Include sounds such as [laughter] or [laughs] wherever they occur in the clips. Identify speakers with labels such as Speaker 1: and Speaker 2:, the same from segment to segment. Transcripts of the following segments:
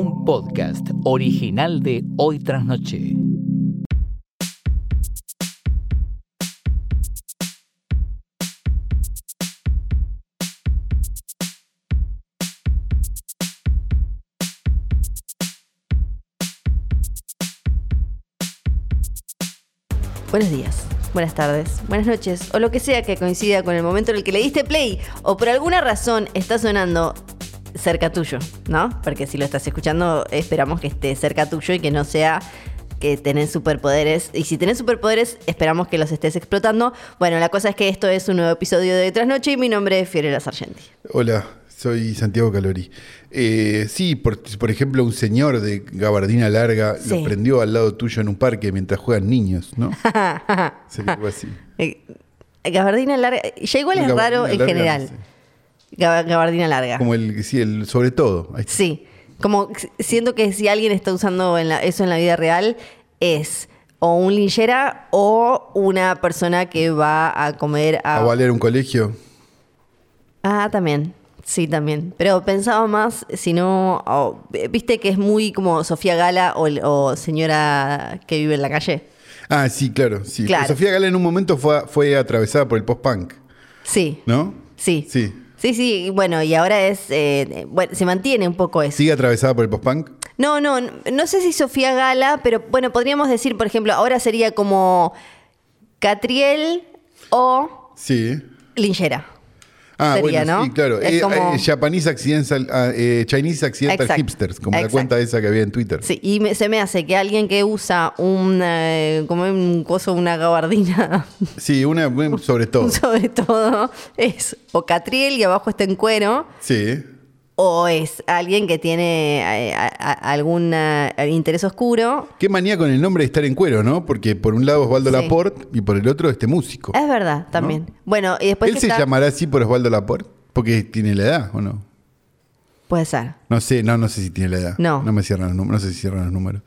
Speaker 1: Un podcast original de Hoy Tras Noche.
Speaker 2: Buenos días, buenas tardes, buenas noches, o lo que sea que coincida con el momento en el que le diste play, o por alguna razón está sonando cerca tuyo, ¿no? Porque si lo estás escuchando, esperamos que esté cerca tuyo y que no sea que tenés superpoderes. Y si tenés superpoderes, esperamos que los estés explotando. Bueno, la cosa es que esto es un nuevo episodio de Trasnoche y mi nombre es Fiorella Sargenti.
Speaker 3: Hola, soy Santiago Calori. Eh, sí, por, por ejemplo, un señor de gabardina larga
Speaker 2: Sí.
Speaker 3: lo prendió al lado tuyo en un parque mientras juegan niños, ¿no?
Speaker 2: [laughs]
Speaker 3: Sería algo así.
Speaker 2: Eh, Gabardina larga. Ya igual es
Speaker 3: Gabardina
Speaker 2: raro en
Speaker 3: larga,
Speaker 2: general.
Speaker 3: sí.
Speaker 2: Gab- Gabardina larga.
Speaker 3: Como el, sí, el sobre todo. Ahí está.
Speaker 2: Sí, como s- siento que si alguien está usando en la- eso en la vida real, es o un linchera o una persona que va a comer a...
Speaker 3: A valer un colegio.
Speaker 2: Ah, también. Sí, también. Pero pensaba más, si no, o- viste que es muy como Sofía Gala o, el- o señora que vive en la calle.
Speaker 3: Ah, sí, claro. Sí.
Speaker 2: Claro.
Speaker 3: Sofía Gala en un momento fue, fue atravesada por el post-punk,
Speaker 2: Sí,
Speaker 3: ¿no?
Speaker 2: sí.
Speaker 3: Sí.
Speaker 2: Sí, sí, y bueno, y ahora es, eh, bueno, se mantiene un poco eso.
Speaker 3: ¿Sigue atravesada por el post-punk?
Speaker 2: No, no, no, no sé si Sofía Gala, pero bueno, podríamos decir, por ejemplo, ahora sería como Catriel o
Speaker 3: Sí.
Speaker 2: Linchera.
Speaker 3: Ah,
Speaker 2: Sería,
Speaker 3: bueno,
Speaker 2: ¿no?
Speaker 3: sí, claro.
Speaker 2: Es
Speaker 3: Eh,
Speaker 2: como-
Speaker 3: eh, Japanese Accidental, ah, eh, Chinese Accidental
Speaker 2: Exacto.
Speaker 3: Hipsters, como la
Speaker 2: Exacto.
Speaker 3: cuenta esa que había en Twitter.
Speaker 2: Sí, y me- se me hace que alguien que usa un, eh, como un coso, una gabardina, [laughs]
Speaker 3: Sí, una un sobre todo.
Speaker 2: sobre todo, es o Catriel y abajo está en cuero,
Speaker 3: Sí.
Speaker 2: o es alguien que tiene eh, a- a- algún eh, interés oscuro.
Speaker 3: Qué manía con el nombre de estar en cuero, ¿no? Porque por un lado Osvaldo
Speaker 2: Sí.
Speaker 3: Laporte y por el otro este músico.
Speaker 2: Es verdad, también. Bueno, y después
Speaker 3: ¿Él
Speaker 2: que
Speaker 3: se
Speaker 2: pues está-
Speaker 3: llamará así por Osvaldo Laporte? Porque tiene la edad, ¿o no?
Speaker 2: Puede ser.
Speaker 3: No sé, no, no sé si tiene la edad.
Speaker 2: No.
Speaker 3: me cierran los números, no sé si cierran los números.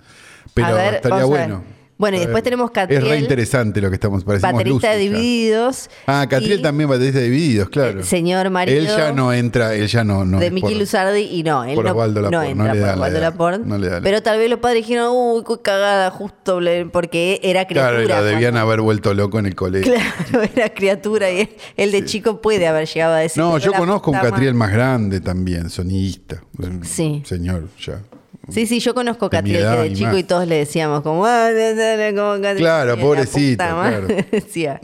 Speaker 3: Pero
Speaker 2: A ver,
Speaker 3: estaría
Speaker 2: vamos a ver.
Speaker 3: bueno.
Speaker 2: Bueno, y
Speaker 3: A
Speaker 2: después tenemos Catriel,
Speaker 3: Es re interesante lo que estamos parecemos
Speaker 2: Baterista de
Speaker 3: luces ya.
Speaker 2: Divididos.
Speaker 3: Ah, Catriel
Speaker 2: y
Speaker 3: también baterista de Divididos, claro.
Speaker 2: El señor marido
Speaker 3: Él ya no entra, él ya no. no
Speaker 2: de
Speaker 3: es
Speaker 2: Miki
Speaker 3: por-
Speaker 2: Luzardi y no, él
Speaker 3: por
Speaker 2: no,
Speaker 3: Osvaldo
Speaker 2: no
Speaker 3: Laporte, no
Speaker 2: entra
Speaker 3: le da
Speaker 2: por
Speaker 3: la
Speaker 2: Osvaldo
Speaker 3: edad,
Speaker 2: Laporte.
Speaker 3: no le da la
Speaker 2: pero tal vez los padres dijeron, uy, qué cagada, justo le- porque era criatura.
Speaker 3: Claro, y lo
Speaker 2: cuando-
Speaker 3: debían haber vuelto loco en el colegio.
Speaker 2: [laughs] Claro, era criatura y él, él de chico puede haber llegado a decir.
Speaker 3: No, yo
Speaker 2: "La
Speaker 3: conozco
Speaker 2: puta
Speaker 3: un
Speaker 2: madre".
Speaker 3: Catriel más grande también, sonidista. Un
Speaker 2: Sí.
Speaker 3: Señor, ya.
Speaker 2: Sí, sí, yo conozco a
Speaker 3: De mi
Speaker 2: Catriel que
Speaker 3: edad
Speaker 2: de
Speaker 3: y
Speaker 2: chico
Speaker 3: más.
Speaker 2: y todos le decíamos como, "Ah, da, da, da", como Catriel.
Speaker 3: Claro,
Speaker 2: Y la
Speaker 3: pobrecito,
Speaker 2: puta madre,
Speaker 3: claro.
Speaker 2: [laughs] decía.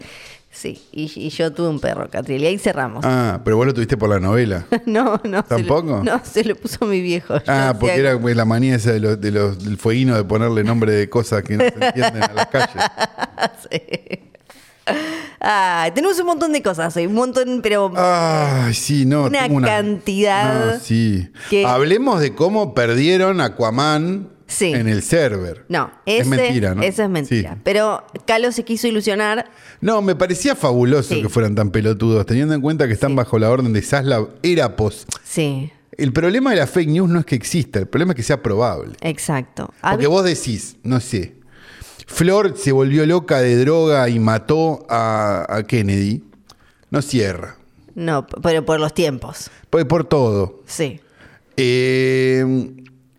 Speaker 2: Sí, y, y yo tuve un perro, Catriel, y ahí cerramos.
Speaker 3: Ah, pero vos lo tuviste por la novela.
Speaker 2: [laughs] No, no. se lo-
Speaker 3: ¿Tampoco?
Speaker 2: no, se lo puso mi viejo. Yo
Speaker 3: Ah,
Speaker 2: hacía
Speaker 3: porque era pues, la manía esa de los, de los- del fueguino de ponerle nombre de cosas que no se entienden a las calles.
Speaker 2: [laughs] Sí. Ah, tenemos un montón de cosas hoy, un montón, pero
Speaker 3: Ah, Ay, sí, no.
Speaker 2: Una
Speaker 3: tengo
Speaker 2: cantidad
Speaker 3: No, sí.
Speaker 2: que-
Speaker 3: Hablemos de cómo perdieron a Aquaman
Speaker 2: Sí.
Speaker 3: en el server.
Speaker 2: no, ese-
Speaker 3: es mentira, ¿no?
Speaker 2: Eso es mentira.
Speaker 3: Sí.
Speaker 2: Pero Calo se quiso ilusionar.
Speaker 3: No, me parecía fabuloso
Speaker 2: Sí.
Speaker 3: que fueran tan pelotudos, teniendo en cuenta que están bajo la orden de Zaslav Erapos.
Speaker 2: Sí,
Speaker 3: El problema de la fake news no es que exista, el problema es que sea probable.
Speaker 2: exacto.
Speaker 3: Porque
Speaker 2: Hab-
Speaker 3: vos decís, no sé, Flor se volvió loca de droga y mató a, a Kennedy. No cierra.
Speaker 2: No, p- pero por los tiempos.
Speaker 3: Por, por todo.
Speaker 2: Sí.
Speaker 3: Eh,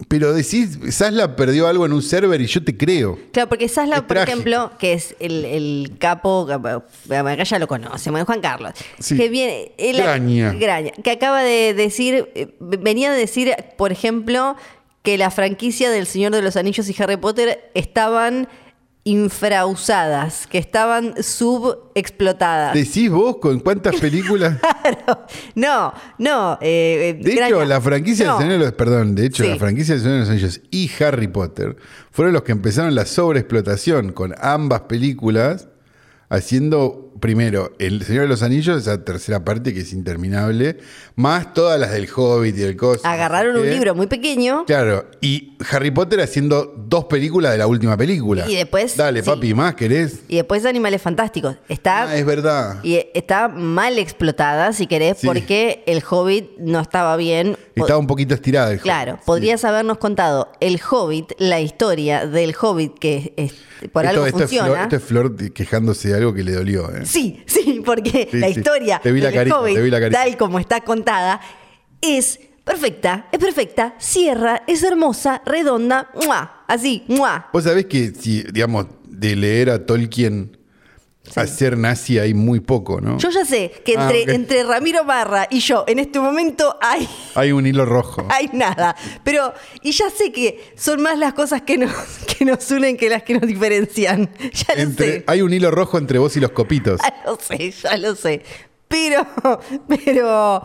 Speaker 3: pero decís, Sasla perdió algo en un server y yo te creo.
Speaker 2: Claro, porque Sasla,
Speaker 3: Es
Speaker 2: por
Speaker 3: trágico.
Speaker 2: ejemplo, que es el, el capo, bueno, acá ya lo conoce, bueno, Juan Carlos,
Speaker 3: Sí.
Speaker 2: que viene, él-
Speaker 3: Graña.
Speaker 2: Graña, que acaba de decir, eh, venía de decir, por ejemplo, que la franquicia del Señor de los Anillos y Harry Potter estaban infrausadas, que estaban subexplotadas.
Speaker 3: Decís vos con cuántas películas.
Speaker 2: No, no. eh, eh,
Speaker 3: De hecho,
Speaker 2: Graña.
Speaker 3: la franquicia
Speaker 2: No.
Speaker 3: del Señor de los perdón, de hecho,
Speaker 2: Sí.
Speaker 3: la franquicia del Señor de los Anillos y Harry Potter fueron los que empezaron la sobreexplotación con ambas películas, haciendo primero El Señor de los Anillos, esa tercera parte que es interminable, más todas las del Hobbit y del Cosa.
Speaker 2: Agarraron un libro muy pequeño.
Speaker 3: ¿eh? Claro, y Harry Potter haciendo dos películas de la última película.
Speaker 2: Y después,
Speaker 3: Dale,
Speaker 2: sí.
Speaker 3: papi, ¿más querés?
Speaker 2: Y después Animales Fantásticos. Está
Speaker 3: Ah, es verdad.
Speaker 2: Y está mal explotada, si querés,
Speaker 3: Sí.
Speaker 2: porque el Hobbit no estaba bien. Po-
Speaker 3: Estaba un poquito estirada el Hobbit.
Speaker 2: Claro,
Speaker 3: Sí.
Speaker 2: podrías habernos contado el Hobbit, la historia del Hobbit que es- por algo
Speaker 3: esto es Flor-
Speaker 2: funciona.
Speaker 3: esto es Flor quejándose de algo que le dolió. ¿eh?
Speaker 2: Sí, sí, porque
Speaker 3: Sí,
Speaker 2: la
Speaker 3: sí.
Speaker 2: historia
Speaker 3: Te vi la
Speaker 2: del
Speaker 3: carita,
Speaker 2: Hobbit,
Speaker 3: te vi la carita.
Speaker 2: tal como está contada, es perfecta, es perfecta, cierra, es hermosa, redonda, ¡mua! así, ¡mua!
Speaker 3: Vos sabés que, si, digamos, de leer a Tolkien a ser nazi hay muy poco, ¿no?
Speaker 2: Yo ya sé que
Speaker 3: Ah,
Speaker 2: entre,
Speaker 3: ok.
Speaker 2: entre Ramiro Barra y yo en este momento hay,
Speaker 3: Hay un hilo rojo.
Speaker 2: hay nada, pero y ya sé que son más las cosas que nos, [laughs] que nos unen que las que nos diferencian, [laughs] ya lo
Speaker 3: Entre-
Speaker 2: sé.
Speaker 3: hay un hilo rojo entre vos y los copitos.
Speaker 2: Ya lo sé, ya lo sé. Pero, [laughs] pero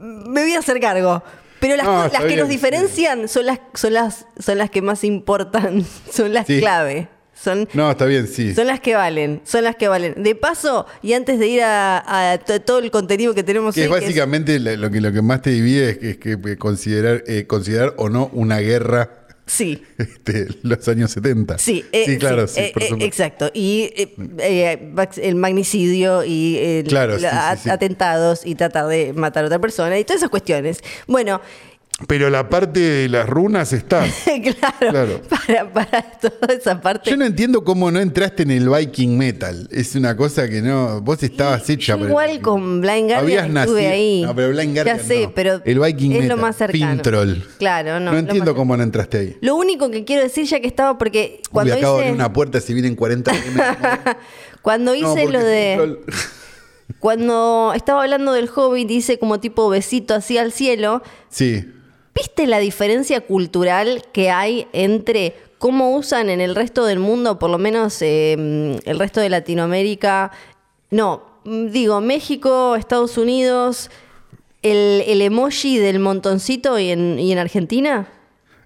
Speaker 2: me voy a hacer cargo. Pero las,
Speaker 3: No,
Speaker 2: co-
Speaker 3: está
Speaker 2: las que
Speaker 3: bien,
Speaker 2: nos
Speaker 3: sí.
Speaker 2: diferencian son las, son las, son las que más importan, [laughs] son las
Speaker 3: Sí.
Speaker 2: clave. Son,
Speaker 3: No, está bien, sí.
Speaker 2: son las que valen, son las que valen. De paso, y antes de ir a, a to- todo el contenido que tenemos
Speaker 3: Que es
Speaker 2: hoy, que es-
Speaker 3: básicamente la- lo, que, lo que más te divide es que, es que- que considerar, eh, considerar o no una guerra [laughs]
Speaker 2: sí,
Speaker 3: este, los años 70.
Speaker 2: sí, eh,
Speaker 3: sí claro, sí,
Speaker 2: eh,
Speaker 3: por
Speaker 2: eh,
Speaker 3: supuesto.
Speaker 2: exacto. Y eh, eh, vax- el magnicidio y el-
Speaker 3: Claro, sí,
Speaker 2: la-
Speaker 3: sí, sí.
Speaker 2: atentados y tratar de matar a otra persona y todas esas cuestiones. Bueno, [laughs]
Speaker 3: Pero la parte de las runas está.
Speaker 2: claro,
Speaker 3: Claro.
Speaker 2: Para, para toda esa parte.
Speaker 3: Yo no entiendo cómo no entraste en el Viking Metal. Es una cosa que no. Vos estabas hecha. por el
Speaker 2: Igual
Speaker 3: Viking.
Speaker 2: con Blind Guardian
Speaker 3: Habías
Speaker 2: estuve
Speaker 3: nacido-
Speaker 2: ahí.
Speaker 3: No, pero Blind Guardian
Speaker 2: Ya sé,
Speaker 3: no.
Speaker 2: pero
Speaker 3: El Viking
Speaker 2: es
Speaker 3: Metal,
Speaker 2: lo más cercano.
Speaker 3: Fintroll.
Speaker 2: Claro, no.
Speaker 3: No
Speaker 2: lo
Speaker 3: entiendo
Speaker 2: más-
Speaker 3: cómo no entraste ahí.
Speaker 2: Lo único que quiero decir ya que estaba porque
Speaker 3: Uy,
Speaker 2: cuando
Speaker 3: acabo de
Speaker 2: hice
Speaker 3: abrir una puerta si
Speaker 2: [laughs]
Speaker 3: vienen 40 PM.
Speaker 2: cuando hice
Speaker 3: No, porque
Speaker 2: lo de
Speaker 3: Fintroll-
Speaker 2: cuando estaba hablando del Hobbit hice como tipo besito así al cielo.
Speaker 3: Sí.
Speaker 2: ¿Viste la diferencia cultural que hay entre cómo usan en el resto del mundo, por lo menos eh, mm, el resto de Latinoamérica? No, mm, digo, México, Estados Unidos, el, el emoji del montoncito y en, y en Argentina.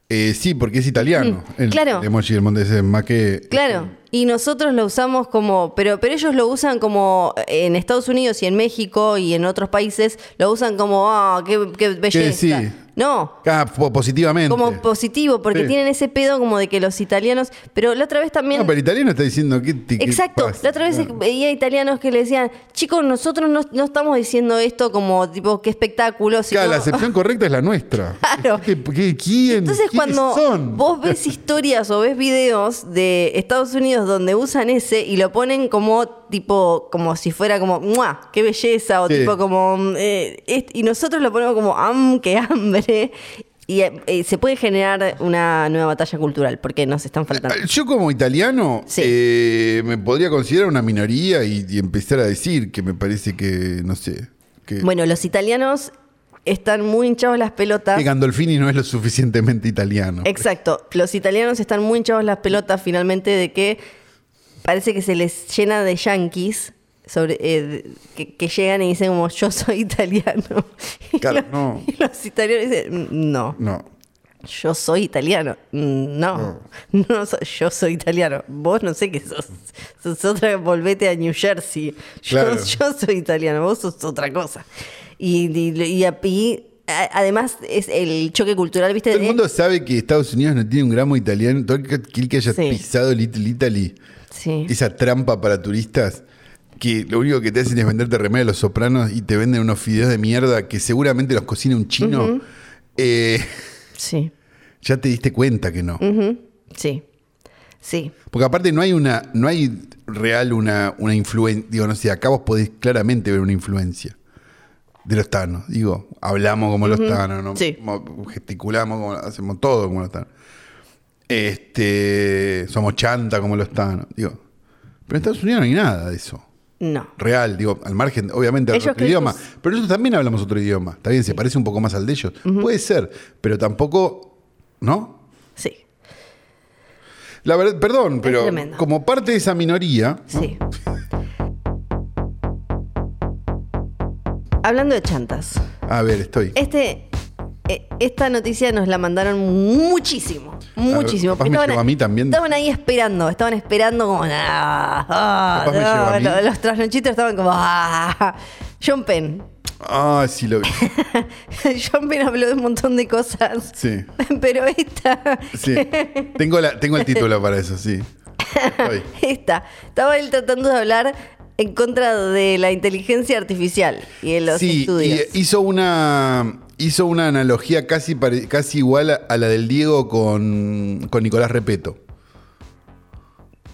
Speaker 3: Eh, sí, porque es italiano.
Speaker 2: Mm,
Speaker 3: el,
Speaker 2: claro.
Speaker 3: el emoji del monte ese, más que.
Speaker 2: Claro, y nosotros lo usamos como, pero, pero ellos lo usan como eh, en Estados Unidos y en México y en otros países, lo usan como, ah, qué, qué belleza.
Speaker 3: sí.
Speaker 2: No,
Speaker 3: Ah, po- positivamente.
Speaker 2: como positivo, porque
Speaker 3: Sí.
Speaker 2: tienen ese pedo como de que los italianos. Pero la otra vez también.
Speaker 3: No, pero el italiano está diciendo que. que-
Speaker 2: Exacto,
Speaker 3: pasa?
Speaker 2: la otra vez
Speaker 3: Bueno.
Speaker 2: veía italianos que le decían, chicos, nosotros no, no estamos diciendo esto como tipo qué espectáculo, sino...
Speaker 3: Claro, la acepción correcta es la nuestra.
Speaker 2: [laughs] Claro.
Speaker 3: ¿Qué- qué- quién?
Speaker 2: Entonces
Speaker 3: ¿Quiénes
Speaker 2: cuando
Speaker 3: son?
Speaker 2: vos ves
Speaker 3: [laughs]
Speaker 2: historias o ves videos de Estados Unidos donde usan ese y lo ponen como tipo, como si fuera como, ¡mua! ¡Qué belleza! O
Speaker 3: Sí.
Speaker 2: tipo como, mm, eh, est- y nosotros lo ponemos como, ¡am! ¡Qué hambre! Y eh, eh, se puede generar una nueva batalla cultural porque nos están faltando.
Speaker 3: Ah, Yo como italiano
Speaker 2: Sí.
Speaker 3: eh, me podría considerar una minoría y, y empezar a decir que me parece que, no sé, que,
Speaker 2: Bueno, los italianos están muy hinchados las pelotas.
Speaker 3: que Gandolfini no es lo suficientemente italiano.
Speaker 2: Exacto. Los italianos están muy hinchados las pelotas finalmente de que parece que se les llena de yanquis sobre, eh, de- que, que llegan y dicen como yo soy italiano. [laughs] Y
Speaker 3: Claro,
Speaker 2: los,
Speaker 3: no.
Speaker 2: y los italianos dicen no,
Speaker 3: No.
Speaker 2: yo soy italiano. Mm, No, [laughs] no, so- yo soy italiano. Vos no sé qué sos. Sos otra, volvete a New Jersey. Yo,
Speaker 3: Claro.
Speaker 2: [laughs] yo soy italiano, vos sos otra cosa. Y, y- y a- y a- además es el choque cultural, ¿viste?
Speaker 3: Todo el
Speaker 2: De-
Speaker 3: mundo sabe que Estados Unidos no tiene un gramo italiano. Todo aquel que haya
Speaker 2: Sí.
Speaker 3: pisado Little Italy,
Speaker 2: Sí.
Speaker 3: esa trampa para turistas, que lo único que te hacen es venderte remedio a los sopranos y te venden unos fideos de mierda que seguramente los cocina un chino, eh,
Speaker 2: Sí,
Speaker 3: ya te diste cuenta que no.
Speaker 2: Ujú. sí, sí.
Speaker 3: Porque aparte no hay una, no hay real una, una influencia. Digo, no sé, acá vos podés claramente ver una influencia de los tanos. Digo, hablamos como los tanos, ¿no?
Speaker 2: Sí.
Speaker 3: Mo- gesticulamos, como, hacemos todo como los tanos. Este, somos chanta como los tanos. Digo, pero en Estados Unidos no hay nada de eso.
Speaker 2: No.
Speaker 3: Real, digo, al margen, obviamente, de
Speaker 2: Ellos
Speaker 3: otro
Speaker 2: que
Speaker 3: idioma.
Speaker 2: ellos-
Speaker 3: Pero nosotros también hablamos otro idioma. Está bien, se parece un poco más al de ellos. Puede ser, pero tampoco, ¿no?
Speaker 2: Sí,
Speaker 3: La verdad, perdón, pero
Speaker 2: tremendo.
Speaker 3: como parte de esa minoría,
Speaker 2: sí. Hablando de chantas,
Speaker 3: A ver, estoy.
Speaker 2: este, eh, esta noticia nos la mandaron muchísimo, muchísimo.
Speaker 3: Ah, capaz me llegó a mí también.
Speaker 2: Estaban ahí esperando, estaban esperando como... "Ah, ah,
Speaker 3: Capaz me
Speaker 2: no",
Speaker 3: llegó a mí.
Speaker 2: lo- los trasnochitos estaban como... "Ah". John Penn. [laughs]
Speaker 3: Ah, sí lo vi.
Speaker 2: John Penn habló de un montón de cosas,
Speaker 3: Sí,
Speaker 2: [laughs] pero esta...
Speaker 3: sí. Tengo, la, tengo el título para eso, sí. Estoy.
Speaker 2: Esta. Estaba él tratando de hablar en contra de la inteligencia artificial y de los
Speaker 3: Sí,
Speaker 2: estudios.
Speaker 3: y hizo una, hizo una analogía casi, pare- casi igual a, a la del Diego con, con Nicolás Repeto.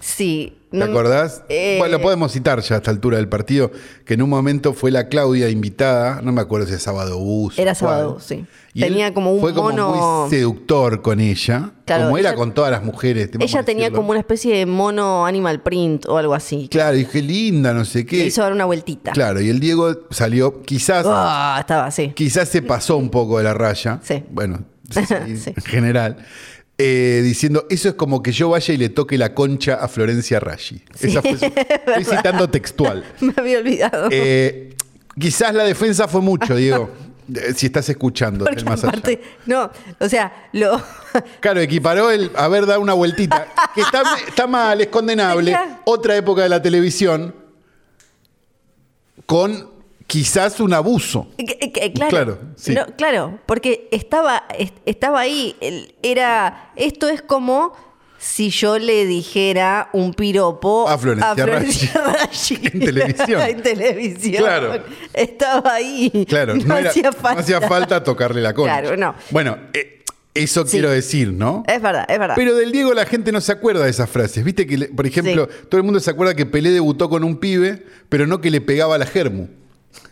Speaker 2: Sí,
Speaker 3: ¿Te
Speaker 2: No-
Speaker 3: acordás?
Speaker 2: Eh.
Speaker 3: Bueno, lo podemos citar ya a esta altura del partido, que en un momento fue la Claudia invitada, no me acuerdo si era Sábado Bus. o
Speaker 2: Era Sábado
Speaker 3: cuál.
Speaker 2: Bus, sí.
Speaker 3: Y él
Speaker 2: Tenía como un
Speaker 3: fue como
Speaker 2: mono-
Speaker 3: muy seductor con ella,
Speaker 2: Claro,
Speaker 3: como era
Speaker 2: ella-
Speaker 3: con todas las mujeres. vamos a
Speaker 2: Ella tenía
Speaker 3: decirlo.
Speaker 2: como una especie de mono animal print o algo así.
Speaker 3: Claro, dije, linda, no sé
Speaker 2: Le
Speaker 3: qué.
Speaker 2: hizo dar una vueltita.
Speaker 3: Claro, y el Diego salió, quizás,
Speaker 2: Ah, estaba así.
Speaker 3: quizás se pasó un poco de la raya.
Speaker 2: Sí. [laughs]
Speaker 3: Bueno, sí,
Speaker 2: Sí.
Speaker 3: en general. Eh, diciendo, eso es como que yo vaya y le toque la concha a Florencia Raggi. Esa
Speaker 2: [laughs]
Speaker 3: fue su- Estoy citando textual.
Speaker 2: [laughs] Me había olvidado.
Speaker 3: Eh, quizás la defensa fue mucho, Diego. Eh, Si estás escuchando,
Speaker 2: Porque
Speaker 3: del más allá.
Speaker 2: aparte, no, o sea, lo
Speaker 3: Claro, equiparó el haber dado una vueltita. Que está, está mal, es condenable.
Speaker 2: Tenía-
Speaker 3: Otra época de la televisión con quizás un abuso.
Speaker 2: que- que- claro,
Speaker 3: Claro, sí.
Speaker 2: No, claro, porque estaba es- estaba ahí, el- era esto es como si yo le dijera un piropo
Speaker 3: A Florencia
Speaker 2: Florencia [laughs] Raggi.
Speaker 3: [laughs] En televisión.
Speaker 2: en televisión.
Speaker 3: Claro.
Speaker 2: Estaba ahí.
Speaker 3: Claro,
Speaker 2: [laughs] no,
Speaker 3: era-
Speaker 2: hacía
Speaker 3: no
Speaker 2: falta.
Speaker 3: hacía falta tocarle la concha.
Speaker 2: Claro, no.
Speaker 3: Bueno, eh, eso quiero decir, ¿no?
Speaker 2: Es verdad, es verdad.
Speaker 3: Pero del Diego la gente no se acuerda de esas frases. Viste que, le- por ejemplo, todo el mundo se acuerda que Pelé debutó con un pibe, pero no que le pegaba a la Germu,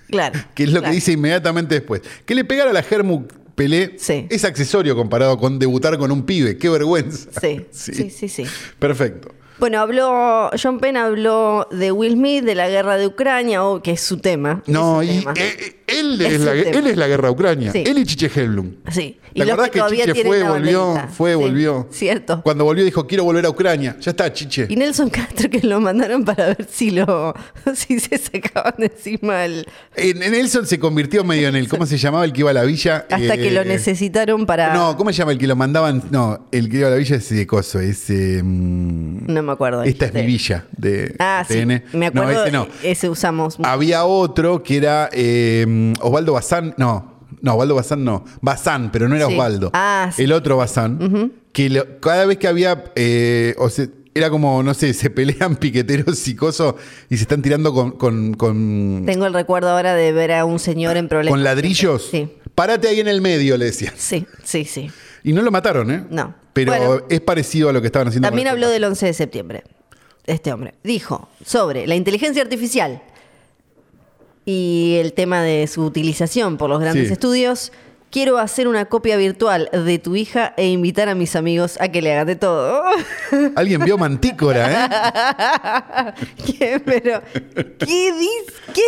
Speaker 2: claro.
Speaker 3: que es lo
Speaker 2: claro.
Speaker 3: que dice inmediatamente después. Que le pegara a la Germu Pelé
Speaker 2: Sí.
Speaker 3: es accesorio comparado con debutar con un pibe. Qué vergüenza. [laughs]
Speaker 2: Sí, sí, sí, sí.
Speaker 3: Perfecto.
Speaker 2: Bueno, habló John Penn habló de Will Smith, de la guerra de Ucrania, o que es su tema.
Speaker 3: No,
Speaker 2: es
Speaker 3: y
Speaker 2: su tema.
Speaker 3: eh, él,
Speaker 2: Es
Speaker 3: es
Speaker 2: el
Speaker 3: la, gue-
Speaker 2: tema.
Speaker 3: él es la guerra a Ucrania.
Speaker 2: Sí.
Speaker 3: Él y Chiche Hellblum.
Speaker 2: Sí.
Speaker 3: ¿Te
Speaker 2: los
Speaker 3: acordás que
Speaker 2: todavía
Speaker 3: Chiche
Speaker 2: tienen
Speaker 3: fue,
Speaker 2: la
Speaker 3: volvió,
Speaker 2: banderita.
Speaker 3: fue,
Speaker 2: Sí,
Speaker 3: volvió?
Speaker 2: Cierto.
Speaker 3: Cuando volvió dijo, quiero volver a Ucrania. Ya está, Chiche.
Speaker 2: Y Nelson Castro que lo mandaron para ver si lo [laughs] si se sacaban de encima el
Speaker 3: En, en Nelson se convirtió medio en el, ¿cómo se llamaba el que iba a la villa?
Speaker 2: hasta
Speaker 3: Eh,
Speaker 2: que lo necesitaron para
Speaker 3: No, ¿cómo se llama el que lo mandaban? No, el que iba a la villa es de coso, es... eh, mm,
Speaker 2: no me acuerdo.
Speaker 3: esta es
Speaker 2: dijiste.
Speaker 3: mi villa, de
Speaker 2: Ah, sí.
Speaker 3: TN.
Speaker 2: Me acuerdo. e-,
Speaker 3: No, ese no. Ah,
Speaker 2: ese usamos. mucho.
Speaker 3: Había otro que era eh, Osvaldo Bazán, no. No, Osvaldo Bazán no. Bazán, pero no era
Speaker 2: Sí.
Speaker 3: Osvaldo.
Speaker 2: Ah, sí.
Speaker 3: El otro Bazán. Que lo- cada vez que había. eh, o sea, era como, no sé, se pelean piqueteros y cosos y se están tirando con, con, con,
Speaker 2: Tengo el recuerdo ahora de ver a un señor en problemas.
Speaker 3: con ladrillos.
Speaker 2: Sí.
Speaker 3: Párate ahí en el medio, le decían.
Speaker 2: Sí, sí, sí.
Speaker 3: Y no lo mataron, ¿eh?
Speaker 2: No.
Speaker 3: Pero
Speaker 2: Bueno.
Speaker 3: es parecido a lo que estaban haciendo.
Speaker 2: También
Speaker 3: con el-
Speaker 2: habló del 11 de septiembre, este hombre. Dijo sobre la inteligencia artificial y el tema de su utilización por los grandes
Speaker 3: Sí.
Speaker 2: estudios. Quiero hacer una copia virtual de tu hija e invitar a mis amigos a que le hagan de todo. [laughs]
Speaker 3: Alguien vio Mantícora, ¿eh?
Speaker 2: ¿Qué? Pero, ¿qué dice? [laughs] ¿Qué?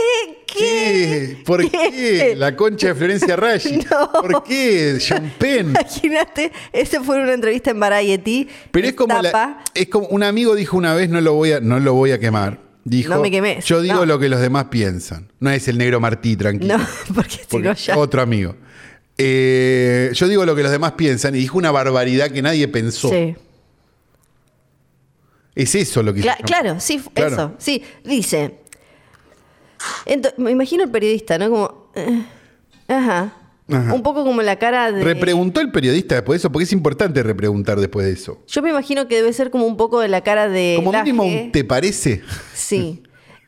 Speaker 2: ¿Qué?
Speaker 3: ¿Qué? ¿Por qué? La concha de Florencia Raggi.
Speaker 2: [laughs] No.
Speaker 3: ¿Por qué? Sean Penn.
Speaker 2: Imagínate, esa fue una entrevista en Variety.
Speaker 3: Pero es como, la- [laughs]
Speaker 2: tapa.
Speaker 3: es como un amigo dijo una vez, no lo voy a, no lo voy a quemar. Dijo,
Speaker 2: No me quemes,
Speaker 3: yo digo
Speaker 2: no.
Speaker 3: lo que los demás piensan. No es el negro Martí, tranquilo.
Speaker 2: No, [laughs] porque si
Speaker 3: [laughs] Porque-
Speaker 2: no ya...
Speaker 3: Otro amigo. Eh, yo digo lo que los demás piensan y dijo una barbaridad que nadie pensó.
Speaker 2: Sí.
Speaker 3: Es eso lo que
Speaker 2: Cla-
Speaker 3: hizo.
Speaker 2: claro, sí, f-
Speaker 3: Claro.
Speaker 2: eso. Sí, dice. Ento- me imagino el periodista, ¿no? Como. eh, ajá.
Speaker 3: Ajá.
Speaker 2: Un poco como la cara de.
Speaker 3: Repreguntó el periodista después de eso, porque es importante repreguntar después de eso.
Speaker 2: Yo me imagino que debe ser como un poco de la cara de.
Speaker 3: Como mínimo,
Speaker 2: Eh, Laje.
Speaker 3: un ¿te parece?
Speaker 2: Sí.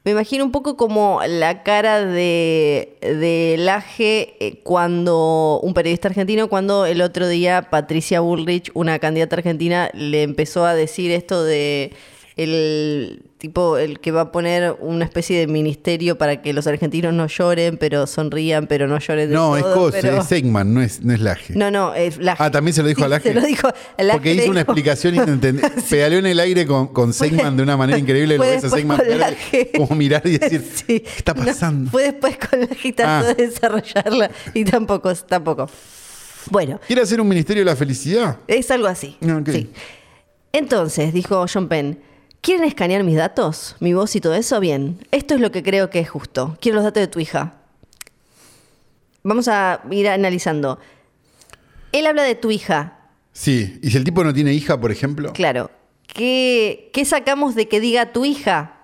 Speaker 2: Me imagino un poco como la cara de, de Laje eh, cuando un periodista argentino, cuando el otro día Patricia Bullrich, una candidata argentina, le empezó a decir esto de el tipo, el que va a poner una especie de ministerio para que los argentinos no lloren, pero sonrían, pero no lloren. del
Speaker 3: No, es
Speaker 2: todo,
Speaker 3: cosa,
Speaker 2: pero-
Speaker 3: es Segman, no es, no es Laje.
Speaker 2: No, no, es Laje.
Speaker 3: Ah, también se lo dijo
Speaker 2: Sí,
Speaker 3: a Laje.
Speaker 2: [laughs] Se lo dijo a Laje,
Speaker 3: Porque
Speaker 2: le
Speaker 3: hizo una
Speaker 2: dijo-
Speaker 3: explicación y
Speaker 2: [laughs]
Speaker 3: pedaleó en el aire con, con Segman de una manera increíble. Lo
Speaker 2: Fue
Speaker 3: ves a
Speaker 2: después
Speaker 3: Segman
Speaker 2: con
Speaker 3: ver-
Speaker 2: Laje.
Speaker 3: como mirar y [laughs] decir,
Speaker 2: [laughs] Sí.
Speaker 3: ¿qué está
Speaker 2: No,
Speaker 3: pasando?
Speaker 2: fue después con la gitana
Speaker 3: Ah.
Speaker 2: de desarrollarla y tampoco, tampoco. Bueno,
Speaker 3: ¿Quiere hacer un ministerio de la felicidad?
Speaker 2: es algo así.
Speaker 3: Ah, ok.
Speaker 2: Sí. Entonces, dijo John Penn, ¿quieren escanear mis datos? Mi voz y todo eso, bien. Esto es lo que creo que es justo. Quiero los datos de tu hija. Vamos a ir analizando. Él habla de tu hija,
Speaker 3: Sí. ¿Y si el tipo no tiene hija, por ejemplo?
Speaker 2: Claro. ¿Qué, qué sacamos de que diga tu hija?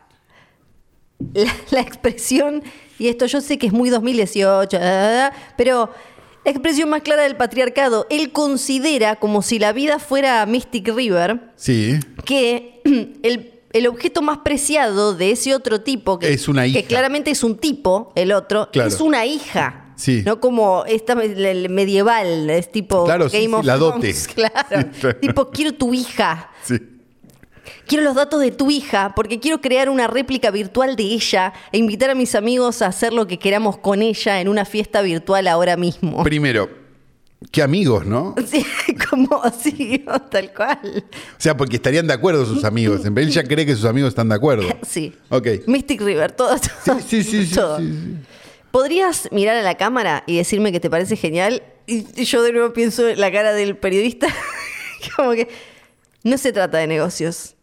Speaker 2: La, la expresión, y esto yo sé que es muy 2018, da, da, da, ah, pero la expresión más clara del patriarcado, él considera como si la vida fuera Mystic River,
Speaker 3: Sí.
Speaker 2: que [clears throat] el, el objeto más preciado de ese otro tipo, que,
Speaker 3: Es una hija.
Speaker 2: que claramente es un tipo, el otro,
Speaker 3: Claro.
Speaker 2: es una hija.
Speaker 3: Sí.
Speaker 2: No como esta me- la- la medieval, es tipo
Speaker 3: Claro, sí, sí, la dote.
Speaker 2: Thrones, [laughs] claro.
Speaker 3: Sí, claro.
Speaker 2: Tipo, quiero tu hija.
Speaker 3: Sí.
Speaker 2: Quiero los datos de tu hija porque quiero crear una réplica virtual de ella e invitar a mis amigos a hacer lo que queramos con ella en una fiesta virtual ahora mismo.
Speaker 3: Primero, qué amigos, ¿no?
Speaker 2: [laughs] Sí, como así, tal cual.
Speaker 3: O sea, porque estarían de acuerdo sus amigos. En vez, él ya cree que sus amigos están
Speaker 2: [laughs]
Speaker 3: de acuerdo.
Speaker 2: Sí.
Speaker 3: Ok.
Speaker 2: Mystic River, todo. todo,
Speaker 3: Sí, sí, sí, sí,
Speaker 2: todo.
Speaker 3: sí, sí.
Speaker 2: ¿Podrías mirar a la cámara y decirme que te parece genial? Y y yo de nuevo pienso en la cara del periodista. [laughs] Como que no se trata de negocios.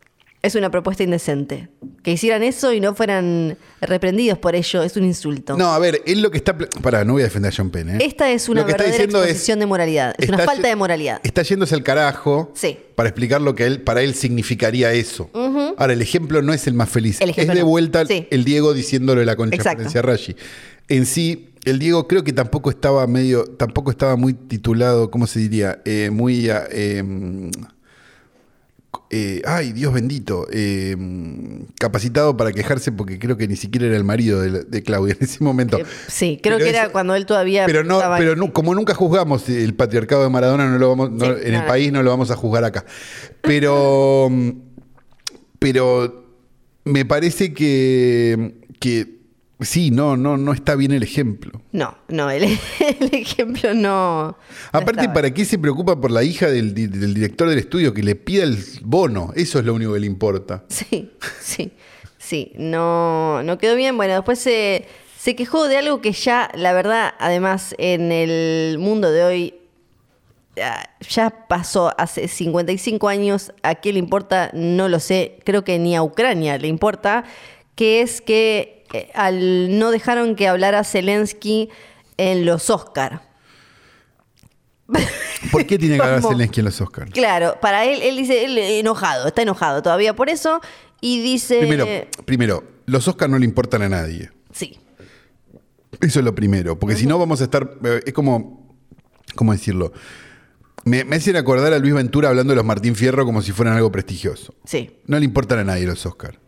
Speaker 2: Es una propuesta indecente. Que hicieran eso y no fueran reprendidos por ello es un insulto.
Speaker 3: No, a ver, él lo que está... pla- Pará, no voy a defender a Sean Penn, ¿eh?
Speaker 2: Esta es una
Speaker 3: Lo que está
Speaker 2: verdadera
Speaker 3: diciendo es-
Speaker 2: exposición de moralidad. Es una
Speaker 3: está
Speaker 2: falta
Speaker 3: ye-
Speaker 2: de moralidad.
Speaker 3: Está yéndose al carajo
Speaker 2: Sí.
Speaker 3: para explicar lo que él, para él significaría eso. Ahora, el ejemplo no es el más feliz.
Speaker 2: El
Speaker 3: es
Speaker 2: ejemplo
Speaker 3: de
Speaker 2: no.
Speaker 3: vuelta
Speaker 2: Sí.
Speaker 3: el Diego diciéndolo de la concha
Speaker 2: Exacto.
Speaker 3: Florencia Raggi. En sí, el Diego creo que tampoco estaba medio, tampoco estaba muy titulado, ¿cómo se diría? Eh, muy ah, eh, eh, ay, Dios bendito, eh, capacitado para quejarse porque creo que ni siquiera era el marido de, la- de Claudia en ese momento.
Speaker 2: Eh, Sí, creo
Speaker 3: Pero
Speaker 2: que era
Speaker 3: eso-
Speaker 2: cuando él todavía.
Speaker 3: Pero no,
Speaker 2: estaba-
Speaker 3: pero nu- como nunca juzgamos el patriarcado de Maradona, no lo vamos, no-
Speaker 2: Sí,
Speaker 3: en
Speaker 2: no,
Speaker 3: el
Speaker 2: no.
Speaker 3: país no lo vamos a juzgar acá. Pero, mm, pero me parece que, que sí, no, no, no está bien el ejemplo.
Speaker 2: No, no, el, [laughs] el ejemplo no. no
Speaker 3: Aparte,
Speaker 2: estaba.
Speaker 3: ¿para qué se preocupa por la hija del, di- del director del estudio que le pida el bono? Eso es lo único que le importa.
Speaker 2: Sí, sí, sí, no, no quedó bien. Bueno, después se, se quejó de algo que ya, la verdad, además en el mundo de hoy ah, ya pasó hace 55 años, ¿a quién le importa? No lo sé, creo que ni a Ucrania le importa, que es que eh, al, no dejaron que hablara Zelensky en los Oscar.
Speaker 3: ¿Por
Speaker 2: [laughs]
Speaker 3: qué tiene que hablar
Speaker 2: ¿Cómo?
Speaker 3: Zelensky en los Oscars?
Speaker 2: Claro, para él, él dice, él eh, enojado, está enojado todavía por eso, y dice...
Speaker 3: Primero, primero, los Oscars no le importan a nadie.
Speaker 2: Sí.
Speaker 3: Eso es lo primero, porque si no vamos a estar, eh, es como, ¿cómo decirlo? Me, me hacen acordar a Luis Ventura hablando de los Martín Fierro como si fueran algo prestigioso.
Speaker 2: Sí,
Speaker 3: No le importan a nadie los Oscar.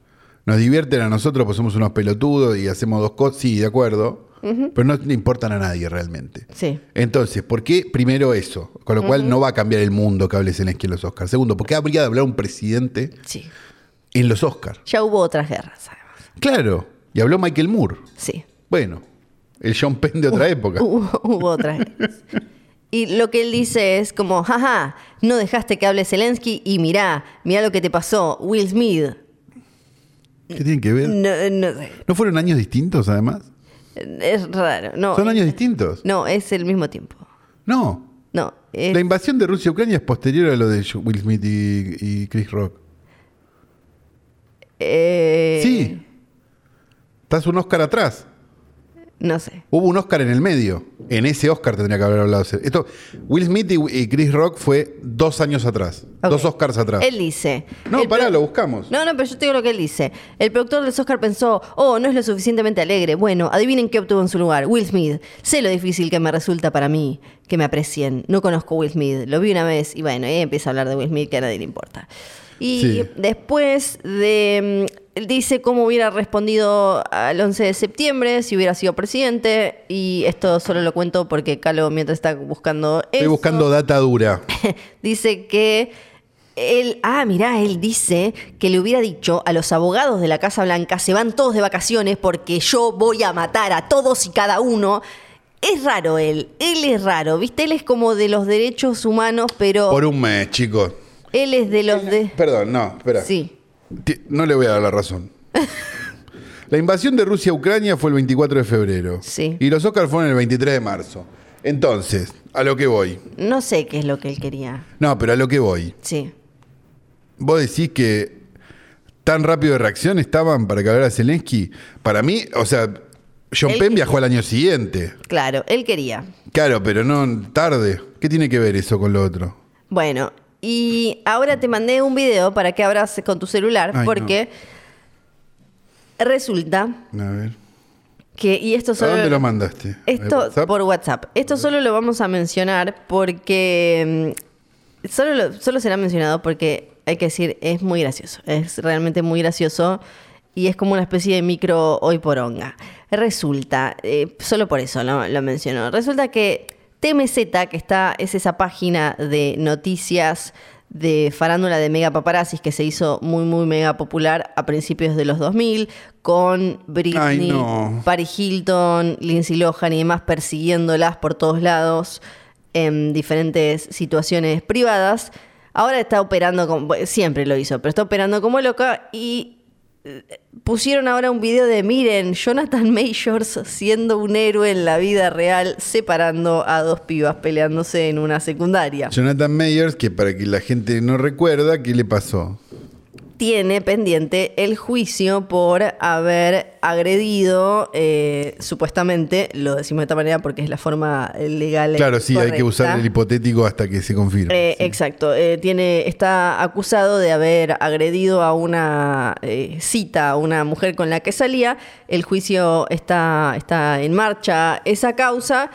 Speaker 3: Nos divierten a nosotros, pues somos unos pelotudos y hacemos dos cosas, sí, de acuerdo, pero no le importan a nadie realmente.
Speaker 2: sí.
Speaker 3: Entonces, ¿por qué primero eso? Con lo cual no va a cambiar el mundo que hable Zelensky en este los Oscar. Segundo, ¿por qué habría de hablar un presidente
Speaker 2: Sí.
Speaker 3: en los Oscar?
Speaker 2: Ya hubo otras guerras, además.
Speaker 3: Claro, y habló Michael Moore.
Speaker 2: Sí.
Speaker 3: Bueno, el John Penn de otra época.
Speaker 2: Hubo, hubo otras guerras. Y lo que él dice es como, jaja, no dejaste que hable Zelensky y mirá, mirá lo que te pasó, Will Smith.
Speaker 3: ¿Qué tienen que ver?
Speaker 2: No, no sé.
Speaker 3: ¿No fueron años distintos además?
Speaker 2: Es raro. No, eh,
Speaker 3: ¿Son años distintos?
Speaker 2: no, Eh. es el mismo tiempo.
Speaker 3: No.
Speaker 2: No, es-
Speaker 3: La invasión de Rusia a Ucrania es posterior a lo de Will Smith y, y Chris Rock.
Speaker 2: eh,
Speaker 3: Sí. Estás un Oscar atrás.
Speaker 2: No sé.
Speaker 3: Hubo un Oscar en el medio. En ese Oscar tendría que haber hablado. ese- Esto, Will Smith y, y Chris Rock fue dos años atrás.
Speaker 2: Ok.
Speaker 3: Dos Oscars atrás.
Speaker 2: Él dice.
Speaker 3: no,
Speaker 2: el
Speaker 3: pará,
Speaker 2: pro-
Speaker 3: lo buscamos.
Speaker 2: No, no, pero yo te digo lo que él dice. El productor del Oscar pensó, oh, no es lo suficientemente alegre. Bueno, adivinen qué obtuvo en su lugar. Will Smith. Sé lo difícil que me resulta para mí que me aprecien. No conozco a Will Smith. Lo vi una vez y bueno, eh, empieza a hablar de Will Smith que a nadie le importa. Y
Speaker 3: Sí.
Speaker 2: después de... mm, él Dice cómo hubiera respondido al 11 de septiembre si hubiera sido presidente. Y esto solo lo cuento porque Calo, mientras está buscando
Speaker 3: Estoy
Speaker 2: eso,
Speaker 3: buscando data dura.
Speaker 2: [laughs] dice que él, ah, mirá, él dice que le hubiera dicho a los abogados de la Casa Blanca, se van todos de vacaciones porque yo voy a matar a todos y cada uno. Es raro él, él es raro, ¿viste? Él es como de los derechos humanos, pero
Speaker 3: Por un mes, chicos.
Speaker 2: él es de los de...
Speaker 3: Perdón, no, espera.
Speaker 2: Sí,
Speaker 3: Ti- No le voy a dar
Speaker 2: [laughs]
Speaker 3: la razón. La invasión de Rusia a Ucrania fue el 24 de febrero.
Speaker 2: Sí.
Speaker 3: Y los Oscars fueron el 23 de marzo. Entonces, a lo que voy.
Speaker 2: no sé qué es lo que él quería.
Speaker 3: No, pero a lo que voy.
Speaker 2: Sí,
Speaker 3: Vos decís que tan rápido de reacción estaban para que hablara Zelensky. Para mí, o sea, John
Speaker 2: Él-
Speaker 3: Penn viajó al año siguiente.
Speaker 2: claro, él quería.
Speaker 3: Claro, pero no tarde. ¿Qué tiene que ver eso con lo otro?
Speaker 2: Bueno, y ahora te mandé un video para que abras con tu celular,
Speaker 3: Ay, no.
Speaker 2: porque resulta
Speaker 3: A ver.
Speaker 2: que, y esto
Speaker 3: ¿A
Speaker 2: solo...
Speaker 3: dónde lo mandaste?
Speaker 2: Esto
Speaker 3: ¿Al WhatsApp?
Speaker 2: por WhatsApp. Esto solo lo vamos a mencionar porque mm, solo, lo- solo será mencionado porque hay que decir, es muy gracioso. Es realmente muy gracioso y es como una especie de micro hoy poronga. Resulta, eh, solo por eso lo, lo menciono, resulta que TMZ, que está, es esa página de noticias de farándula de mega paparazzis que se hizo muy, muy mega popular a principios de los 2000 con Britney,
Speaker 3: Ay, no.
Speaker 2: Paris Hilton, Lindsay Lohan y demás persiguiéndolas por todos lados en diferentes situaciones privadas. Ahora está operando como. bueno, Siempre lo hizo, pero está operando como loca y eh, pusieron ahora un video de miren, Jonathan Majors siendo un héroe en la vida real, separando a dos pibas peleándose en una secundaria.
Speaker 3: Jonathan Meyers, que para que la gente no recuerda, ¿qué le pasó?
Speaker 2: Tiene pendiente el juicio por haber agredido, eh, supuestamente, lo decimos de esta manera porque es la forma legal. eh,
Speaker 3: Claro, sí, hay que usar el
Speaker 2: correcta.
Speaker 3: hipotético hasta que se confirme.
Speaker 2: Eh, Exacto. Eh, tiene, está acusado de haber agredido a una eh, cita, a una mujer con la que salía. El juicio está, está en marcha esa causa.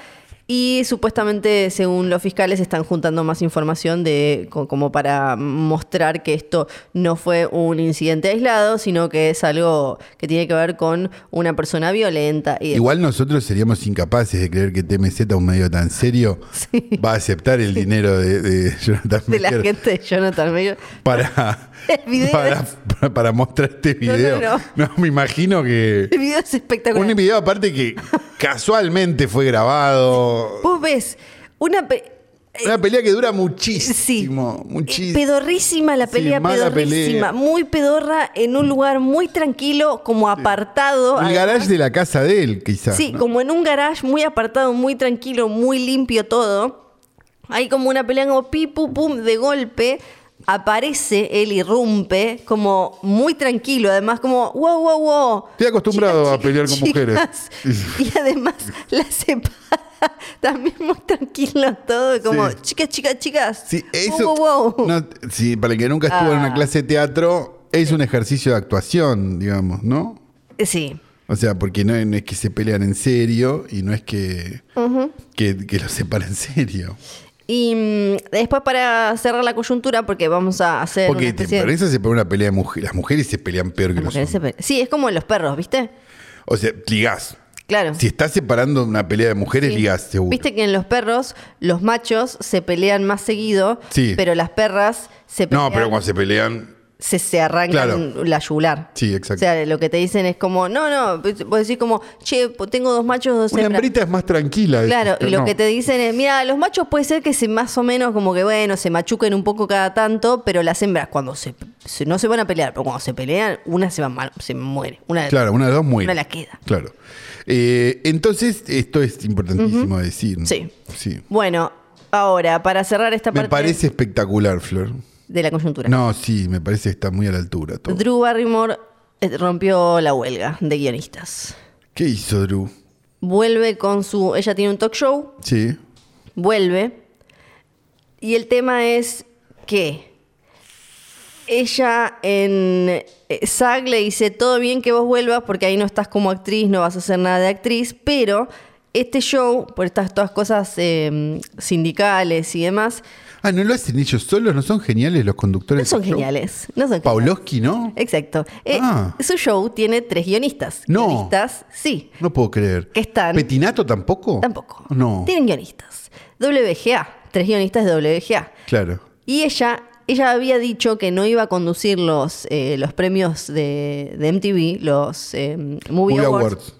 Speaker 2: Y supuestamente, según los fiscales, están juntando más información de, co- como para mostrar que esto no fue un incidente aislado, sino que es algo que tiene que ver con una persona violenta. Y demás.
Speaker 3: Igual nosotros seríamos incapaces de creer que TMZ, un medio tan serio,
Speaker 2: [laughs]
Speaker 3: va a aceptar el dinero de, de Jonathan
Speaker 2: de la
Speaker 3: Meyers
Speaker 2: gente de Jonathan Mayer.
Speaker 3: Para,
Speaker 2: [laughs] El video
Speaker 3: para, para- para mostrar este
Speaker 2: No, no,
Speaker 3: video.
Speaker 2: no.
Speaker 3: me imagino que...
Speaker 2: El video es espectacular.
Speaker 3: Un video aparte que casualmente fue grabado.
Speaker 2: Vos ves una pe-
Speaker 3: Una pelea que dura
Speaker 2: Eh, sí.
Speaker 3: muchísimo,
Speaker 2: eh,
Speaker 3: muchísimo.
Speaker 2: pedorrísima la
Speaker 3: Sí,
Speaker 2: pelea,
Speaker 3: mala
Speaker 2: pedorrísima,
Speaker 3: pelea.
Speaker 2: muy pedorra en un lugar muy tranquilo, como apartado.
Speaker 3: El garage de la casa de él, quizás.
Speaker 2: Sí,
Speaker 3: ¿no?
Speaker 2: como en un garage muy apartado, muy tranquilo, muy limpio todo. Hay como una pelea como pi, pum, pum, de golpe. Aparece, él irrumpe, como muy tranquilo, además como, wow, wow, wow.
Speaker 3: Estoy acostumbrado a pelear con mujeres.
Speaker 2: mujeres. Y además la separa, [laughs] también muy tranquilo todo, como,
Speaker 3: Sí.
Speaker 2: chicas, chicas, chicas.
Speaker 3: Sí,
Speaker 2: wow,
Speaker 3: eso.
Speaker 2: wow, wow".
Speaker 3: no, sí, para el que nunca estuvo en
Speaker 2: Ah.
Speaker 3: una clase de teatro, es un ejercicio de actuación, digamos, ¿no?
Speaker 2: Sí.
Speaker 3: O sea, porque no, no es que se pelean en serio y no es que, que, que lo separan en serio.
Speaker 2: Y mm, después para cerrar la coyuntura, porque vamos a hacer una
Speaker 3: Porque te
Speaker 2: especie de-
Speaker 3: parece se pone una pelea de mujeres. Las mujeres se pelean peor que
Speaker 2: Las
Speaker 3: los
Speaker 2: mujeres
Speaker 3: hombres.
Speaker 2: se pe- Sí, es como los perros, ¿viste?
Speaker 3: O sea, ligás.
Speaker 2: Claro.
Speaker 3: Si estás separando una pelea de mujeres,
Speaker 2: Sí.
Speaker 3: ligás, seguro.
Speaker 2: Viste que en los perros los machos se pelean más seguido,
Speaker 3: Sí.
Speaker 2: pero las perras se pelean,
Speaker 3: No, pero cuando se pelean.
Speaker 2: se, se arrancan
Speaker 3: Claro.
Speaker 2: la yugular.
Speaker 3: Sí, exacto.
Speaker 2: O sea, lo que te dicen es como, no, no, pues, vos decís como, che, po- tengo dos machos, dos
Speaker 3: Una
Speaker 2: hembras.
Speaker 3: hembrita es más tranquila.
Speaker 2: Claro,
Speaker 3: decís,
Speaker 2: y lo
Speaker 3: no.
Speaker 2: que te dicen es, mira, los machos puede ser que se más o menos como que, bueno, se machuquen un poco cada tanto, pero las hembras cuando se, se- no se van a pelear, pero cuando se pelean, una se va mal, se muere. Una de-
Speaker 3: Claro, una de las dos muere.
Speaker 2: Una la queda.
Speaker 3: Claro. Eh, entonces, esto es importantísimo decir. ¿no?
Speaker 2: Sí.
Speaker 3: Sí.
Speaker 2: Bueno, ahora, para cerrar esta
Speaker 3: Me
Speaker 2: parte
Speaker 3: parece espectacular, Flor.
Speaker 2: de la coyuntura.
Speaker 3: No, sí, me parece que está muy a la altura todo.
Speaker 2: Drew Barrymore eh, rompió la huelga de guionistas.
Speaker 3: ¿Qué hizo Drew?
Speaker 2: Vuelve con su. Ella tiene un talk show,
Speaker 3: Sí.
Speaker 2: vuelve. Y el tema es que ella en eh, SAG le dice: Todo bien que vos vuelvas porque ahí no estás como actriz, no vas a hacer nada de actriz, pero este show, por estas todas cosas eh, sindicales y demás,
Speaker 3: Ah, ¿no lo hacen ellos solos? ¿No son geniales los
Speaker 2: no
Speaker 3: conductores?
Speaker 2: son
Speaker 3: del show?
Speaker 2: geniales. No son geniales.
Speaker 3: Pavlovsky, ¿no?
Speaker 2: Exacto. Eh,
Speaker 3: Ah.
Speaker 2: Su show tiene tres guionistas.
Speaker 3: No.
Speaker 2: Guionistas, sí.
Speaker 3: No puedo creer.
Speaker 2: Que están-
Speaker 3: ¿Petinato tampoco?
Speaker 2: Tampoco.
Speaker 3: Oh. No.
Speaker 2: Tienen guionistas. WGA, tres guionistas de WGA.
Speaker 3: Claro.
Speaker 2: Y ella, ella había dicho que no iba a conducir los, eh, los premios de, de MTV, los eh, Movie,
Speaker 3: Movie
Speaker 2: Awards.
Speaker 3: Awards.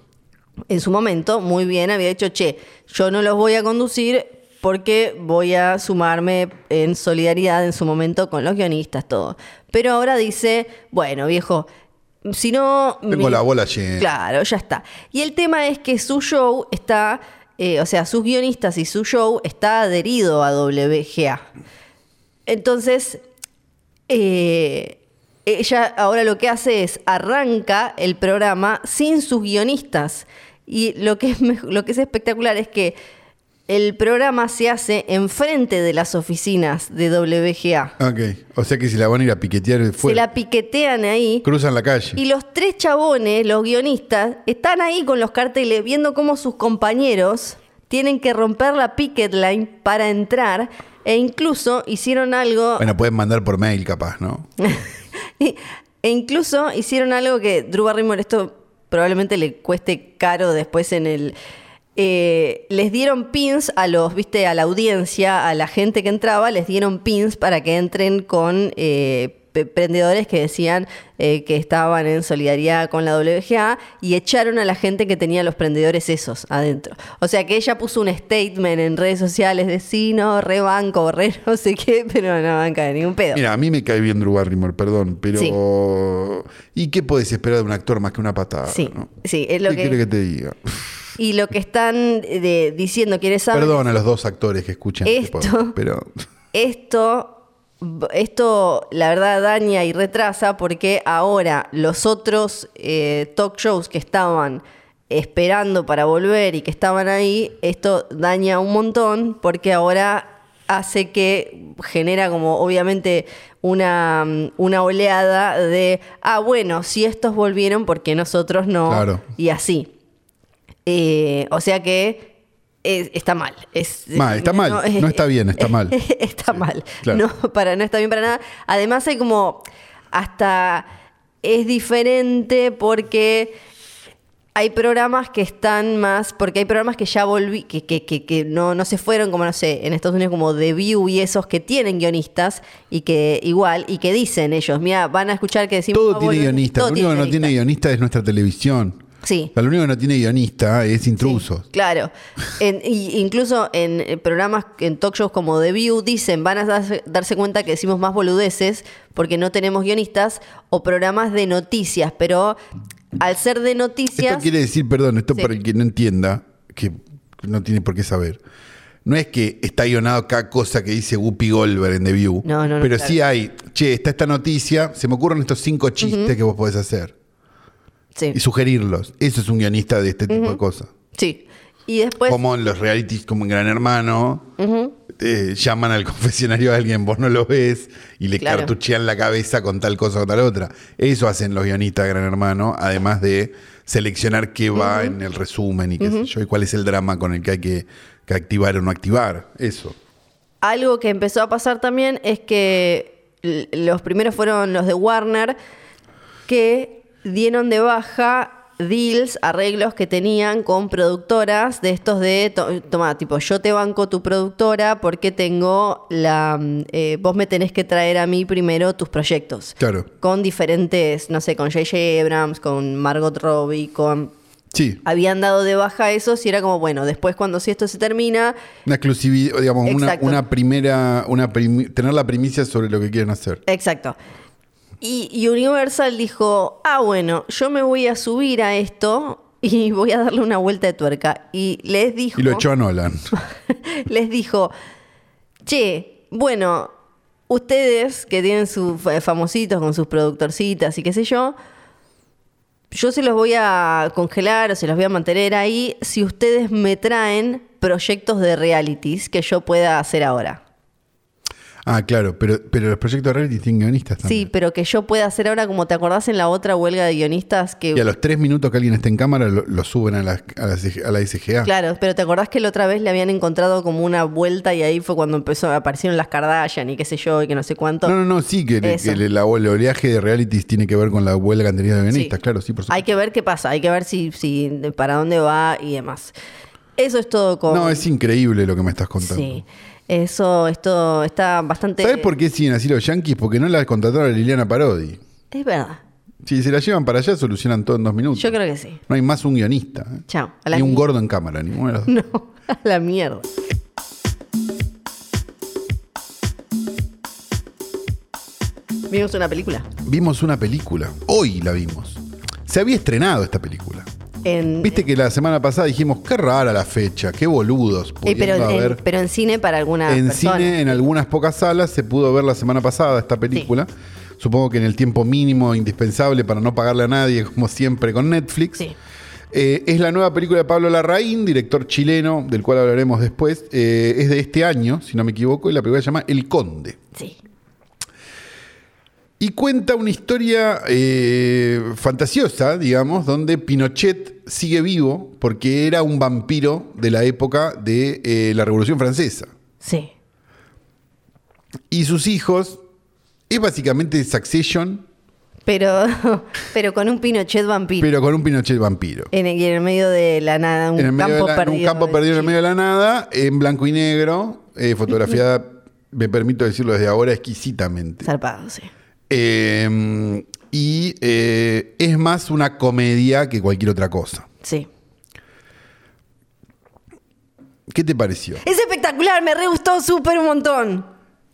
Speaker 2: En su momento, muy bien, había dicho, che, yo no los voy a conducir porque voy a sumarme en solidaridad en su momento con los guionistas, todo. Pero ahora dice, bueno, viejo, si no...
Speaker 3: Tengo
Speaker 2: mi-
Speaker 3: la bola llena.
Speaker 2: Claro, ya está. Y el tema es que su show está, eh, o sea, sus guionistas y su show está adherido a WGA. Entonces, eh, ella ahora lo que hace es arranca el programa sin sus guionistas. Y lo que es, mej- lo que es espectacular es que el programa se hace enfrente de las oficinas de WGA.
Speaker 3: Ok. O sea que si la van a ir a piquetear
Speaker 2: Se
Speaker 3: fuera.
Speaker 2: la piquetean ahí.
Speaker 3: Cruzan la calle.
Speaker 2: Y los tres chabones, los guionistas, están ahí con los carteles viendo cómo sus compañeros tienen que romper la picket line para entrar e incluso hicieron algo
Speaker 3: Bueno, pueden mandar por mail capaz, ¿no?
Speaker 2: [laughs] e incluso hicieron algo que Drew Barrymore, esto probablemente le cueste caro después en el. eh, les dieron pins a los, viste, a la audiencia, a la gente que entraba, les dieron pins para que entren con eh, pe- emprendedores que decían eh, que estaban en solidaridad con la WGA y echaron a la gente que tenía los prendedores esos adentro. O sea que ella puso un statement en redes sociales de sí, no, re banco, re no sé qué, [laughs] pero no banca de ningún pedo.
Speaker 3: Mira, a mí me cae bien Drew Barrymore, perdón, pero.
Speaker 2: Sí.
Speaker 3: ¿Y qué podés esperar de un actor más que una patada?
Speaker 2: Sí,
Speaker 3: no?
Speaker 2: sí, es lo
Speaker 3: ¿Qué
Speaker 2: que-
Speaker 3: quiere que te diga?
Speaker 2: Y lo que están eh, diciendo, ¿quieres saber?
Speaker 3: Perdón a los dos actores que escuchan este
Speaker 2: Esto-
Speaker 3: podcast, pero
Speaker 2: [laughs] Esto, esto la verdad daña y retrasa porque ahora los otros eh, talk shows que estaban esperando para volver y que estaban ahí, esto daña un montón porque ahora hace que genera como obviamente una, mm, una oleada de, ah, bueno, si estos volvieron, porque nosotros no?
Speaker 3: Claro.
Speaker 2: Y así. Eh, o sea que es- está mal. Es-
Speaker 3: Mal, está mal. No está bien,
Speaker 2: [laughs]
Speaker 3: está mal.
Speaker 2: está mal.
Speaker 3: claro.
Speaker 2: No, [laughs] para, no está bien para nada. Además hay como hasta es diferente porque hay programas que están más, porque hay programas que ya volví, que, que, que, que no, no se fueron, como no sé, en Estados Unidos como The View y esos que tienen guionistas y que igual, y que dicen ellos, mira, van a escuchar que decimos...
Speaker 3: todo
Speaker 2: "Ah,
Speaker 3: tiene
Speaker 2: volvemos".
Speaker 3: guionista.
Speaker 2: Todo
Speaker 3: Lo único que no tiene
Speaker 2: guionista.
Speaker 3: guionista es nuestra televisión.
Speaker 2: Sí.
Speaker 3: O sea, Lo único que no tiene guionista es intrusos.
Speaker 2: Sí, claro. En- y incluso en eh, programas, en talk shows como The View, dicen, van a darse, darse cuenta que decimos más boludeces porque no tenemos guionistas o programas de noticias, pero al ser de noticias...
Speaker 3: Esto quiere decir, perdón, esto
Speaker 2: Sí.
Speaker 3: para el que no entienda, que no tiene por qué saber. No es que está guionado cada cosa que dice Whoopi Goldberg en The View.
Speaker 2: No, no, no,
Speaker 3: Pero
Speaker 2: claro.
Speaker 3: sí hay, che, está esta noticia, se me ocurren estos cinco chistes que vos podés hacer
Speaker 2: Sí,
Speaker 3: y sugerirlos. Eso es un guionista de este tipo de cosas.
Speaker 2: sí. Y después...
Speaker 3: como en los realities, como en Gran Hermano, eh, llaman al [laughs] confesionario a alguien, vos no lo ves, y le
Speaker 2: Claro.
Speaker 3: cartuchean la cabeza con tal cosa o tal otra. Eso hacen los guionistas de Gran Hermano, además de seleccionar qué va en el resumen y qué sé yo, y cuál es el drama con el que hay que, que activar o no activar. Eso.
Speaker 2: Algo que empezó a pasar también es que l- los primeros fueron los de Warner que dieron de baja deals, arreglos que tenían con productoras de estos de, to- toma, tipo, yo te banco tu productora porque tengo la, mm, eh, vos me tenés que traer a mí primero tus proyectos.
Speaker 3: Claro.
Speaker 2: Con diferentes, no sé, con JJ Abrams, con Margot Robbie, con...
Speaker 3: Sí.
Speaker 2: Habían dado de baja esos y era como, bueno, después cuando si esto se termina,
Speaker 3: Una exclusividad, digamos, una,
Speaker 2: Exacto.
Speaker 3: una primera, una primi- tener la primicia sobre lo que quieren hacer.
Speaker 2: Exacto. Y, y Universal dijo, ah, bueno, yo me voy a subir a esto [laughs] y voy a darle una vuelta de tuerca. Y les dijo,
Speaker 3: Y lo echó a Nolan.
Speaker 2: [laughs] les dijo, che, bueno, ustedes que tienen sus fa- famositos con sus productorcitas y qué sé yo, yo se los voy a congelar o se los voy a mantener ahí si ustedes me traen proyectos de realities que yo pueda hacer ahora.
Speaker 3: Ah, claro, pero, pero los proyectos de reality tienen guionistas también.
Speaker 2: Sí, pero que yo pueda hacer ahora, como te acordás en la otra huelga de guionistas, que...
Speaker 3: Y a los tres minutos que alguien esté en cámara lo, lo suben a la, a, la, CG a la SGA.
Speaker 2: Claro, pero te acordás que la otra vez le habían encontrado como una vuelta y ahí fue cuando empezó, aparecieron las Kardashian y qué sé yo, y que no sé cuánto.
Speaker 3: No, no, no, sí, que, le-
Speaker 2: Eso.
Speaker 3: que le- la, el oleaje de realities tiene que ver con la huelga anterior de guionistas,
Speaker 2: Sí.
Speaker 3: claro, sí, por supuesto.
Speaker 2: Hay que ver qué pasa, hay que ver si, si de para dónde va y demás. Eso es todo con...
Speaker 3: No, es increíble lo que me estás contando.
Speaker 2: Sí, eso es todo, está bastante...
Speaker 3: ¿Sabes por qué siguen así los yankees? Porque no la contrataron a Liliana Parodi.
Speaker 2: Es verdad,
Speaker 3: Si se la llevan para allá, solucionan todo en dos minutos.
Speaker 2: yo creo que sí. [laughs]
Speaker 3: No hay más un guionista. ¿eh?
Speaker 2: Chao. a la
Speaker 3: Ni un
Speaker 2: mierda.
Speaker 3: gordo en cámara, ninguno de los dos.
Speaker 2: No, a la mierda. Vimos una película
Speaker 3: Vimos una película. Hoy la vimos. Se había estrenado esta película.
Speaker 2: en...
Speaker 3: Viste que la semana pasada dijimos, qué rara la fecha, qué boludos.
Speaker 2: Eh, pero,
Speaker 3: pudiendo
Speaker 2: en,
Speaker 3: haber-
Speaker 2: pero en cine para alguna
Speaker 3: en
Speaker 2: persona.
Speaker 3: cine, en algunas pocas salas, se pudo ver la semana pasada esta película. Supongo que en el tiempo mínimo e indispensable para no pagarle a nadie, como siempre con Netflix.
Speaker 2: Sí.
Speaker 3: Eh, es la nueva película de Pablo Larraín, director chileno, del cual hablaremos después. Eh, es de este año, si no me equivoco, y la película se llama El Conde.
Speaker 2: Sí.
Speaker 3: Y cuenta una historia eh, fantasiosa, digamos, donde Pinochet sigue vivo porque era un vampiro de la época de eh, la Revolución Francesa.
Speaker 2: Sí.
Speaker 3: y sus hijos es básicamente Succession
Speaker 2: Pero, [laughs] pero con un Pinochet vampiro.
Speaker 3: Pero con un Pinochet vampiro.
Speaker 2: en, el, y en el medio de la nada, un
Speaker 3: en el
Speaker 2: campo
Speaker 3: medio de la- en
Speaker 2: perdido.
Speaker 3: un campo
Speaker 2: de
Speaker 3: perdido en el
Speaker 2: Chile.
Speaker 3: medio de la nada, en blanco y negro, eh,
Speaker 2: [laughs]
Speaker 3: fotografiada, me permito decirlo desde ahora, exquisitamente.
Speaker 2: Zarpado, sí.
Speaker 3: Eh, y eh, es más una comedia que cualquier otra cosa.
Speaker 2: Sí.
Speaker 3: ¿Qué te pareció?
Speaker 2: Es espectacular, me re gustó súper un montón.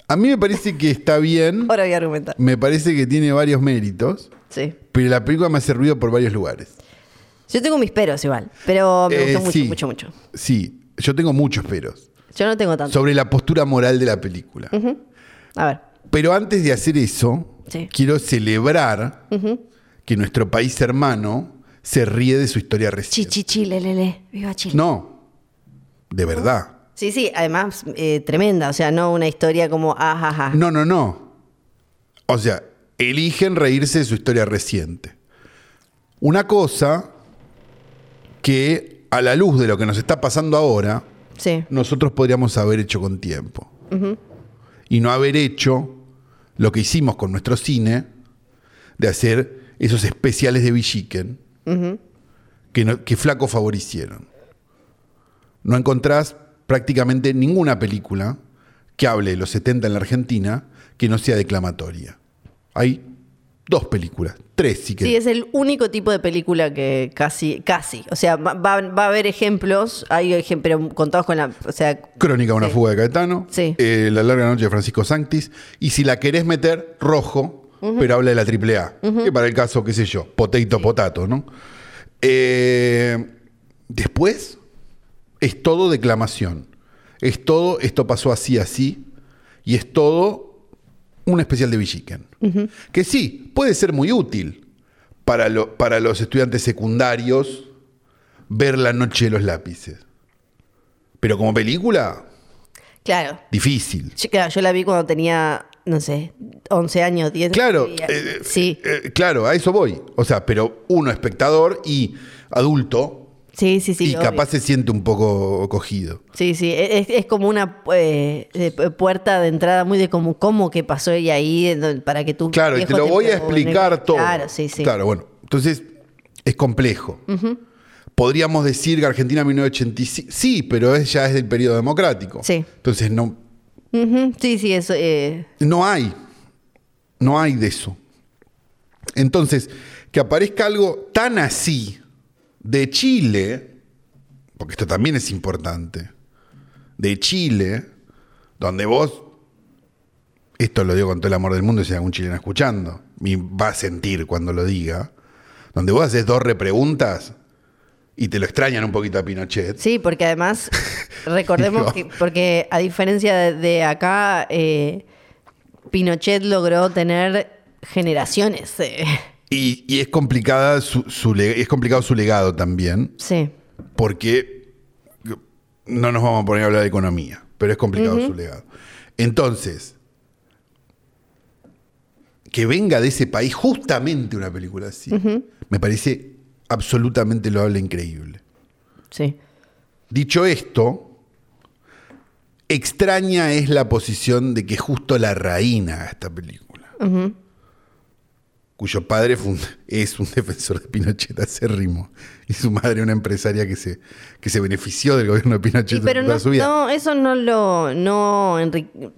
Speaker 3: A mí me parece que está bien,
Speaker 2: Ahora voy a argumentar.
Speaker 3: me parece que tiene varios méritos,
Speaker 2: Sí.
Speaker 3: pero la película me hace ruido por varios lugares.
Speaker 2: Yo tengo mis peros igual, pero me
Speaker 3: Eh,
Speaker 2: gustó mucho,
Speaker 3: sí.
Speaker 2: mucho, mucho.
Speaker 3: Sí, yo tengo muchos peros
Speaker 2: Yo no tengo tanto.
Speaker 3: sobre la postura moral de la película.
Speaker 2: A ver.
Speaker 3: Pero antes de hacer eso,
Speaker 2: Sí.
Speaker 3: quiero celebrar que nuestro país hermano se ríe de su historia
Speaker 2: Chi,
Speaker 3: reciente.
Speaker 2: chi, chi, le, le, le. Viva Chile.
Speaker 3: No, de verdad.
Speaker 2: Sí, sí, además eh, tremenda, o sea, no una historia como ah, ajaja.
Speaker 3: No, no, no. O sea, eligen reírse de su historia reciente. Una cosa que a la luz de lo que nos está pasando ahora,
Speaker 2: Sí,
Speaker 3: nosotros podríamos haber hecho con tiempo. Y no haber hecho lo que hicimos con nuestro cine, de hacer esos especiales de Villiquen, que, no- que flaco favorecieron. No encontrás prácticamente ninguna película que hable de los 70 en la Argentina que no sea declamatoria. Hay dos películas, tres si
Speaker 2: sí,
Speaker 3: querés.
Speaker 2: es el único tipo de película que casi, casi, o sea, va, va- va a haber ejemplos, hay ejemplos contados con la, o sea,
Speaker 3: Crónica de una
Speaker 2: Sí.
Speaker 3: fuga de Caetano.
Speaker 2: Sí.
Speaker 3: eh, la larga noche de Francisco Sanctis. Y si la querés meter, rojo, pero habla de la AAA. Que para el caso, qué sé yo, potato, potato, ¿no? Eh, después es todo declamación. Es todo, esto pasó así, así. Y es todo un especial de Villiquen. Que sí, puede ser muy útil para, lo- para los estudiantes secundarios ver la noche de los lápices. Pero como película,
Speaker 2: claro,
Speaker 3: difícil.
Speaker 2: yo, claro, yo la vi cuando tenía, no sé, 11 años, 10.
Speaker 3: Claro,
Speaker 2: y-
Speaker 3: eh,
Speaker 2: sí,
Speaker 3: eh, claro, a eso voy. O sea, pero uno espectador y adulto
Speaker 2: sí, sí, sí.
Speaker 3: y
Speaker 2: obvio.
Speaker 3: capaz se siente un poco cogido.
Speaker 2: Sí, sí, es, es como una eh, eh, puerta de entrada muy de como cómo que pasó y ahí en donde- para que tú...
Speaker 3: Claro, y te
Speaker 2: viejo
Speaker 3: lo voy a
Speaker 2: ponga-
Speaker 3: explicar todo.
Speaker 2: Claro, sí, sí.
Speaker 3: Claro, bueno. Entonces, es complejo. Podríamos decir que Argentina 1985, sí, pero es, ya es del periodo democrático.
Speaker 2: Sí.
Speaker 3: Entonces, no,
Speaker 2: Ujú, Sí, sí, eso... eh,
Speaker 3: No hay. No hay de eso. Entonces, que aparezca algo tan así de Chile, porque esto también es importante, de Chile, donde vos, esto lo digo con todo el amor del mundo, si hay algún chileno escuchando, y va a sentir cuando lo diga, donde vos haces dos repreguntas y te lo extrañan un poquito a Pinochet.
Speaker 2: Sí, porque
Speaker 3: [laughs]
Speaker 2: además, recordemos
Speaker 3: Digo.
Speaker 2: que, porque a diferencia de, de acá, eh, Pinochet logró tener generaciones. eh.
Speaker 3: Y, y es, complicada su- su le- es complicado su legado también.
Speaker 2: [laughs] Sí,
Speaker 3: porque no nos vamos a poner a hablar de economía, pero es complicado su legado. Entonces, que venga de ese país justamente una película así, me parece absolutamente loable, e increíble.
Speaker 2: sí.
Speaker 3: Dicho esto, extraña es la posición de que justo la reina haga esta película. Cuyo padre fue un- es un defensor de Pinochet acérrimo y su madre una empresaria que se, que se benefició del gobierno de Pinochet
Speaker 2: Y pero
Speaker 3: toda
Speaker 2: no,
Speaker 3: su vida.
Speaker 2: no, eso no lo... No, enri-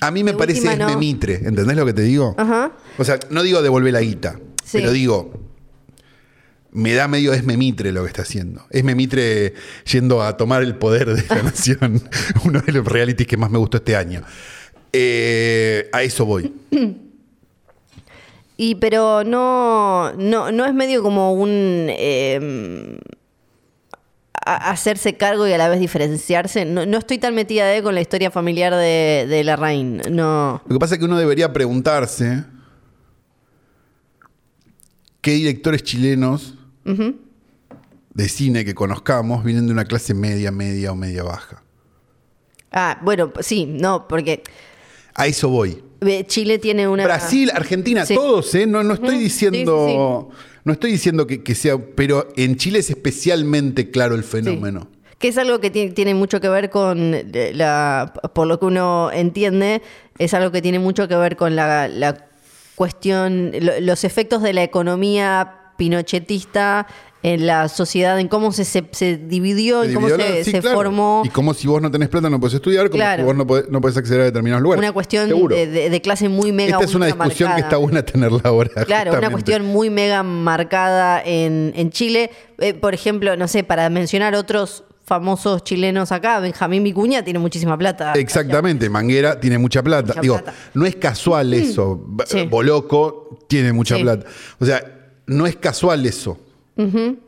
Speaker 3: A mí me
Speaker 2: de
Speaker 3: parece
Speaker 2: última
Speaker 3: es
Speaker 2: no.
Speaker 3: memitre, ¿entendés lo que te digo?
Speaker 2: Ajá.
Speaker 3: O sea, no digo devolver la guita,
Speaker 2: Sí.
Speaker 3: pero digo, me da medio es memitre lo que está haciendo. Es memitre yendo a tomar el poder de la nación, uno de los realities que más me gustó este año. Eh, a eso voy.
Speaker 2: Y pero no, no, no es medio como un eh, a- hacerse cargo y a la vez diferenciarse. No, no estoy tan metida de con la historia familiar de, de la Rain. No.
Speaker 3: Lo que pasa es que uno debería preguntarse qué directores chilenos de cine que conozcamos vienen de una clase media, media o media baja.
Speaker 2: Ah, bueno, sí, no, porque
Speaker 3: A eso voy.
Speaker 2: eh, Chile tiene una.
Speaker 3: Brasil, Argentina,
Speaker 2: Sí.
Speaker 3: todos, ¿eh? No, no estoy
Speaker 2: Ujú,
Speaker 3: diciendo. No estoy diciendo que, que sea. Pero en Chile es especialmente claro el
Speaker 2: Sí.
Speaker 3: fenómeno.
Speaker 2: Que es algo que tiene, tiene mucho que ver con eh, la. Por lo que uno entiende, es algo que tiene mucho que ver con la, la cuestión, lo- los efectos de la economía pinochetista en la sociedad, en cómo se, se- se dividió, en
Speaker 3: Se
Speaker 2: cómo
Speaker 3: dividió
Speaker 2: se,
Speaker 3: la- sí,
Speaker 2: se
Speaker 3: claro.
Speaker 2: formó.
Speaker 3: Y como si vos no tenés plata no podés estudiar, como
Speaker 2: Claro.
Speaker 3: si vos no podés, no podés acceder a determinados lugares.
Speaker 2: una cuestión
Speaker 3: Seguro.
Speaker 2: de, de- de clase muy mega
Speaker 3: Esta es una
Speaker 2: ultra
Speaker 3: discusión que
Speaker 2: marcada.
Speaker 3: está buena tenerla ahora.
Speaker 2: Claro, una
Speaker 3: justamente.
Speaker 2: cuestión muy mega marcada en, en Chile. Eh, por ejemplo, no sé, para mencionar otros famosos chilenos acá, Benjamín Vicuña tiene muchísima plata.
Speaker 3: Exactamente, Manguera tiene mucha plata.
Speaker 2: Mucha
Speaker 3: Digo,
Speaker 2: plata. Mm.
Speaker 3: no es casual eso. B-
Speaker 2: Sí.
Speaker 3: Boloco tiene mucha
Speaker 2: Sí.
Speaker 3: plata. O sea, no es casual eso.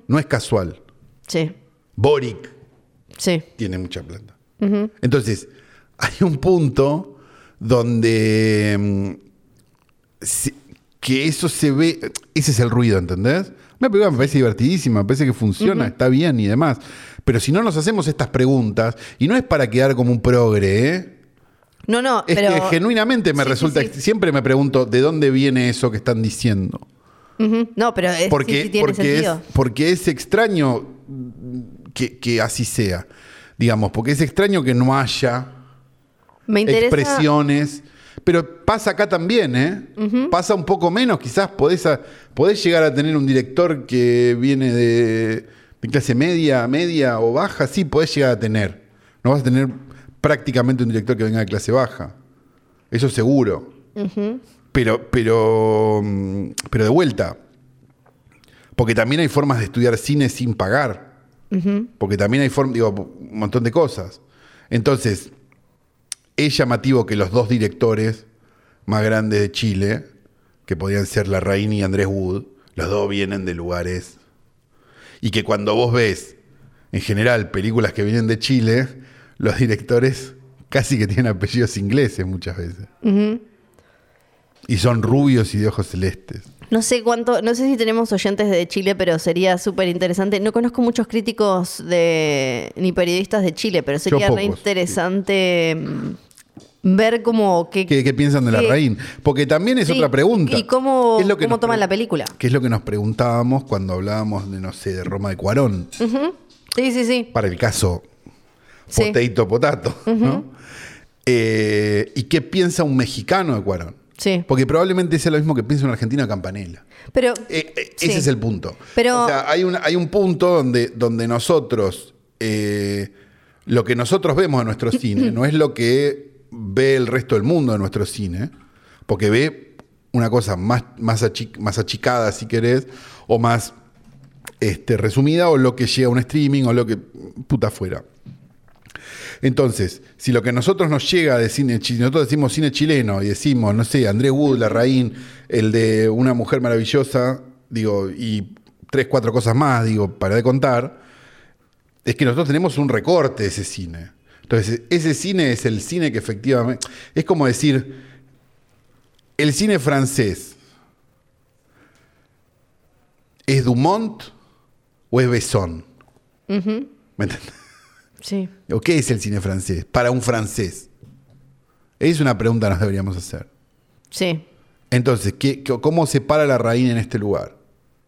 Speaker 3: No es casual.
Speaker 2: Sí,
Speaker 3: Boric
Speaker 2: sí.
Speaker 3: tiene mucha plata. Entonces, hay un punto donde mm, se- que eso se ve, ese es el ruido, ¿entendés? Una película me parece divertidísima, me parece que funciona, está bien y demás. Pero si no nos hacemos estas preguntas, y no es para quedar como un progre, ¿eh?
Speaker 2: No, no,
Speaker 3: Es
Speaker 2: pero.
Speaker 3: que genuinamente me
Speaker 2: Sí, sí,
Speaker 3: resulta,
Speaker 2: sí.
Speaker 3: siempre me pregunto, ¿de dónde viene eso que están diciendo?
Speaker 2: Ujú, No, pero es,
Speaker 3: porque,
Speaker 2: sí, sí tiene
Speaker 3: porque, es,
Speaker 2: sentido.
Speaker 3: porque es extraño que, que así sea, digamos, porque es extraño que no haya
Speaker 2: Me interesa.
Speaker 3: expresiones. Pero pasa acá también, ¿eh? Pasa un poco menos, quizás podés, a- podés llegar a tener un director que viene de, de clase media, media o baja, sí, podés llegar a tener. No vas a tener prácticamente un director que venga de clase baja. Eso seguro. Pero, pero, mm, pero de vuelta. Porque también hay formas de estudiar cine sin pagar. Porque también hay formas, digo, un montón de cosas. Entonces, es llamativo que los dos directores más grandes de Chile, que podían ser Larraín y Andrés Wood, los dos vienen de lugares. Y que cuando vos ves, en general, películas que vienen de Chile, los directores casi que tienen apellidos ingleses muchas veces. Y son rubios y de ojos celestes.
Speaker 2: No sé cuánto, no sé si tenemos oyentes de Chile, pero sería súper interesante. No conozco muchos críticos de ni periodistas de Chile, pero sería
Speaker 3: pocos,
Speaker 2: re interesante mm, ver cómo qué,
Speaker 3: ¿Qué, qué piensan de
Speaker 2: qué-
Speaker 3: Larraín? Porque también es
Speaker 2: sí,
Speaker 3: otra pregunta.
Speaker 2: Y cómo,
Speaker 3: ¿Qué es lo que
Speaker 2: cómo
Speaker 3: nos
Speaker 2: toman
Speaker 3: pre-
Speaker 2: la película.
Speaker 3: Que es lo que nos preguntábamos cuando hablábamos de, no sé, de Roma de Cuarón.
Speaker 2: Sí, sí, sí.
Speaker 3: Para el caso
Speaker 2: Sí.
Speaker 3: Potato Potato, ¿no? Eh, ¿Y qué piensa un mexicano de Cuarón?
Speaker 2: Sí.
Speaker 3: Porque probablemente sea lo mismo que piensa un argentino de Campanella.
Speaker 2: Pero
Speaker 3: Eh, eh,
Speaker 2: sí.
Speaker 3: Ese es el punto.
Speaker 2: Pero-
Speaker 3: o sea, hay un, hay un punto donde, donde nosotros, eh, lo que nosotros vemos
Speaker 2: [laughs]
Speaker 3: en nuestro cine, no es lo que ve el resto del mundo de nuestro cine, porque ve una cosa más, más, achi- más achicada, si querés, o más este, resumida, o lo que llega a un streaming, o lo que puta fuera. Entonces, si lo que a nosotros nos llega de cine chileno, nosotros decimos cine chileno y decimos, no sé, Andrés Wood, Larraín, el de Una Mujer Maravillosa, digo, y tres, cuatro cosas más, digo, para de contar, es que nosotros tenemos un recorte de ese cine. Entonces, ese cine es el cine que efectivamente. Es como decir, el cine francés. ¿Es Dumont o es Besson? ¿Me entendés?
Speaker 2: sí.
Speaker 3: ¿O qué es el cine francés? Para un francés. Es una pregunta que nos deberíamos hacer.
Speaker 2: Sí.
Speaker 3: Entonces, ¿qué, qué- cómo se para la raíz en este lugar?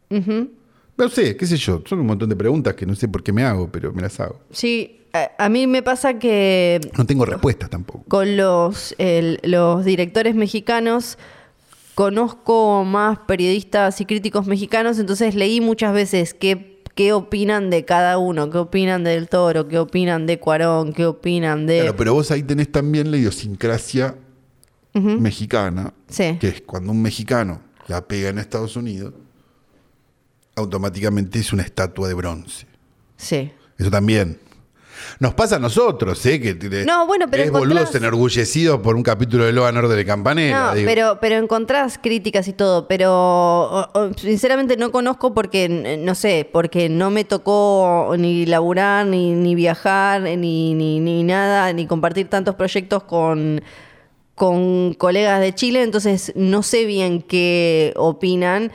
Speaker 3: No sé, qué sé yo. Son un montón de preguntas que no sé por qué me hago, pero me las hago.
Speaker 2: Sí, a, a mí me pasa que
Speaker 3: No tengo respuestas tampoco.
Speaker 2: con los, el- los directores mexicanos conozco más periodistas y críticos mexicanos, entonces leí muchas veces qué, qué opinan de cada uno, qué opinan del Toro, qué opinan de Cuarón, qué opinan de...
Speaker 3: Claro, pero vos ahí tenés también la idiosincrasia mexicana,
Speaker 2: Sí.
Speaker 3: que es cuando un mexicano la pega en Estados Unidos, automáticamente es una estatua de bronce.
Speaker 2: Sí.
Speaker 3: Eso también. Nos pasa a nosotros, ¿eh? Que te-
Speaker 2: No, bueno, pero
Speaker 3: Es
Speaker 2: encontrás-
Speaker 3: boludos enorgullecidos por un capítulo de Loa Norte de Campanella.
Speaker 2: No,
Speaker 3: digo.
Speaker 2: pero, pero encontrás críticas y todo, pero o- o, sinceramente no conozco porque, n- no sé, porque no me tocó ni laburar, ni, ni viajar, ni, ni, ni nada, ni compartir tantos proyectos con, con colegas de Chile, entonces no sé bien qué opinan.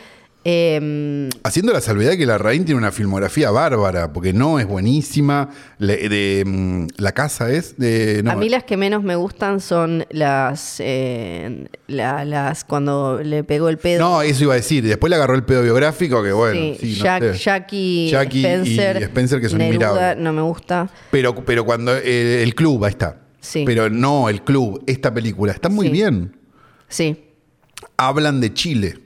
Speaker 2: Em,
Speaker 3: Haciendo la salvedad que la Rain tiene una filmografía bárbara, porque no es buenísima. Le- de, mm, la casa es de. no,
Speaker 2: a mí las que menos me gustan son las, eh, la- las cuando le pegó el pedo.
Speaker 3: no, eso iba a decir. Después le agarró el pedo biográfico, que bueno.
Speaker 2: Sí,
Speaker 3: sí, no
Speaker 2: Jack-
Speaker 3: sé.
Speaker 2: Jackie,
Speaker 3: Jackie
Speaker 2: Spencer,
Speaker 3: y Spencer, que son
Speaker 2: Neruda,
Speaker 3: admirables.
Speaker 2: No me gusta.
Speaker 3: Pero, pero cuando. eh, el club, ahí está.
Speaker 2: Sí.
Speaker 3: Pero no, el club, esta película, está muy
Speaker 2: Sí.
Speaker 3: bien.
Speaker 2: Sí.
Speaker 3: hablan de Chile.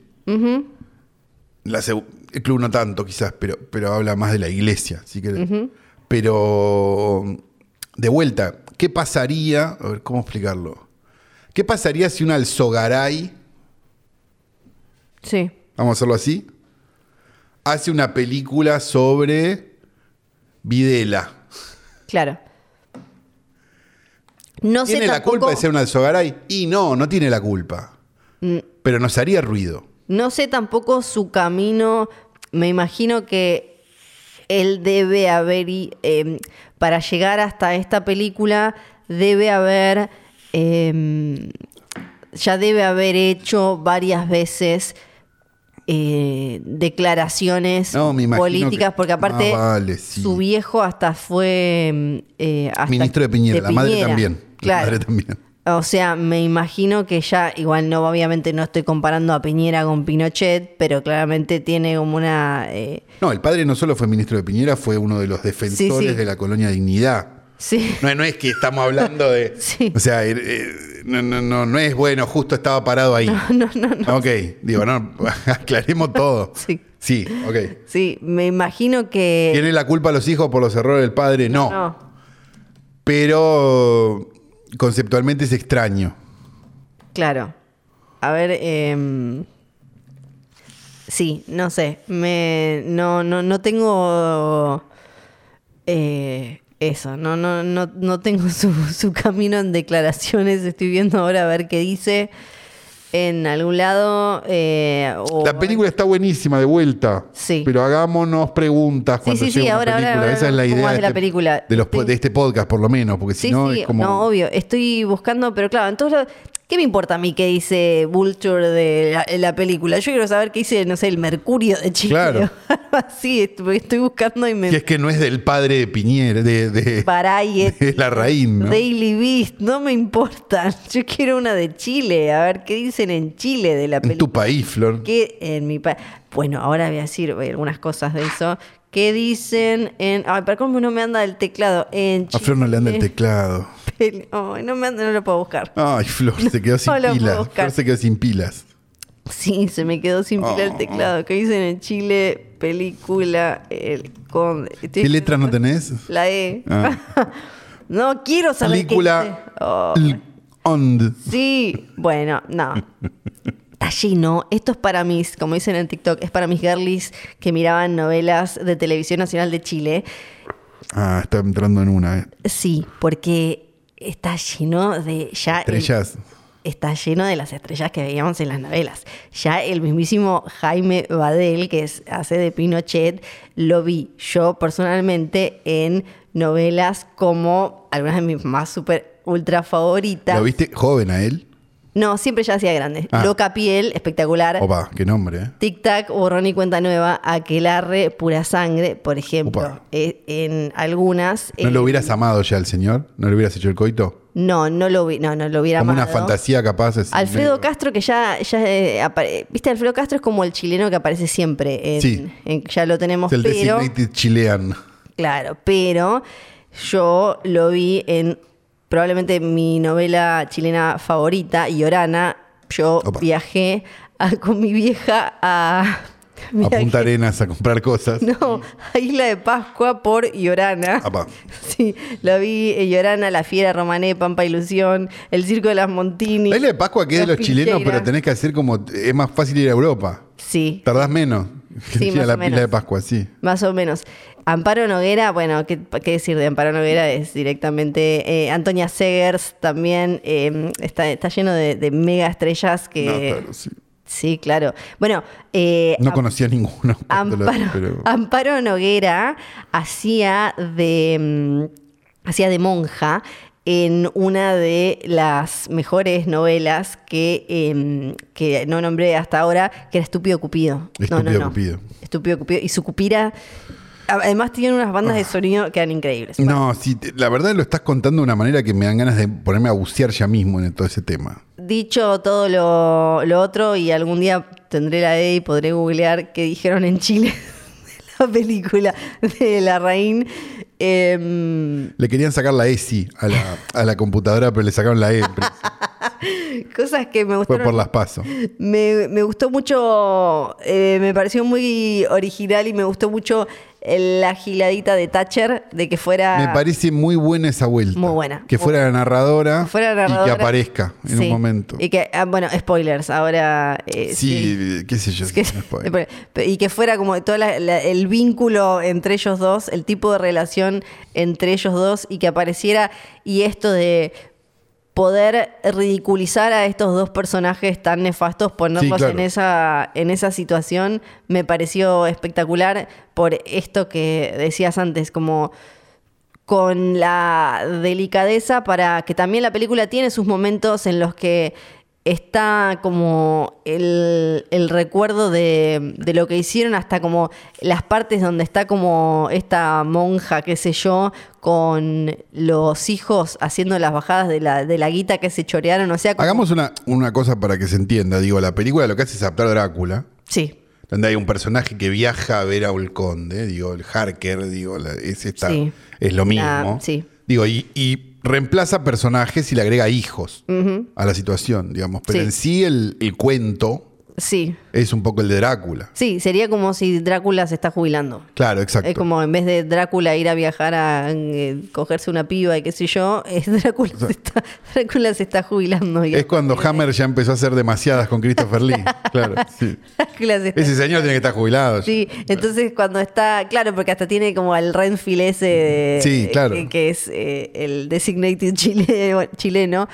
Speaker 3: La seg- el club no tanto, quizás, pero, pero habla más de la iglesia, si querés. Pero, de vuelta, ¿qué pasaría? A ver, ¿cómo explicarlo? ¿Qué pasaría si un alzogaray,
Speaker 2: Sí.
Speaker 3: vamos a hacerlo así, hace una película sobre Videla?
Speaker 2: Claro. No sé
Speaker 3: ¿Tiene la
Speaker 2: tampoco-
Speaker 3: culpa de ser un alzogaray? Y no, no tiene la culpa.
Speaker 2: Mm.
Speaker 3: Pero nos haría ruido.
Speaker 2: No sé tampoco su camino. Me imagino que él debe haber, i- eh, para llegar hasta esta película, debe haber, eh, ya debe haber hecho varias veces eh, declaraciones
Speaker 3: No, me imagino
Speaker 2: políticas,
Speaker 3: que-
Speaker 2: porque aparte
Speaker 3: Ah, vale, sí.
Speaker 2: su viejo hasta fue... eh, hasta-
Speaker 3: Ministro de Piñera, la madre
Speaker 2: Piñera.
Speaker 3: también.
Speaker 2: Claro.
Speaker 3: La madre también.
Speaker 2: O sea, me imagino que ya, igual no, obviamente no estoy comparando a Piñera con Pinochet, pero claramente tiene como una... eh, [laughs]
Speaker 3: No, el padre no solo fue ministro de Piñera, fue uno de los defensores
Speaker 2: Sí, sí.
Speaker 3: de la colonia Dignidad.
Speaker 2: sí,
Speaker 3: No, no es que estamos hablando de.
Speaker 2: [laughs] Sí.
Speaker 3: O sea, eh, eh, no, no, no, no es bueno, justo estaba parado ahí.
Speaker 2: [laughs] no, no, no,
Speaker 3: Ok, digo, no, [laughs] aclaremos todo.
Speaker 2: Sí.
Speaker 3: Sí, ok.
Speaker 2: sí, me imagino que...
Speaker 3: ¿Tiene la culpa los hijos por los errores del padre? No.
Speaker 2: No,
Speaker 3: Pero conceptualmente es extraño.
Speaker 2: claro. A ver, em, sí, no sé, me, no, no, no tengo... eh, eso, no, no, no, no tengo [laughs] su, su camino en declaraciones, estoy viendo ahora a ver qué dice. En algún lado. eh, o-
Speaker 3: La película está buenísima, de vuelta.
Speaker 2: Sí.
Speaker 3: Pero hagámonos preguntas
Speaker 2: Sí,
Speaker 3: cuando
Speaker 2: sí, sí,
Speaker 3: llegue una
Speaker 2: ahora, ahora,
Speaker 3: película.
Speaker 2: ahora
Speaker 3: Esa es la
Speaker 2: un poco
Speaker 3: idea
Speaker 2: más de la
Speaker 3: este-
Speaker 2: película.
Speaker 3: de los po-
Speaker 2: Sí.
Speaker 3: de este podcast, por lo menos, porque si
Speaker 2: Sí,
Speaker 3: no
Speaker 2: sí,
Speaker 3: es como...
Speaker 2: no, obvio. Estoy buscando, pero claro, en todos lados- ¿Qué me importa a mí qué dice Vulture de la, la película? Yo quiero saber qué dice, no sé, el Mercurio de Chile.
Speaker 3: Claro.
Speaker 2: [laughs] Así, estoy, estoy buscando y me.
Speaker 3: Si es que no es del padre de Piñera, de, de, [laughs]
Speaker 2: Barayet,
Speaker 3: de la raíz, ¿no?
Speaker 2: Daily Beast, no me importa. [laughs] Yo quiero una de Chile, a ver qué dicen en Chile de la
Speaker 3: En
Speaker 2: película.
Speaker 3: tu país, Flor.
Speaker 2: ¿Qué en mi pa- Bueno, ahora voy a decir eh, algunas cosas de eso. ¿Qué dicen en. Ay, ¿para cómo no me anda el teclado? En
Speaker 3: A Flor no le anda el teclado.
Speaker 2: Peli- Ay, [laughs] no me anda, no lo puedo buscar.
Speaker 3: Ay, Flor, se quedó sin
Speaker 2: No lo puedo
Speaker 3: pilas.
Speaker 2: buscar.
Speaker 3: Flor se quedó sin pilas.
Speaker 2: Sí, se me quedó sin pila el
Speaker 3: Oh.
Speaker 2: teclado. ¿Qué dicen en Chile? Película, el conde. Estoy-
Speaker 3: ¿Qué letras no tenés?
Speaker 2: La E.
Speaker 3: Ah.
Speaker 2: [laughs] no quiero saber qué dice.
Speaker 3: Película...
Speaker 2: Oh,
Speaker 3: L- ond.
Speaker 2: sí, bueno,
Speaker 3: [laughs]
Speaker 2: no. Está lleno. Esto es para mis, como dicen en TikTok, es para mis girlies que miraban novelas de Televisión Nacional de Chile.
Speaker 3: Ah, está entrando en una, ¿eh?
Speaker 2: Sí, porque está lleno de ya el-
Speaker 3: Estrellas.
Speaker 2: está lleno de las estrellas que veíamos en las novelas. Ya el mismísimo Jaime Badel, que es- hace de Pinochet, lo vi yo personalmente en novelas como algunas de mis más super ultra favoritas.
Speaker 3: ¿Lo viste joven a él?
Speaker 2: No, siempre ya hacía grandes.
Speaker 3: Ah.
Speaker 2: Loca Piel, espectacular.
Speaker 3: Opa, qué nombre, ¿eh?
Speaker 2: Tic Tac, Borrón y Cuenta Nueva, Aquelarre, Pura Sangre, por ejemplo.
Speaker 3: Opa.
Speaker 2: Eh, en algunas...
Speaker 3: ¿No
Speaker 2: eh,
Speaker 3: lo hubieras amado ya al señor? ¿No le hubieras hecho el coito?
Speaker 2: No, no lo vi, no, no lo hubiera
Speaker 3: Como una
Speaker 2: amado.
Speaker 3: fantasía capaz. así,
Speaker 2: Alfredo
Speaker 3: medio-
Speaker 2: Castro, que ya, ya eh, apare- viste, Alfredo Castro es como el chileno que aparece siempre. En,
Speaker 3: Sí.
Speaker 2: en- ya lo tenemos,
Speaker 3: Es El
Speaker 2: pero.
Speaker 3: designated
Speaker 2: [laughs]
Speaker 3: chilean.
Speaker 2: Claro, pero yo lo vi en probablemente mi novela chilena favorita, Llorana. Yo
Speaker 3: Opa.
Speaker 2: viajé a- con mi vieja a.
Speaker 3: A
Speaker 2: viajé-
Speaker 3: Punta Arenas a comprar
Speaker 2: [laughs]
Speaker 3: cosas.
Speaker 2: no, a Isla de Pascua por Llorana.
Speaker 3: Apa.
Speaker 2: [laughs] Sí, lo vi en Llorana, La Fiera, Romané, Pampa Ilusión, El Circo de las Montini.
Speaker 3: La isla de Pascua que es de
Speaker 2: Las
Speaker 3: los chilenos,
Speaker 2: Pincheiras.
Speaker 3: pero tenés que hacer como. Es más fácil ir a Europa.
Speaker 2: Sí,
Speaker 3: Tardás menos que
Speaker 2: Sí,
Speaker 3: [laughs] ir a
Speaker 2: más
Speaker 3: la
Speaker 2: o menos.
Speaker 3: pila de Pascua, sí.
Speaker 2: Más o menos. Amparo Noguera, bueno, ¿qué, qué decir de Amparo Noguera? Es directamente. eh, Antonia Segers también eh, está, está lleno de, de mega estrellas que.
Speaker 3: No, claro, sí.
Speaker 2: Sí, claro. Bueno, eh,
Speaker 3: No
Speaker 2: Am-
Speaker 3: conocía ninguno. [laughs] cuando lo-
Speaker 2: Amparo,
Speaker 3: [laughs]
Speaker 2: Ah,
Speaker 3: pero-
Speaker 2: Amparo Noguera hacía de, mm, hacía de monja en una de las mejores novelas que, em, que no nombré hasta ahora, que era Estúpido Cupido. No, no,
Speaker 3: Estúpido
Speaker 2: no.
Speaker 3: Cupido.
Speaker 2: Estúpido Cupido. Y su Cupira. Además, tienen unas bandas de sonido que eran increíbles.
Speaker 3: Ah. No, sí, te- la verdad lo estás contando de una manera que me dan ganas de ponerme a bucear ya mismo en todo ese tema.
Speaker 2: Dicho todo lo, lo otro, y algún día tendré la E y [laughs] podré googlear qué dijeron en Chile de la película de la Rain. Em,
Speaker 3: Le querían sacar la ESI a la, a la computadora, pero le sacaron
Speaker 2: [laughs]
Speaker 3: la E.
Speaker 2: cosas que me
Speaker 3: Fue
Speaker 2: gustaron.
Speaker 3: por las pasos.
Speaker 2: Me, me gustó mucho, eh, me pareció muy original y me gustó mucho la giladita de Thatcher de que fuera.
Speaker 3: Me parece muy buena esa vuelta.
Speaker 2: Ah. Muy buena.
Speaker 3: Que fuera la narradora,
Speaker 2: que fuera
Speaker 3: y que
Speaker 2: narradora.
Speaker 3: aparezca en
Speaker 2: Sí.
Speaker 3: un momento.
Speaker 2: Y que, ah, bueno, spoilers, ahora. eh,
Speaker 3: sí, qué sé yo.
Speaker 2: Es que-
Speaker 3: si no es
Speaker 2: [laughs]
Speaker 3: poder.
Speaker 2: y que fuera como todo la- la- el vínculo entre ellos dos, el tipo de relación entre ellos dos y que apareciera y esto de poder ridiculizar a estos dos personajes tan nefastos, ponerlos
Speaker 3: claro.
Speaker 2: en, esa, en esa situación, me pareció espectacular por esto que decías antes, como con la delicadeza para que también la película tiene sus momentos en los que está como el, el recuerdo de, de lo que hicieron hasta como las partes donde está como esta monja, qué sé yo, con los hijos haciendo las bajadas de la, de la guita que se chorearon, o sea, como-
Speaker 3: Hagamos una, una cosa para que se entienda. Digo, la película lo que hace es adaptar Drácula,
Speaker 2: Sí,
Speaker 3: donde hay un personaje que viaja a ver a un conde, digo, el Harker, digo, la- es, esta-
Speaker 2: Sí.
Speaker 3: es lo mismo.
Speaker 2: La- sí.
Speaker 3: Digo, y, y reemplaza personajes y le agrega hijos a la situación, digamos. Pero
Speaker 2: Mm. Sí.
Speaker 3: en sí el, el cuento
Speaker 2: sí,
Speaker 3: es un poco el de Drácula.
Speaker 2: sí, sería como si Drácula se está jubilando.
Speaker 3: Claro, exacto.
Speaker 2: Es como en vez de Drácula ir a viajar a eh, cogerse una piba y qué sé yo, es Drácula, se está, [laughs] Drácula se está jubilando.
Speaker 3: Es
Speaker 2: digamos.
Speaker 3: cuando Hammer ya empezó a hacer demasiadas con
Speaker 2: [laughs]
Speaker 3: Christopher Lee. Claro. sí.
Speaker 2: Drácula se está-
Speaker 3: Ese señor tiene que estar jubilado. ya.
Speaker 2: Sí, entonces cuando está, claro, porque hasta tiene como al Renfield ese de-
Speaker 3: Sí, claro.
Speaker 2: que, que es eh, el designated chile- [laughs] bueno, chileno.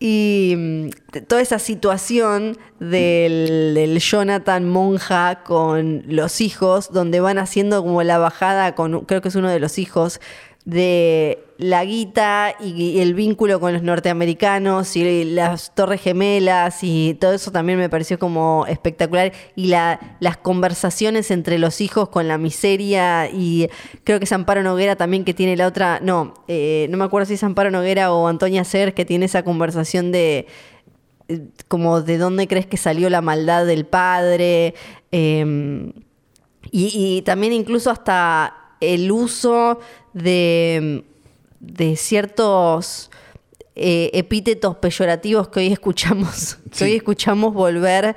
Speaker 2: Y mm, t- toda esa situación del, del Jonathan Monja con los hijos, donde van haciendo como la bajada con, creo que es uno de los hijos, de la guita y, y el vínculo con los norteamericanos y las torres gemelas y todo eso también me pareció como espectacular y la- las conversaciones entre los hijos con la miseria y creo que es Amparo Noguera también que tiene la otra, no, eh, no me acuerdo si es Amparo Noguera o Antonia Ser que tiene esa conversación de eh, como de dónde crees que salió la maldad del padre. em, y, y también incluso hasta el uso de, de ciertos eh, epítetos peyorativos que hoy escuchamos, [laughs] que
Speaker 3: Sí.
Speaker 2: hoy escuchamos volver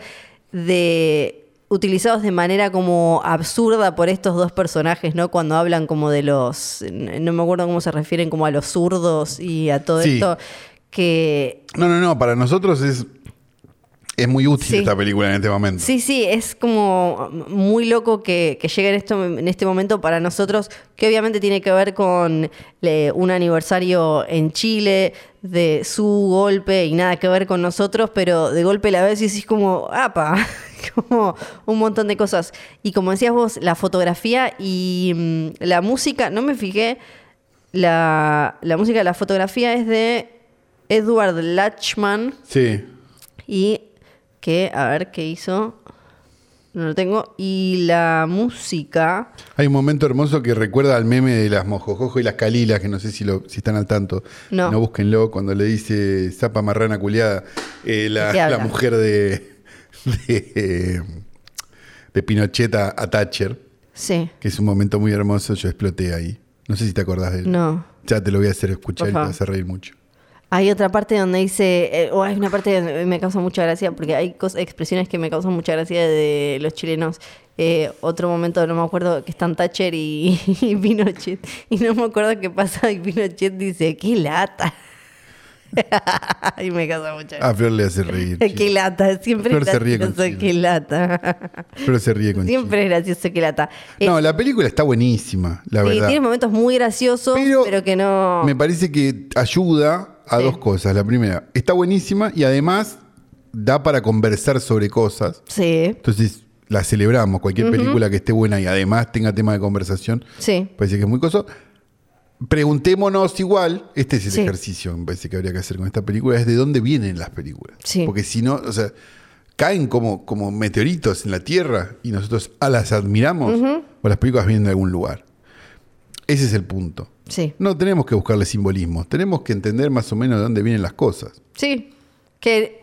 Speaker 2: de utilizados de manera como absurda por estos dos personajes, ¿no? Cuando hablan como de los, no me acuerdo cómo se refieren como a los zurdos y a todo
Speaker 3: Sí.
Speaker 2: esto que
Speaker 3: No, no, no. Para nosotros es, es muy útil
Speaker 2: Sí.
Speaker 3: esta película en este momento.
Speaker 2: Sí, sí, es como muy loco que, que llegue en, esto, en este momento para nosotros, que obviamente tiene que ver con le- un aniversario en Chile, de su golpe y nada que ver con nosotros, pero de golpe la ves y es como, ¡apa! [laughs] como un montón de cosas. Y como decías vos, la fotografía y mm, la música, no me fijé, la, la música de la fotografía es de Edward Lachman.
Speaker 3: Sí.
Speaker 2: Y que, a ver qué hizo. No lo tengo. Y la música.
Speaker 3: Hay un momento hermoso que recuerda al meme de las mojojojo y las calilas, que no sé si, lo, si están al tanto.
Speaker 2: No.
Speaker 3: búsquenlo cuando le dice zapa marrana culiada. eh, la,
Speaker 2: ¿De qué habla?
Speaker 3: la mujer de, de, de Pinochet a, a Thatcher,
Speaker 2: Sí.
Speaker 3: que es un momento muy hermoso. Yo exploté ahí. No sé si te acordás de él.
Speaker 2: No.
Speaker 3: Ya te lo voy a hacer
Speaker 2: Por
Speaker 3: escuchar y te
Speaker 2: favor.
Speaker 3: vas a reír mucho.
Speaker 2: Hay otra parte donde dice, eh, o hay una parte que me causa mucha gracia, porque hay cos- expresiones que me causan mucha gracia de los chilenos. Eh, otro momento, no me acuerdo, que están Thatcher y, [laughs] y Pinochet. Y no me acuerdo qué pasa y Pinochet dice, qué lata. [laughs] y me causa mucha gracia.
Speaker 3: A Flor le
Speaker 2: [laughs]
Speaker 3: hace reír.
Speaker 2: qué
Speaker 3: Ah, sí.
Speaker 2: lata, siempre
Speaker 3: Flor se ríe con
Speaker 2: gracioso,
Speaker 3: Chile.
Speaker 2: qué lata. [laughs]
Speaker 3: Flor se ríe con
Speaker 2: Siempre es gracioso que lata.
Speaker 3: Chile. No, la película está buenísima, la
Speaker 2: Eh, sí,
Speaker 3: verdad.
Speaker 2: tiene momentos muy graciosos, pero,
Speaker 3: Pero-
Speaker 2: que no.
Speaker 3: Me parece que ayuda a
Speaker 2: Sí.
Speaker 3: dos cosas. La primera, está buenísima y además da para conversar sobre cosas.
Speaker 2: Sí,
Speaker 3: Entonces, la celebramos. Cualquier película que esté buena y además tenga tema de conversación,
Speaker 2: sí.
Speaker 3: parece que es muy coso. Preguntémonos igual, este es el
Speaker 2: Sí.
Speaker 3: ejercicio que me parece que habría que hacer con esta película, es de dónde vienen las películas.
Speaker 2: Sí.
Speaker 3: Porque si no, o sea, caen como, como meteoritos en la Tierra y nosotros a las admiramos o las películas vienen de algún lugar. Ese es el punto.
Speaker 2: Sí.
Speaker 3: No tenemos que buscarle simbolismo, tenemos que entender más o menos de dónde vienen las cosas.
Speaker 2: Sí. Que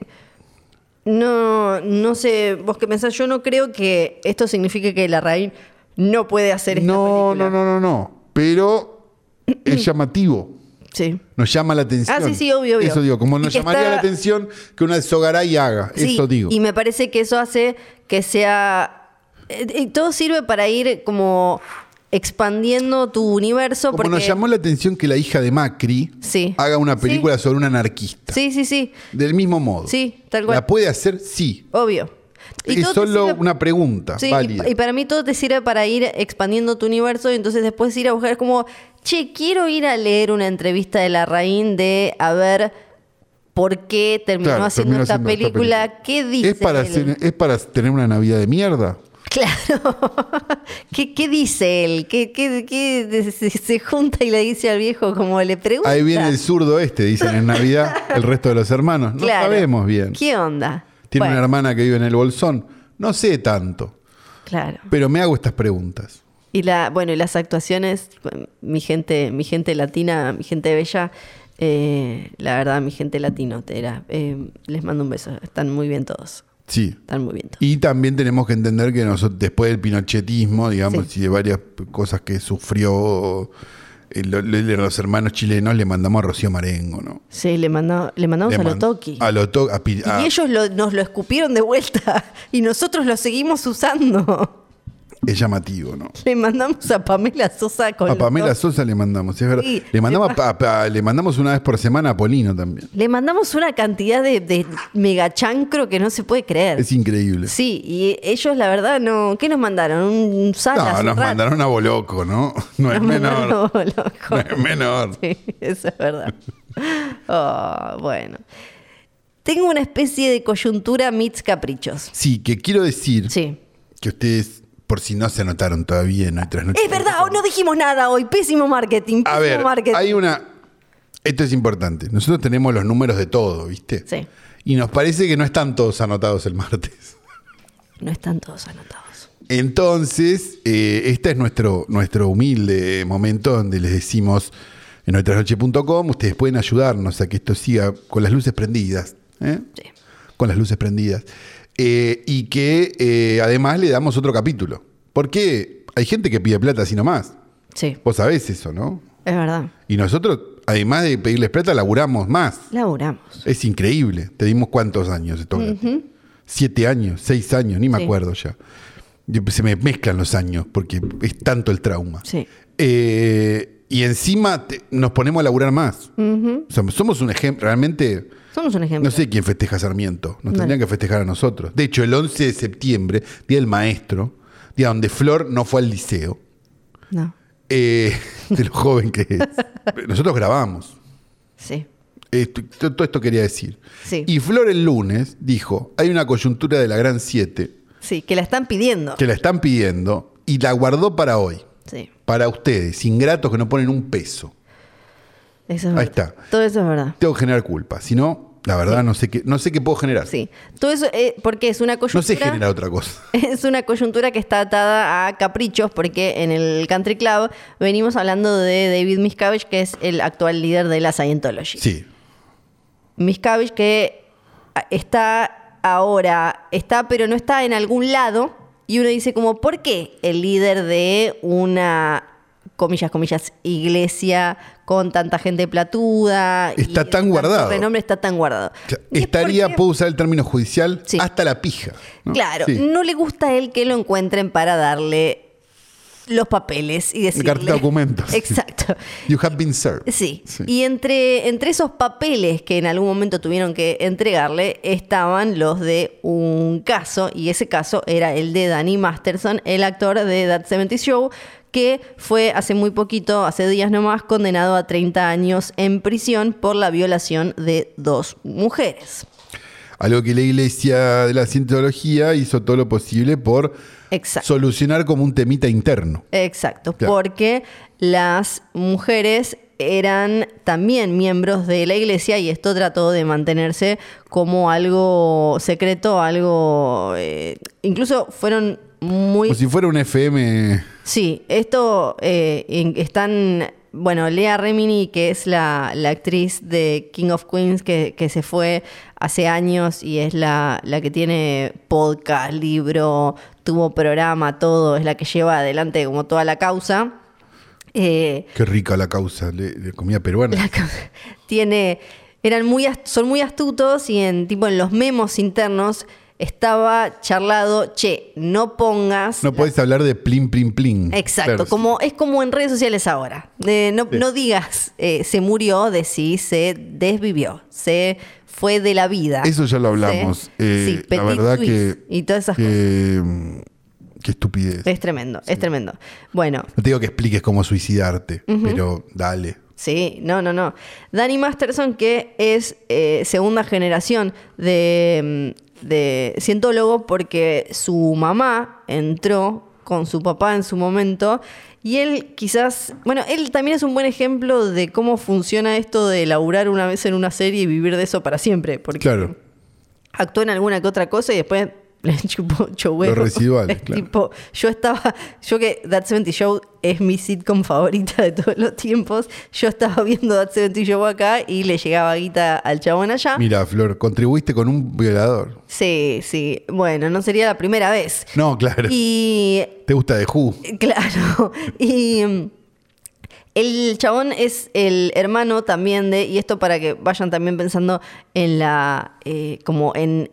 Speaker 2: no, no sé, vos qué pensás, yo no creo que esto signifique que la Rain no puede hacer esta
Speaker 3: No,
Speaker 2: película.
Speaker 3: no, no, no, no. Pero
Speaker 2: [clears throat]
Speaker 3: es llamativo.
Speaker 2: Sí.
Speaker 3: Nos llama la atención.
Speaker 2: Ah, sí, sí, obvio, obvio.
Speaker 3: Eso digo, como nos
Speaker 2: Y que
Speaker 3: llamaría
Speaker 2: está-
Speaker 3: la atención que una de Sogaray haga.
Speaker 2: Sí,
Speaker 3: eso digo.
Speaker 2: Y me parece que eso hace que sea. eh, eh, todo sirve para ir como expandiendo tu universo.
Speaker 3: Como
Speaker 2: porque...
Speaker 3: nos llamó la atención que la hija de Macri
Speaker 2: Sí.
Speaker 3: haga una
Speaker 2: Sí.
Speaker 3: película sobre un anarquista.
Speaker 2: Sí, sí, sí.
Speaker 3: Del mismo modo.
Speaker 2: Sí, tal cual.
Speaker 3: ¿La puede hacer? Sí.
Speaker 2: Obvio. Y
Speaker 3: es
Speaker 2: todo te
Speaker 3: solo
Speaker 2: sirve-
Speaker 3: una pregunta
Speaker 2: Sí, y-
Speaker 3: válida.
Speaker 2: y, para mí todo te sirve para ir expandiendo tu universo y entonces después ir a buscar es como, che, quiero ir a leer una entrevista de la Larraín de a ver por qué terminó
Speaker 3: Claro,
Speaker 2: haciendo
Speaker 3: termina
Speaker 2: esta
Speaker 3: haciendo esta
Speaker 2: película,
Speaker 3: película.
Speaker 2: qué dice.
Speaker 3: ¿Es para,
Speaker 2: él?
Speaker 3: hacer- ¿Es para tener una Navidad de mierda?
Speaker 2: Claro. [laughs] ¿Qué, qué dice él? ¿Qué, qué, qué se, se junta y le dice al viejo como le pregunta?
Speaker 3: Ahí viene el zurdo este, dicen en Navidad,
Speaker 2: [laughs]
Speaker 3: el resto de los hermanos. No
Speaker 2: Claro.
Speaker 3: sabemos bien.
Speaker 2: ¿Qué onda?
Speaker 3: Tiene
Speaker 2: Bueno,
Speaker 3: una hermana que vive en el Bolsón. No sé tanto,
Speaker 2: Claro.
Speaker 3: pero me hago estas preguntas.
Speaker 2: Y la, bueno, y las actuaciones, mi gente, mi gente latina, mi gente bella, eh, la verdad, mi gente latinotera. eh, les mando un beso. Están muy bien todos.
Speaker 3: Sí.
Speaker 2: Están muy bien todos.
Speaker 3: Y también tenemos que entender que nosotros, después del pinochetismo, digamos,
Speaker 2: Sí.
Speaker 3: y de varias cosas que sufrió eh, lo- lo- los hermanos chilenos, le mandamos a Rocío Marengo, ¿no?
Speaker 2: Sí, le, mandó, le mandamos
Speaker 3: Le
Speaker 2: a
Speaker 3: man-
Speaker 2: Lotoki.
Speaker 3: A Lotoki. a Pi- a-
Speaker 2: Y ellos lo- nos lo escupieron de vuelta [laughs] y nosotros lo seguimos usando. [laughs]
Speaker 3: Es llamativo, ¿no?
Speaker 2: Le mandamos a Pamela Sosa con
Speaker 3: A Pamela
Speaker 2: Lotoki.
Speaker 3: Sosa le mandamos, es verdad.
Speaker 2: Sí,
Speaker 3: le, mandamos a pa- pa- le mandamos una vez por semana a Polino también.
Speaker 2: Le mandamos una cantidad de, de megachancro que no se puede creer.
Speaker 3: Es increíble.
Speaker 2: Sí, y ellos la verdad no... ¿Qué nos mandaron? Un salas,
Speaker 3: No,
Speaker 2: un
Speaker 3: nos
Speaker 2: rat.
Speaker 3: mandaron a Boloco, ¿no? [laughs] No es
Speaker 2: Nos
Speaker 3: menor.
Speaker 2: mandaron
Speaker 3: [laughs]
Speaker 2: a Boloco.
Speaker 3: No es menor.
Speaker 2: Sí, eso es
Speaker 3: [laughs]
Speaker 2: verdad. Oh, bueno. Tengo una especie de coyuntura mits caprichos.
Speaker 3: Sí, que quiero decir
Speaker 2: Sí.
Speaker 3: que ustedes, por si no se anotaron todavía en nuestras noches.
Speaker 2: Es verdad, hoy no dijimos nada hoy. Pésimo marketing, pésimo
Speaker 3: A ver,
Speaker 2: marketing.
Speaker 3: hay una. Esto es importante. Nosotros tenemos los números de todo, ¿viste?
Speaker 2: Sí.
Speaker 3: Y nos parece que no están todos anotados el martes.
Speaker 2: No están todos anotados.
Speaker 3: Entonces, eh, este es nuestro, nuestro humilde momento donde les decimos en nuestrasnoche.com, ustedes pueden ayudarnos a que esto siga con las luces prendidas. ¿eh?
Speaker 2: Sí.
Speaker 3: Con las luces prendidas. Eh, y que eh, además le damos otro capítulo. Porque hay gente que pide plata así nomás.
Speaker 2: Sí,
Speaker 3: Vos sabés eso, ¿no?
Speaker 2: es verdad.
Speaker 3: Y nosotros, además de pedirles plata, laburamos más.
Speaker 2: Laburamos.
Speaker 3: Es increíble. Te dimos cuántos años esto. Siete años, seis años, ni me
Speaker 2: Sí.
Speaker 3: acuerdo ya. Yo- Se me mezclan los años porque es tanto el trauma.
Speaker 2: Sí.
Speaker 3: Eh, y encima te- nos ponemos a laburar más. O sea, somos un ejemplo, realmente...
Speaker 2: Somos un ejemplo.
Speaker 3: No sé quién festeja a Sarmiento. Nos
Speaker 2: No.
Speaker 3: tendrían que festejar a nosotros. De hecho, el 11 de septiembre, Día del Maestro, día donde Flor no fue al liceo,
Speaker 2: No.
Speaker 3: eh, [laughs] de lo joven que
Speaker 2: [laughs]
Speaker 3: es. Nosotros grabamos.
Speaker 2: Sí.
Speaker 3: Esto- todo esto quería decir.
Speaker 2: Sí.
Speaker 3: Y Flor el lunes dijo, hay una coyuntura de la Gran 7
Speaker 2: Sí, que la están pidiendo.
Speaker 3: que la están pidiendo y la guardó para hoy,
Speaker 2: Sí,
Speaker 3: para ustedes, ingratos que no ponen un peso.
Speaker 2: eso es
Speaker 3: Ahí
Speaker 2: verdad.
Speaker 3: está.
Speaker 2: Todo eso es verdad.
Speaker 3: Tengo que generar culpa, si no, la verdad no sé qué, no sé qué puedo generar.
Speaker 2: Sí. Todo eso, eh, porque es una coyuntura.
Speaker 3: No sé generar otra cosa.
Speaker 2: [laughs] Es una coyuntura que está atada a caprichos porque en el Country Club venimos hablando de David Miscavige, que es el actual líder de la Scientology.
Speaker 3: Sí.
Speaker 2: Miscavige que ah, está ahora, está pero no está en algún lado y uno dice como, ¿por qué el líder de una, comillas, comillas, iglesia con tanta gente platuda? y
Speaker 3: Está tan
Speaker 2: tanto
Speaker 3: guardado.
Speaker 2: renombre está tan guardado.
Speaker 3: O sea,
Speaker 2: Y es
Speaker 3: Estaría,
Speaker 2: porque-
Speaker 3: puedo usar el término judicial,
Speaker 2: Sí.
Speaker 3: hasta la pija. ¿no?
Speaker 2: Claro, Mm.
Speaker 3: Sí.
Speaker 2: no le gusta a él que lo encuentren para darle los papeles y decirle...
Speaker 3: carta
Speaker 2: [laughs]
Speaker 3: de documentos.
Speaker 2: Exacto.
Speaker 3: You have been served.
Speaker 2: Sí. Y entre, entre esos papeles que en algún momento tuvieron que entregarle estaban los de un caso, y ese caso era el de Danny Masterson, el actor de That 70 Show, que fue hace muy poquito, hace días nomás, condenado a 30 años en prisión por la violación de dos mujeres.
Speaker 3: Algo que la iglesia de la cientología hizo todo lo posible por
Speaker 2: Exacto.
Speaker 3: solucionar como un temita interno.
Speaker 2: Exacto,
Speaker 3: Claro.
Speaker 2: porque las mujeres eran también miembros de la iglesia y esto trató de mantenerse como algo secreto, algo... eh, incluso fueron muy...
Speaker 3: Como si fuera un FM
Speaker 2: Sí, esto eh, en- están. Bueno, Lea Remini, que es la, la actriz de King of Queens, que, que se fue hace años y es la, la que tiene podcast, libro, tuvo programa, todo, es la que lleva adelante como toda la causa. Eh,
Speaker 3: Qué rica la causa de, de comida peruana.
Speaker 2: la ca- [laughs] tiene eran muy ast- son muy astutos y en tipo en los memos internos estaba charlado che no pongas
Speaker 3: No podés hablar de plin, plin, plin.
Speaker 2: exacto
Speaker 3: Claro, sí.
Speaker 2: como es como en redes sociales ahora Eh, no,
Speaker 3: Sí.
Speaker 2: no digas eh, se murió decís se desvivió se fue de la vida
Speaker 3: Eso ya lo
Speaker 2: Se-
Speaker 3: hablamos. Eh,
Speaker 2: sí,
Speaker 3: la
Speaker 2: petit
Speaker 3: verdad
Speaker 2: suisse
Speaker 3: que-
Speaker 2: y todas esas cosas
Speaker 3: Qué, mm, qué estupidez.
Speaker 2: es tremendo es tremendo bueno
Speaker 3: No te digo que expliques cómo suicidarte, pero dale.
Speaker 2: Sí, no, no, no. Danny Masterson, que es eh, segunda generación de, mm, de cientólogo, porque su mamá entró con su papá en su momento, y él quizás, bueno, él también es un buen ejemplo de cómo funciona esto de laburar una vez en una serie y vivir de eso para siempre, porque
Speaker 3: Claro.
Speaker 2: actuó en alguna que otra cosa y después [laughs] le chupó ocho huevos.
Speaker 3: residual,
Speaker 2: Es
Speaker 3: claro.
Speaker 2: Tipo, yo estaba, yo que That 70 Show es mi sitcom favorita de todos los tiempos, yo estaba viendo That 70 Show acá y le llegaba guita al chabón allá.
Speaker 3: Mira, Flor, contribuiste con un violador.
Speaker 2: Sí, sí, bueno, no sería la primera vez.
Speaker 3: No, claro.
Speaker 2: Y
Speaker 3: Te gusta de Who.
Speaker 2: [laughs] Claro. Y mm, el chabón es el hermano también de, y esto para que vayan también pensando en la, eh, como en,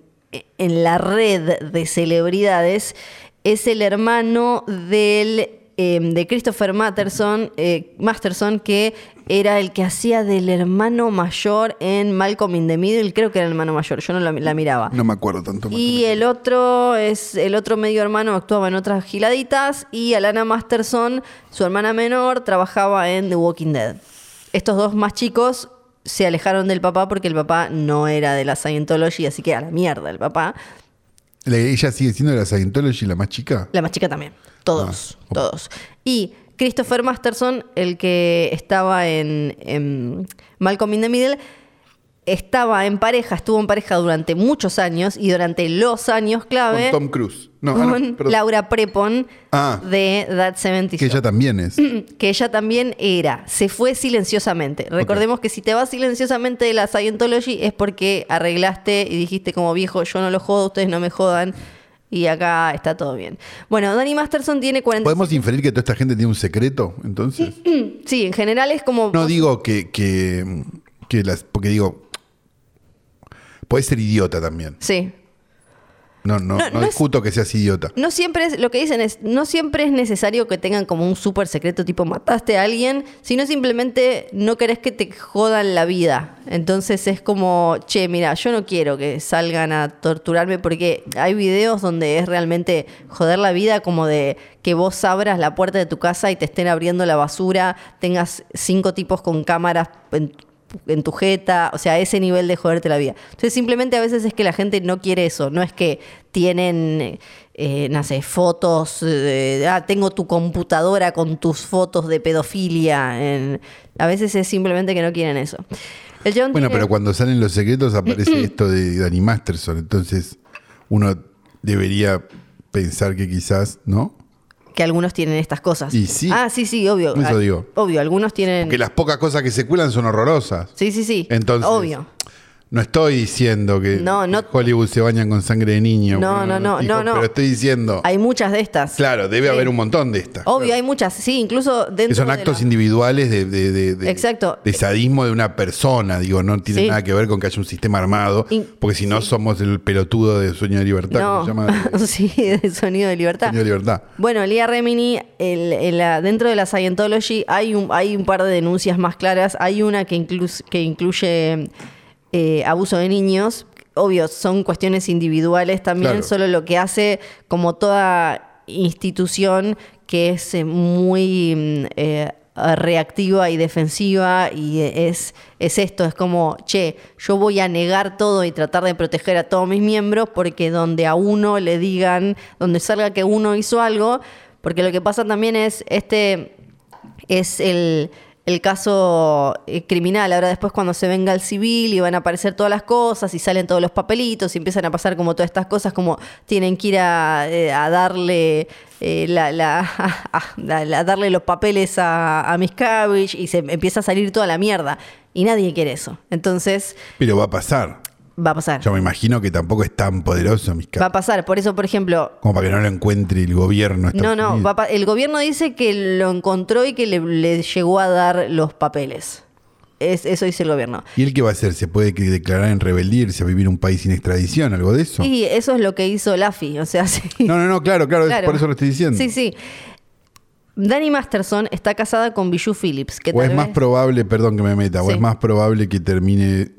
Speaker 2: en la red de celebridades, es el hermano del, eh, de Christopher Matterson, eh, Masterson, que era el que hacía del hermano mayor en Malcolm in the Middle, creo que era el hermano mayor, yo no la, la miraba.
Speaker 3: No me acuerdo tanto.
Speaker 2: Y el otro es el otro medio hermano actuaba en otras giladitas y Alana Masterson, su hermana menor, trabajaba en The Walking Dead. Estos dos más chicos se alejaron del papá porque el papá no era de la Scientology, así que a la mierda el papá.
Speaker 3: La- ¿Ella sigue siendo de la Scientology la más chica?
Speaker 2: La más chica también. Todos,
Speaker 3: Ah.
Speaker 2: todos. Y Christopher Masterson, el que estaba en, en Malcolm in the Middle, estaba en pareja, estuvo en pareja durante muchos años y durante los años clave.
Speaker 3: Con Tom Cruise. No, ah, no,
Speaker 2: con
Speaker 3: perdón.
Speaker 2: Laura Prepon
Speaker 3: Ah.
Speaker 2: de That 70
Speaker 3: Que ella
Speaker 2: Show. [laughs]
Speaker 3: también es.
Speaker 2: que ella también era, se fue silenciosamente. Recordemos que si te vas silenciosamente de la Scientology es porque arreglaste y dijiste como viejo, yo no lo jodo, ustedes no me jodan y acá está todo bien. Bueno, Danny Masterson tiene 40...
Speaker 3: ¿Podemos inferir que toda esta gente tiene un secreto, entonces?
Speaker 2: [clears throat] Sí, en general es como...
Speaker 3: No digo que, que, que las. Porque digo. Puedes ser idiota también.
Speaker 2: sí.
Speaker 3: No, no,
Speaker 2: No,
Speaker 3: no,
Speaker 2: no es-
Speaker 3: discuto que seas idiota.
Speaker 2: No siempre es, lo que dicen es, no siempre es necesario que tengan como un súper secreto tipo mataste a alguien, sino simplemente no querés que te jodan la vida. Entonces es como, che, mira, yo no quiero que salgan a torturarme porque hay videos donde es realmente joder la vida como de que vos abras la puerta de tu casa y te estén abriendo la basura, tengas cinco tipos con cámaras en, en tu jeta, o sea, ese nivel de joderte la vida. Entonces, simplemente a veces es que la gente no quiere eso, no es que tienen, eh, no sé, fotos, eh, ah, tengo tu computadora con tus fotos de pedofilia. en- a veces es simplemente que no quieren eso. El chabón
Speaker 3: Bueno,
Speaker 2: tiene-
Speaker 3: pero cuando salen los secretos aparece esto de Danny Masterson. Entonces, uno debería pensar que quizás, ¿no?
Speaker 2: que algunos tienen estas cosas.
Speaker 3: Y sí.
Speaker 2: Ah, sí, sí, obvio.
Speaker 3: Por eso
Speaker 2: Ah,
Speaker 3: digo.
Speaker 2: Obvio, algunos tienen...
Speaker 3: Que las pocas cosas que se cuelan son horrorosas.
Speaker 2: Sí, sí, sí.
Speaker 3: Entonces,
Speaker 2: Obvio.
Speaker 3: No estoy diciendo que
Speaker 2: No, no-
Speaker 3: Hollywood se bañan con sangre de niño.
Speaker 2: No,
Speaker 3: porque
Speaker 2: no, no,
Speaker 3: dijo,
Speaker 2: no, no.
Speaker 3: Pero estoy diciendo,
Speaker 2: Hay muchas de estas.
Speaker 3: oh. claro, debe
Speaker 2: Sí.
Speaker 3: haber un montón de estas.
Speaker 2: Obvio, hay muchas. Sí, incluso dentro
Speaker 3: Que son
Speaker 2: de
Speaker 3: actos
Speaker 2: la-
Speaker 3: individuales de, de- de- de-
Speaker 2: Exacto.
Speaker 3: de sadismo de una persona, digo, no tiene
Speaker 2: Sí.
Speaker 3: nada que ver con que haya un sistema armado,
Speaker 2: In-
Speaker 3: porque si no somos el pelotudo de sueño de libertad,
Speaker 2: No,
Speaker 3: que se llama
Speaker 2: [laughs]
Speaker 3: de-
Speaker 2: sí, del sonido de libertad.
Speaker 3: sueño de libertad.
Speaker 2: Bueno, Lía Remini, el- en la- dentro de la Scientology hay un, hay un par de denuncias más claras. Hay una que, inclu- que incluye eh, abuso de niños. Obvio, son cuestiones individuales también,
Speaker 3: Claro.
Speaker 2: solo lo que hace como toda institución que es eh, muy mm, eh, reactiva y defensiva y es, es esto, es como, che, yo voy a negar todo y tratar de proteger a todos mis miembros porque donde a uno le digan, donde salga que uno hizo algo, porque lo que pasa también es este es el, el caso eh, criminal. Ahora después cuando se venga el civil y van a aparecer todas las cosas y salen todos los papelitos y empiezan a pasar como todas estas cosas, como tienen que ir a, eh, a darle eh, la, la- [laughs] a, a- a darle los papeles a, a Miss Cabbage y se empieza a salir toda la mierda. Y nadie quiere eso. Entonces
Speaker 3: Pero va a pasar.
Speaker 2: Va a pasar.
Speaker 3: Yo me imagino que tampoco es tan poderoso mis
Speaker 2: Va a pasar. Por eso, por ejemplo,
Speaker 3: Como para que no lo encuentre el gobierno. de
Speaker 2: no,
Speaker 3: Estados
Speaker 2: no,
Speaker 3: Unidos.
Speaker 2: va a pa- el gobierno dice que lo encontró y que le, le llegó a dar los papeles. Es, eso dice el gobierno.
Speaker 3: ¿Y él qué va a hacer? ¿Se puede que declarar en rebeldía, irse a vivir en un país sin extradición, algo de eso?
Speaker 2: Y eso es lo que hizo Laffy, o sea, [laughs] sí.
Speaker 3: No, no, no, claro, claro, es
Speaker 2: Claro.
Speaker 3: por eso lo estoy diciendo.
Speaker 2: Sí, sí. Dani Masterson está casada con Bijou Phillips, que
Speaker 3: O
Speaker 2: tal
Speaker 3: es más
Speaker 2: vez-
Speaker 3: probable, perdón que me meta, o
Speaker 2: Sí.
Speaker 3: es más probable que termine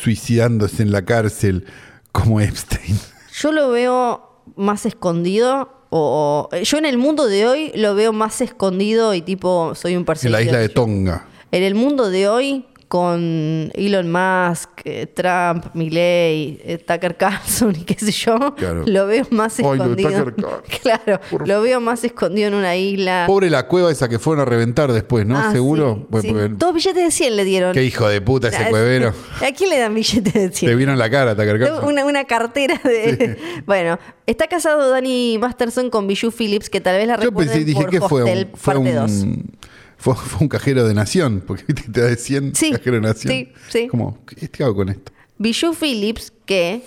Speaker 3: suicidándose en la cárcel como [laughs] Epstein.
Speaker 2: Yo lo veo más escondido. O, o- yo en el mundo de hoy lo veo más escondido y tipo soy un
Speaker 3: en
Speaker 2: perseguido.
Speaker 3: la isla de Tonga.
Speaker 2: En el mundo de hoy, con Elon Musk, eh, Trump, Milley, eh, Tucker Carlson y qué sé yo,
Speaker 3: Claro.
Speaker 2: lo veo más
Speaker 3: Ay, lo de
Speaker 2: escondido.
Speaker 3: Tucker
Speaker 2: [laughs]
Speaker 3: Carlson.
Speaker 2: claro, lo veo más escondido en una isla.
Speaker 3: Pobre la cueva esa que fueron a reventar después, ¿no?
Speaker 2: Ah,
Speaker 3: Seguro.
Speaker 2: sí,
Speaker 3: Bueno,
Speaker 2: sí.
Speaker 3: porque-
Speaker 2: Dos billetes de 100 le dieron. Ah,
Speaker 3: Qué hijo de puta ese
Speaker 2: [laughs]
Speaker 3: cuevero.
Speaker 2: ¿A quién le dan billetes de 100?
Speaker 3: Te vieron la cara, Tucker Carlson.
Speaker 2: Una, una cartera de. [laughs] Bueno, está casado Danny Masterson con Bijou Phillips, que tal vez la
Speaker 3: Yo
Speaker 2: recuerden
Speaker 3: pensé, dije,
Speaker 2: por
Speaker 3: ¿qué fue?
Speaker 2: Hostel,
Speaker 3: Un, fue,
Speaker 2: parte 2.
Speaker 3: un, fue, fue un cajero de nación, porque viste, te da de 100
Speaker 2: Sí,
Speaker 3: cajero de nación.
Speaker 2: sí, sí.
Speaker 3: Como, ¿qué qué hago con esto?
Speaker 2: Bijou Phillips, que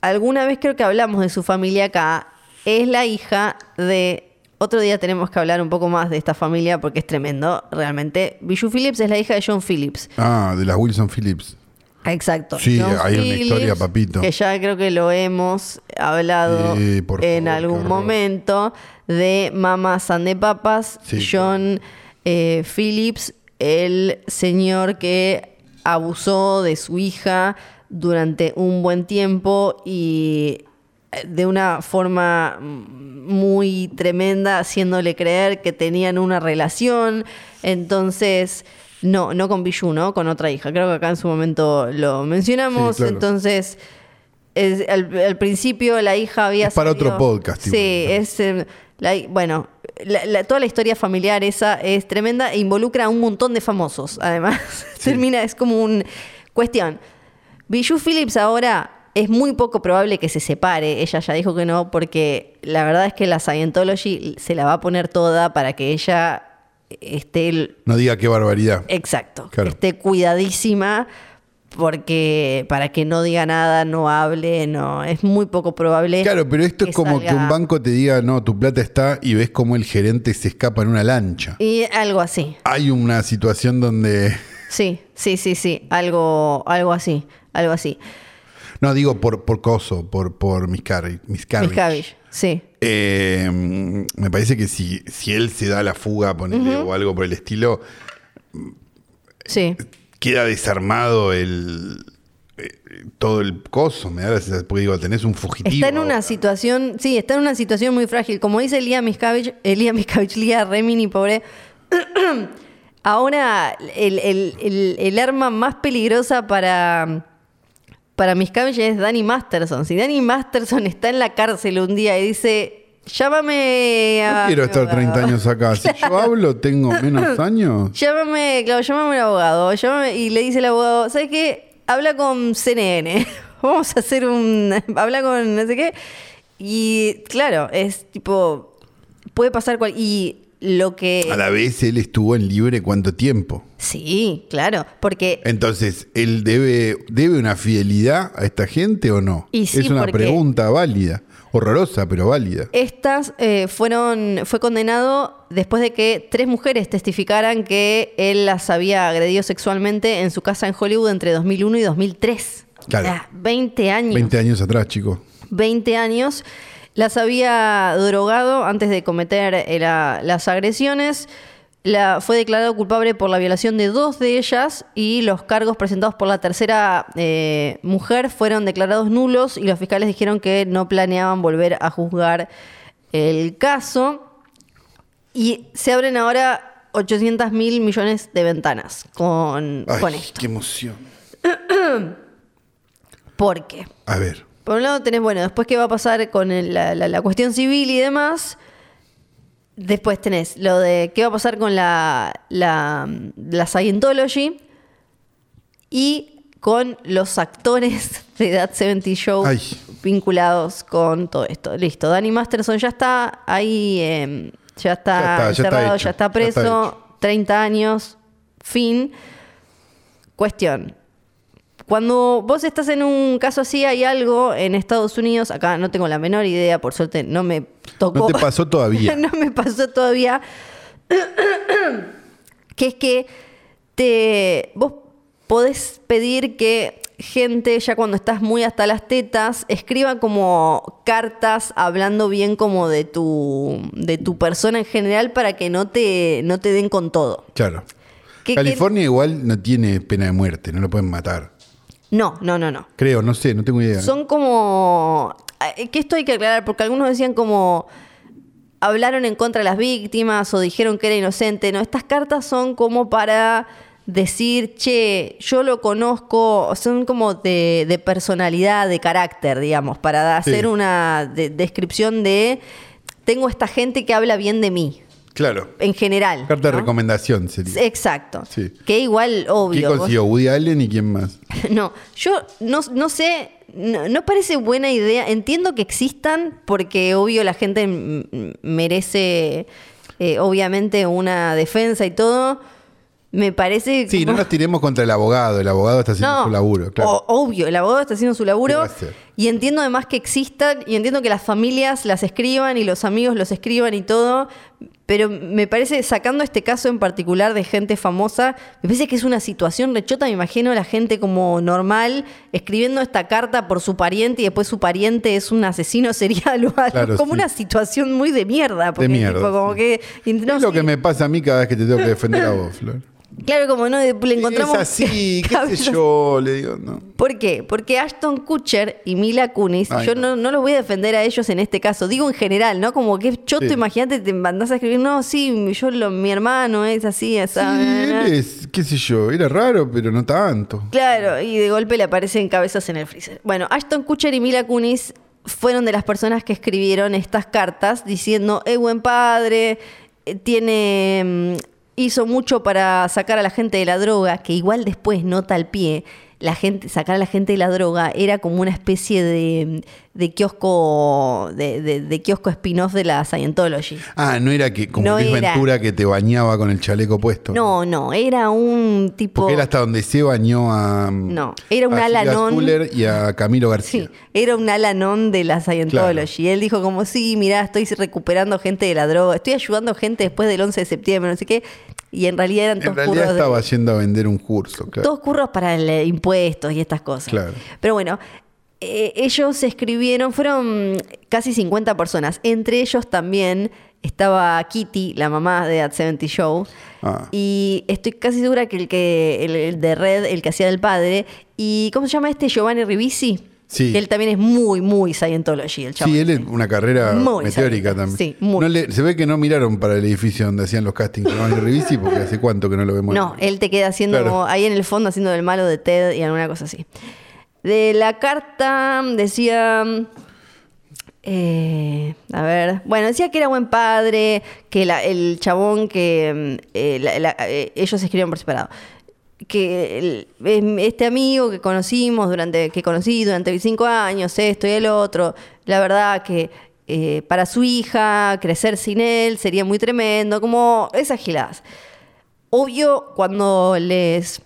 Speaker 2: alguna vez creo que hablamos de su familia acá, es la hija de. Otro día tenemos que hablar un poco más de esta familia porque es tremendo, realmente. Bijou Phillips es la hija de John Phillips.
Speaker 3: Ah, de las Wilson Phillips.
Speaker 2: Exacto.
Speaker 3: Sí,
Speaker 2: John
Speaker 3: hay una historia, papito.
Speaker 2: Que ya creo que lo hemos hablado
Speaker 3: Sí, por
Speaker 2: en
Speaker 3: favor, qué
Speaker 2: algún
Speaker 3: horror.
Speaker 2: momento de Mamá San de Papas,
Speaker 3: Sí,
Speaker 2: John eh, Phillips, el señor que abusó de su hija durante un buen tiempo y eh, de una forma mm, muy tremenda, haciéndole creer que tenían una relación. Entonces, no, no con Bijou, ¿no? Con otra hija. Creo que acá en su momento lo mencionamos.
Speaker 3: Sí, claro.
Speaker 2: Entonces, es- al, al principio la hija había...
Speaker 3: Es para
Speaker 2: salido-
Speaker 3: otro podcast,
Speaker 2: Sí,
Speaker 3: igual.
Speaker 2: es... eh, la- bueno, la- la- toda la historia familiar esa es tremenda e involucra a un montón de famosos, además. [laughs] Termina, es como un... Cuestión, Bijou Phillips ahora es muy poco probable que se separe. Ella ya dijo que no, porque la verdad es que la Scientology se la va a poner toda para que ella esté el-
Speaker 3: No diga qué barbaridad.
Speaker 2: exacto,
Speaker 3: Claro.
Speaker 2: esté cuidadísima, porque para que no diga nada, no hable, no, es muy poco probable.
Speaker 3: Claro, pero esto es como que un
Speaker 2: salga-
Speaker 3: banco te diga, no, tu plata está y ves como el gerente se escapa en una lancha.
Speaker 2: y algo así.
Speaker 3: Hay una situación donde, [laughs]
Speaker 2: Sí, sí, sí, sí, algo, algo así, algo así.
Speaker 3: no digo por, por coso, por, por miscarri- miscarriage.
Speaker 2: Mis cabbage, sí.
Speaker 3: Eh, mm, me parece que si, si él se da la fuga, ponele, o algo por el estilo,
Speaker 2: Sí,
Speaker 3: queda desarmado el eh, todo el coso, me da la sensación, porque digo, tenés un fugitivo.
Speaker 2: Está en una
Speaker 3: ahora.
Speaker 2: situación, sí, está en una situación muy frágil. Como dice Lía Miscavige, eh, Lía Miscavige, Lía Remini, pobre. [clears throat] Ahora, el, el- el- el arma más peligrosa para, para Miscavige es Danny Masterson. Si Danny Masterson está en la cárcel un día y dice, llámame a...
Speaker 3: No quiero
Speaker 2: mi
Speaker 3: estar 30
Speaker 2: abogado".
Speaker 3: años acá. Si yo hablo, tengo
Speaker 2: [laughs]
Speaker 3: menos años.
Speaker 2: Llámame, claro, llámame al abogado. Llámame, y le dice el abogado, ¿sabes qué? Habla con CNN. [laughs] Vamos a hacer un... Habla con no sé qué. Y claro, es tipo... Puede pasar cual... Y lo que...
Speaker 3: A la vez él estuvo en libre cuánto tiempo.
Speaker 2: Sí, claro. Porque...
Speaker 3: Entonces, ¿él debe, debe una fidelidad a esta gente o no?
Speaker 2: Y sí,
Speaker 3: es una
Speaker 2: porque-
Speaker 3: pregunta válida. Horrorosa, pero válida.
Speaker 2: Estas eh, fueron, fue condenado después de que tres mujeres testificaran que él las había agredido sexualmente en su casa en Hollywood entre 2001 y 2003.
Speaker 3: Claro.
Speaker 2: O sea, 20 años.
Speaker 3: 20 años atrás, chicos.
Speaker 2: 20 años. Las había drogado antes de cometer eh, la- las agresiones. La, fue declarado culpable por la violación de dos de ellas y los cargos presentados por la tercera eh, mujer fueron declarados nulos y los fiscales dijeron que no planeaban volver a juzgar el caso. Y se abren ahora 800 mil millones de ventanas con,
Speaker 3: Ay,
Speaker 2: con esto.
Speaker 3: qué emoción.
Speaker 2: ¿Por qué?
Speaker 3: A ver.
Speaker 2: Por un lado tenés, bueno, después qué va a pasar con el- la, la- la cuestión civil y demás. Después tenés lo de qué va a pasar con la, la, la Scientology y con los actores [laughs] de That 70 Show
Speaker 3: Ay.
Speaker 2: vinculados con todo esto. Listo, Danny Masterson ya está ahí, eh, ya está
Speaker 3: Ya está, ya está
Speaker 2: encerrado,
Speaker 3: hecho,
Speaker 2: ya está
Speaker 3: ya está
Speaker 2: preso,
Speaker 3: hecho.
Speaker 2: 30 años, fin. Cuestión, Cuando vos estás en un caso así, hay algo en Estados Unidos, acá no tengo la menor idea, por suerte no me tocó.
Speaker 3: No te pasó todavía.
Speaker 2: [laughs] no me pasó todavía. [clears throat] que es que te, vos podés pedir que gente, ya cuando estás muy hasta las tetas, escriba como cartas hablando bien como de tu, de tu persona en general para que no te, no te den con todo.
Speaker 3: Claro.
Speaker 2: Que- que-
Speaker 3: California igual no tiene pena de muerte, no lo pueden matar.
Speaker 2: No, no, no, no.
Speaker 3: Creo, no sé, no tengo idea.
Speaker 2: Son como... eh, Que esto hay que aclarar, porque algunos decían como... Hablaron en contra de las víctimas o dijeron que era inocente. No, estas cartas son como para decir, che, yo lo conozco, son como de, de personalidad, de carácter, digamos, para
Speaker 3: Sí.
Speaker 2: hacer una de- descripción de, tengo esta gente que habla bien de mí,
Speaker 3: Claro.
Speaker 2: en general.
Speaker 3: Carta de
Speaker 2: ¿no?
Speaker 3: recomendación sería.
Speaker 2: Exacto.
Speaker 3: Sí.
Speaker 2: Que igual, obvio.
Speaker 3: ¿Quién
Speaker 2: vos-
Speaker 3: consiguió? ¿Woody Allen y quién más?
Speaker 2: [laughs] no, yo no, no sé, no, no parece buena idea. Entiendo que existan porque obvio la gente m- m- merece eh, obviamente una defensa y todo. Me parece...
Speaker 3: Sí, no
Speaker 2: como-
Speaker 3: nos tiremos contra el abogado. El abogado está haciendo
Speaker 2: No,
Speaker 3: su laburo. Claro.
Speaker 2: o- obvio, el abogado está haciendo su laburo.
Speaker 3: Gracias.
Speaker 2: Y entiendo además que existan y entiendo que las familias las escriban y los amigos los escriban y todo. Pero me parece, sacando este caso en particular de gente famosa, me parece que es una situación rechota. Me imagino la gente como normal escribiendo esta carta por su pariente y después su pariente es un asesino serial o algo.
Speaker 3: Claro,
Speaker 2: como
Speaker 3: sí.
Speaker 2: una situación muy de mierda. Porque,
Speaker 3: mierda,
Speaker 2: tipo, como
Speaker 3: sí.
Speaker 2: que, y no
Speaker 3: es lo
Speaker 2: sé,
Speaker 3: que me pasa a mí cada vez que te tengo que defender a vos, Flor.
Speaker 2: Claro, como no le encontramos. [laughs]
Speaker 3: Es así, qué
Speaker 2: cabezas
Speaker 3: sé yo, le digo, no.
Speaker 2: ¿Por qué? Porque Ashton Kutcher y Mila Kunis,
Speaker 3: Ay,
Speaker 2: yo no,
Speaker 3: no.
Speaker 2: no los voy a defender a ellos en este caso, digo en general, ¿no? Como que es choto,
Speaker 3: Sí.
Speaker 2: imagínate, te mandás a escribir, no, sí, yo lo- mi hermano es así,
Speaker 3: Sí,
Speaker 2: esa.
Speaker 3: él es, qué sé yo, era raro, pero no tanto.
Speaker 2: Claro, y de golpe le aparecen cabezas en el freezer. Bueno, Ashton Kutcher y Mila Kunis fueron de las personas que escribieron estas cartas diciendo, es buen padre, eh, tiene mm, hizo mucho para sacar a la gente de la droga, que igual después nota al pie, la gente, sacar a la gente de la droga era como una especie de, de kiosco, de, de- de kiosco spin-off de la Scientology.
Speaker 3: Ah, no era que como
Speaker 2: No
Speaker 3: Luis
Speaker 2: era.
Speaker 3: Ventura que te bañaba con el chaleco puesto.
Speaker 2: No, no, era un tipo.
Speaker 3: Porque él hasta donde se bañó a.
Speaker 2: No, era un
Speaker 3: a Silas
Speaker 2: Alanón.
Speaker 3: Fuller y a Camilo García.
Speaker 2: Sí, era un Alanon de la Scientology. Él dijo como, sí, mirá, estoy recuperando gente de la droga, estoy ayudando gente después del 11 de septiembre, no sé qué. Y en realidad eran
Speaker 3: En
Speaker 2: todos
Speaker 3: realidad
Speaker 2: curros, de-
Speaker 3: estaba yendo a vender un curso, claro.
Speaker 2: todos curros para el, eh, impuestos y estas cosas.
Speaker 3: Claro.
Speaker 2: Pero bueno, eh, ellos escribieron, fueron casi 50 personas. Entre ellos también estaba Kitty, la mamá de That 70 Show.
Speaker 3: Ah.
Speaker 2: Y estoy casi segura que el que el, el de Red, el que hacía del padre. ¿Y cómo se llama este? Giovanni Ribisi.
Speaker 3: Sí.
Speaker 2: Que él también es muy, muy Scientology, el chaval.
Speaker 3: Sí, él es una carrera
Speaker 2: Muy
Speaker 3: meteórica
Speaker 2: sabio.
Speaker 3: también.
Speaker 2: Sí, muy.
Speaker 3: No le- se ve que no miraron para el edificio donde hacían los castings con Giovanni Ribisi porque hace cuánto que no lo vemos.
Speaker 2: No, él te queda haciendo
Speaker 3: Claro.
Speaker 2: como ahí en el fondo haciendo del malo de Ted y alguna cosa así. De la carta decía. eh, a ver, bueno, decía que era buen padre, que la- el chabón que mm, eh, la- la- eh, ellos escribieron por separado. Que el- em, este amigo que conocimos durante, que conocí durante 25 años, esto y el otro, la verdad que eh, para su hija, crecer sin él sería muy tremendo, como esas giladas. Obvio, cuando les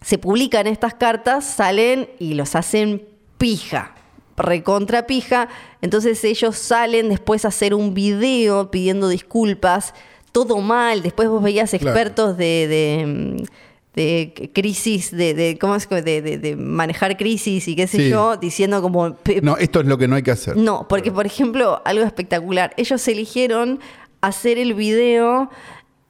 Speaker 2: se publican estas cartas, salen y los hacen pija, recontra pija. Entonces ellos salen después a hacer un video pidiendo disculpas, todo mal. Después vos veías
Speaker 3: Claro.
Speaker 2: expertos de, de, mm, de crisis, de, de- ¿cómo es? que? De, de- de manejar crisis y qué sé
Speaker 3: Sí.
Speaker 2: yo, diciendo como... "Pe-
Speaker 3: No, esto es lo que no hay que hacer.
Speaker 2: no, porque por ejemplo, algo espectacular, ellos eligieron hacer el video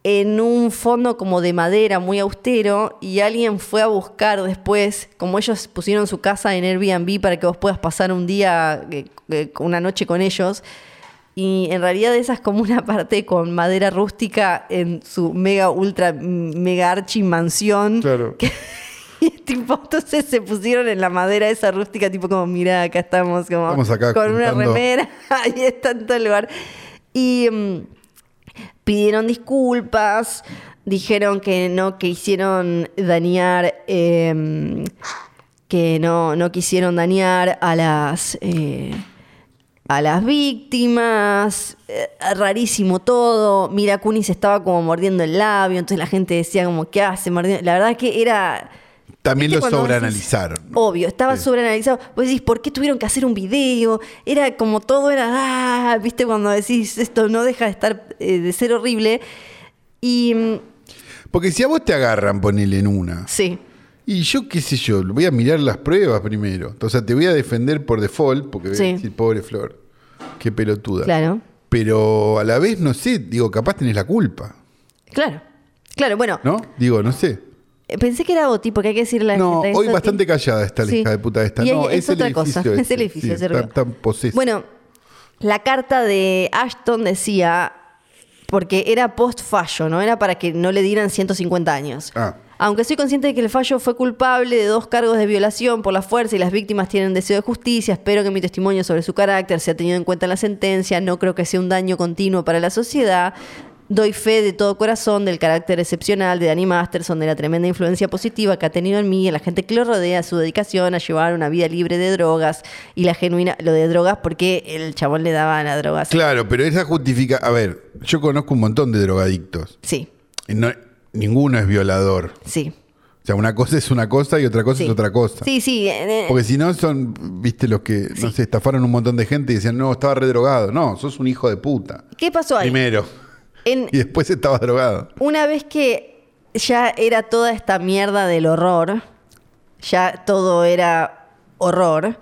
Speaker 2: en un fondo como de madera muy austero y alguien fue a buscar después, como ellos pusieron su casa en Airbnb para que vos puedas pasar un día, eh, eh, una noche con ellos. Y en realidad esa es como una parte con madera rústica en su mega, ultra, mm, mega archi mansión.
Speaker 3: Claro.
Speaker 2: [laughs] Y tipo, entonces se pusieron en la madera esa rústica, tipo como, mirá, acá estamos, como
Speaker 3: Estamos acá
Speaker 2: con una
Speaker 3: juntando-
Speaker 2: remera, [laughs] ahí está en todo el lugar. Y mm, pidieron disculpas, dijeron que no que hicieron dañar, eh, que no, no quisieron dañar a las... eh, a las víctimas, eh, rarísimo todo. Mira, Kunis estaba como mordiendo el labio, entonces la gente decía como, ¿qué hace? Mordiendo? La verdad que era
Speaker 3: También
Speaker 2: ¿Viste
Speaker 3: lo
Speaker 2: cuando vos decís, Oh.
Speaker 3: sobreanalizaron. ¿no?
Speaker 2: Obvio, estaba
Speaker 3: Sí.
Speaker 2: sobreanalizado. Vos decís, ¿por qué tuvieron que hacer un video? Era como todo, era, ah, viste, cuando decís, esto no deja de estar, eh, de ser horrible. Y mm,
Speaker 3: Porque si a vos te agarran, ponele en una.
Speaker 2: sí,
Speaker 3: Y yo, qué sé yo, voy a mirar las pruebas primero. O sea, te voy a defender por default, porque voy a
Speaker 2: Sí.
Speaker 3: decir, pobre Flor, qué pelotuda.
Speaker 2: claro,
Speaker 3: Pero a la vez, no sé, digo, capaz tenés la culpa,
Speaker 2: claro. Claro, bueno,
Speaker 3: ¿no? Digo, no sé.
Speaker 2: eh, pensé que era Oti, porque hay que decirle a la
Speaker 3: No,
Speaker 2: gente que
Speaker 3: hoy
Speaker 2: es Oti.
Speaker 3: bastante callada está la
Speaker 2: Sí.
Speaker 3: hija de puta esta.
Speaker 2: Y
Speaker 3: no,
Speaker 2: ahí- es,
Speaker 3: el
Speaker 2: otra cosa,
Speaker 3: edificio
Speaker 2: [laughs] es el
Speaker 3: ese,
Speaker 2: edificio.
Speaker 3: sí,
Speaker 2: ese
Speaker 3: tan,
Speaker 2: ruido.
Speaker 3: tan posesivo.
Speaker 2: Bueno, la carta de Ashton decía, porque era post-fallo, ¿no? Era para que no le dieran 150 años.
Speaker 3: Ah.
Speaker 2: Aunque soy consciente de que el fallo fue culpable de dos cargos de violación por la fuerza y las víctimas tienen deseo de justicia, espero que mi testimonio sobre su carácter sea tenido en cuenta en la sentencia, no creo que sea un daño continuo para la sociedad. Doy fe de todo corazón del carácter excepcional de Danny Masterson, de la tremenda influencia positiva que ha tenido en mí, en la gente que lo rodea, su dedicación a llevar una vida libre de drogas y la genuina. Lo de drogas, porque el chabón le daba la droga.
Speaker 3: Claro, pero esa justifica. A ver, yo conozco un montón de drogadictos.
Speaker 2: Sí,
Speaker 3: Y no- ninguno es violador.
Speaker 2: sí.
Speaker 3: O sea, una cosa es una cosa y otra cosa
Speaker 2: sí.
Speaker 3: es otra cosa.
Speaker 2: Sí, sí. eh, eh,
Speaker 3: Porque si no son, viste, los que, no sé, estafaron un montón de gente y decían, no, estaba redrogado. No, sos un hijo de puta.
Speaker 2: ¿Qué pasó ahí?
Speaker 3: Primero.
Speaker 2: En-
Speaker 3: Y después estabas drogado.
Speaker 2: una vez que ya era toda esta mierda del horror, ya todo era horror,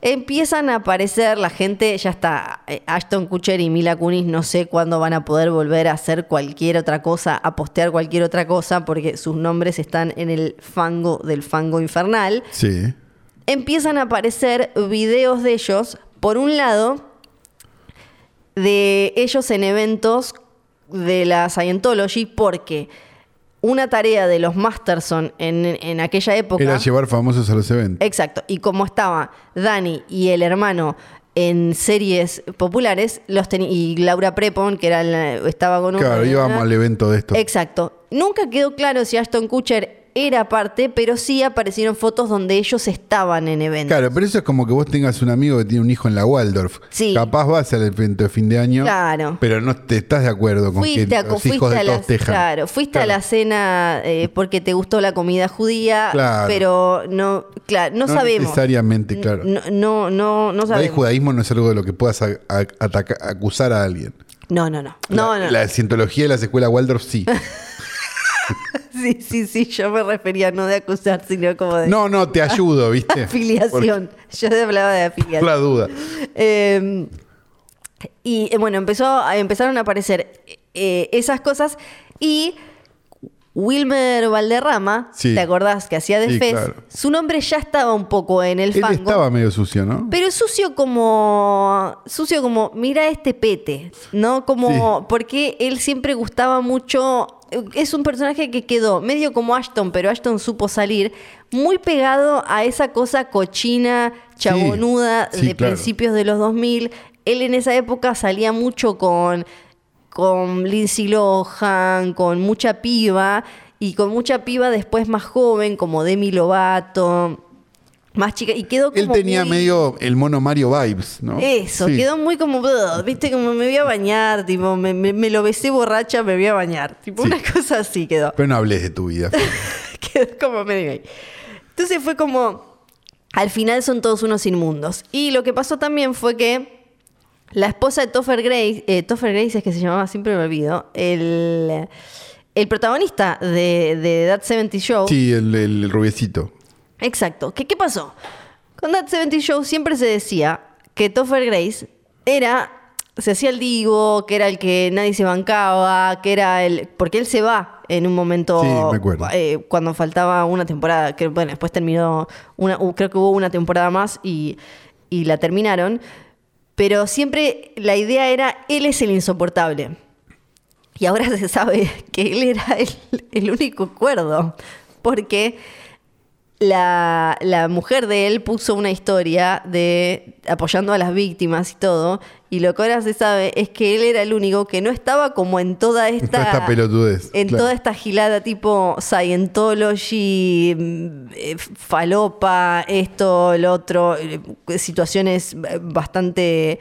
Speaker 2: empiezan a aparecer la gente, ya está, eh, Ashton Kutcher y Mila Kunis no sé cuándo van a poder volver a hacer cualquier otra cosa, a postear cualquier otra cosa, porque sus nombres están en el fango del fango infernal
Speaker 3: Sí.
Speaker 2: empiezan a aparecer videos de ellos, por un lado, de ellos en eventos de la Scientology, porque una tarea de los Masterson en, en aquella época...
Speaker 3: Era llevar famosos a los eventos.
Speaker 2: Exacto. Y como estaba Dani y el hermano en series populares, los teni- y Laura Prepon, que era la- estaba con un-
Speaker 3: claro, íbamos al evento de esto.
Speaker 2: Exacto. Nunca quedó claro si Ashton Kutcher era parte, pero sí aparecieron fotos donde ellos estaban en eventos.
Speaker 3: Claro, pero eso es como que vos tengas un amigo que tiene un hijo en la Waldorf.
Speaker 2: Sí.
Speaker 3: Capaz vas al evento de fin de año.
Speaker 2: Claro.
Speaker 3: Pero no te estás de acuerdo con
Speaker 2: Fuiste,
Speaker 3: que
Speaker 2: a,
Speaker 3: los
Speaker 2: fuiste
Speaker 3: hijos
Speaker 2: a
Speaker 3: de
Speaker 2: la,
Speaker 3: todos tejan.
Speaker 2: claro, fuiste a la cena eh, porque te gustó la comida judía,
Speaker 3: Claro.
Speaker 2: pero no, claro, no,
Speaker 3: No
Speaker 2: sabemos.
Speaker 3: necesariamente, claro.
Speaker 2: No, no, no, no
Speaker 3: No, el
Speaker 2: sabemos.
Speaker 3: judaísmo no es algo de lo que puedas a- a- ataca- acusar a alguien.
Speaker 2: No, no, no. No,
Speaker 3: la,
Speaker 2: no.
Speaker 3: La cientología y las escuelas Waldorf sí.
Speaker 2: [laughs] Sí, sí, sí, yo me refería no de acusar, sino como de
Speaker 3: No, eh, no, te ayudo, ¿viste?
Speaker 2: [laughs] afiliación. Yo te hablaba de
Speaker 3: Por-
Speaker 2: afiliación.
Speaker 3: por la duda.
Speaker 2: Eh, y eh, bueno, empezó, a- empezaron a aparecer eh, esas cosas y Wilmer Valderrama,
Speaker 3: Sí.
Speaker 2: ¿te acordás que hacía de
Speaker 3: Sí,
Speaker 2: Fez?
Speaker 3: claro.
Speaker 2: Su nombre ya estaba un poco en el
Speaker 3: Él
Speaker 2: fango.
Speaker 3: estaba medio sucio, ¿no?
Speaker 2: Pero sucio como. Sucio como. Mira este pete, ¿no? Como.
Speaker 3: Sí.
Speaker 2: Porque él siempre gustaba mucho. Es un personaje que quedó medio como Ashton, pero Ashton supo salir muy pegado a esa cosa cochina, chabonuda
Speaker 3: Sí,
Speaker 2: de
Speaker 3: claro.
Speaker 2: principios de los 2000. Él en esa época salía mucho con, con Lindsay Lohan, con mucha piba y con mucha piba después más joven, como Demi Lovato, más chica. Y quedó
Speaker 3: Él
Speaker 2: como
Speaker 3: tenía
Speaker 2: muy-
Speaker 3: medio el mono Mario vibes, ¿no?
Speaker 2: eso,
Speaker 3: Sí.
Speaker 2: quedó muy como, "Ugh", viste, como me voy a bañar, tipo, me, me- me lo besé borracha, me voy a bañar. Tipo,
Speaker 3: Sí.
Speaker 2: una cosa así quedó.
Speaker 3: Pero no hables de tu vida.
Speaker 2: [laughs] quedó como medio ahí. Entonces fue como, al final son todos unos inmundos. Y lo que pasó también fue que la esposa de Topher Grace, eh, Topher Grace es que se llamaba, siempre me olvido, el, el protagonista de, de That 70 Show.
Speaker 3: Sí, el, el rubiecito.
Speaker 2: Exacto. ¿Qué, ¿Qué pasó? Con That 70 Show siempre se decía que Topher Grace era. Se hacía el digo, que era el que nadie se bancaba, que era el. Porque él se va en un momento.
Speaker 3: Sí, me acuerdo.
Speaker 2: eh, cuando faltaba una temporada. Que, bueno, después terminó. Una, u- creo que hubo una temporada más y, y la terminaron. Pero siempre la idea era: él es el insoportable. Y ahora se sabe que él era el, el único cuerdo. Porque la, la mujer de él puso una historia de apoyando a las víctimas y todo. Y lo que ahora se sabe es que él era el único que no estaba como en toda esta.
Speaker 3: toda esta pelotudez,
Speaker 2: En
Speaker 3: claro.
Speaker 2: toda esta gilada tipo Scientology, mm, eh, falopa, esto, lo otro, eh, situaciones eh, bastante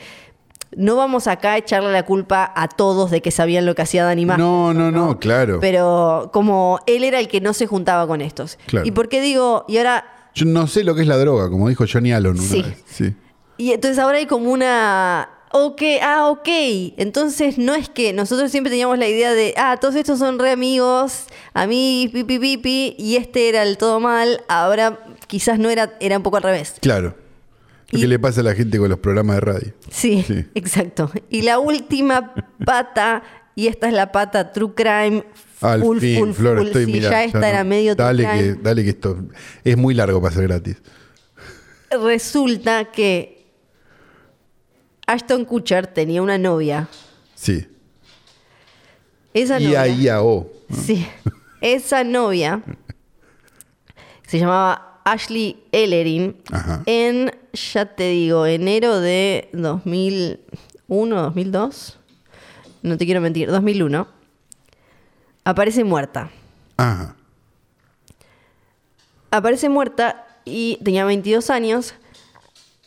Speaker 2: No vamos acá a echarle la culpa a todos de que sabían lo que hacía Danny Masterson.
Speaker 3: No, no, no, claro.
Speaker 2: Pero como él era el que no se juntaba con estos.
Speaker 3: Claro.
Speaker 2: ¿Y por qué digo? Y ahora
Speaker 3: Yo no sé lo que es la droga, como dijo Johnny Allen una
Speaker 2: Sí.
Speaker 3: vez. Sí.
Speaker 2: Y entonces ahora hay como una... Ok, ah, ok. Entonces no es que nosotros siempre teníamos la idea de, ah, todos estos son re amigos, a mí, pipi, pipi, y este era el todo mal, ahora quizás no era, era un poco al revés.
Speaker 3: Claro. Lo
Speaker 2: Y-
Speaker 3: que le pasa a la gente con los programas de radio.
Speaker 2: Sí,
Speaker 3: Sí.
Speaker 2: [laughs] exacto. Y la última pata, y esta es la pata True Crime.
Speaker 3: Al
Speaker 2: full,
Speaker 3: fin,
Speaker 2: full,
Speaker 3: Ah, Flor,
Speaker 2: full.
Speaker 3: estoy
Speaker 2: Sí,
Speaker 3: mirá,
Speaker 2: ya esta
Speaker 3: no.
Speaker 2: era medio True
Speaker 3: dale
Speaker 2: Crime.
Speaker 3: que, dale que esto es muy largo para ser gratis.
Speaker 2: Resulta que Ashton Kutcher tenía una novia.
Speaker 3: Sí.
Speaker 2: Esa
Speaker 3: Y
Speaker 2: novia.
Speaker 3: ahí a O.
Speaker 2: Sí. Esa novia se llamaba Ashley Ellerin
Speaker 3: Ajá.
Speaker 2: en, ya te digo, enero de 2001, 2002. No te quiero mentir, 2001. Aparece muerta.
Speaker 3: Ajá.
Speaker 2: Aparece muerta y tenía 22 años.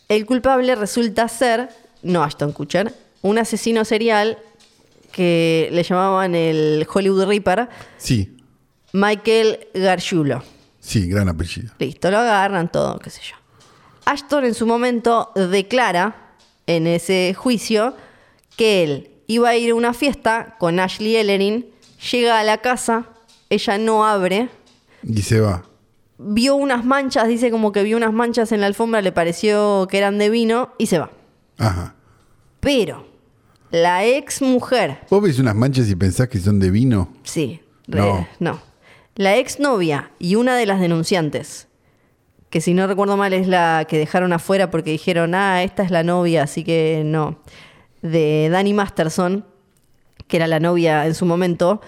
Speaker 2: El culpable resulta ser, no Ashton Kutcher, un asesino serial que le llamaban el Hollywood Reaper,
Speaker 3: Sí.
Speaker 2: Michael Gargiulo.
Speaker 3: Sí, gran apellido.
Speaker 2: Listo, lo agarran todo, qué sé yo. Ashton en su momento declara en ese juicio que él iba a ir a una fiesta con Ashley Ellerin, llega a la casa, ella no abre,
Speaker 3: Y se va.
Speaker 2: vio unas manchas, dice como que vio unas manchas en la alfombra, le pareció que eran de vino y se va.
Speaker 3: Ajá.
Speaker 2: Pero la ex mujer
Speaker 3: ¿Vos ves unas manchas y pensás que son de vino?
Speaker 2: Sí, re- no.
Speaker 3: No.
Speaker 2: La exnovia y una de las denunciantes, que si no recuerdo mal es la que dejaron afuera porque dijeron, ah, esta es la novia, así que no, de Danny Masterson, que era la novia en su momento,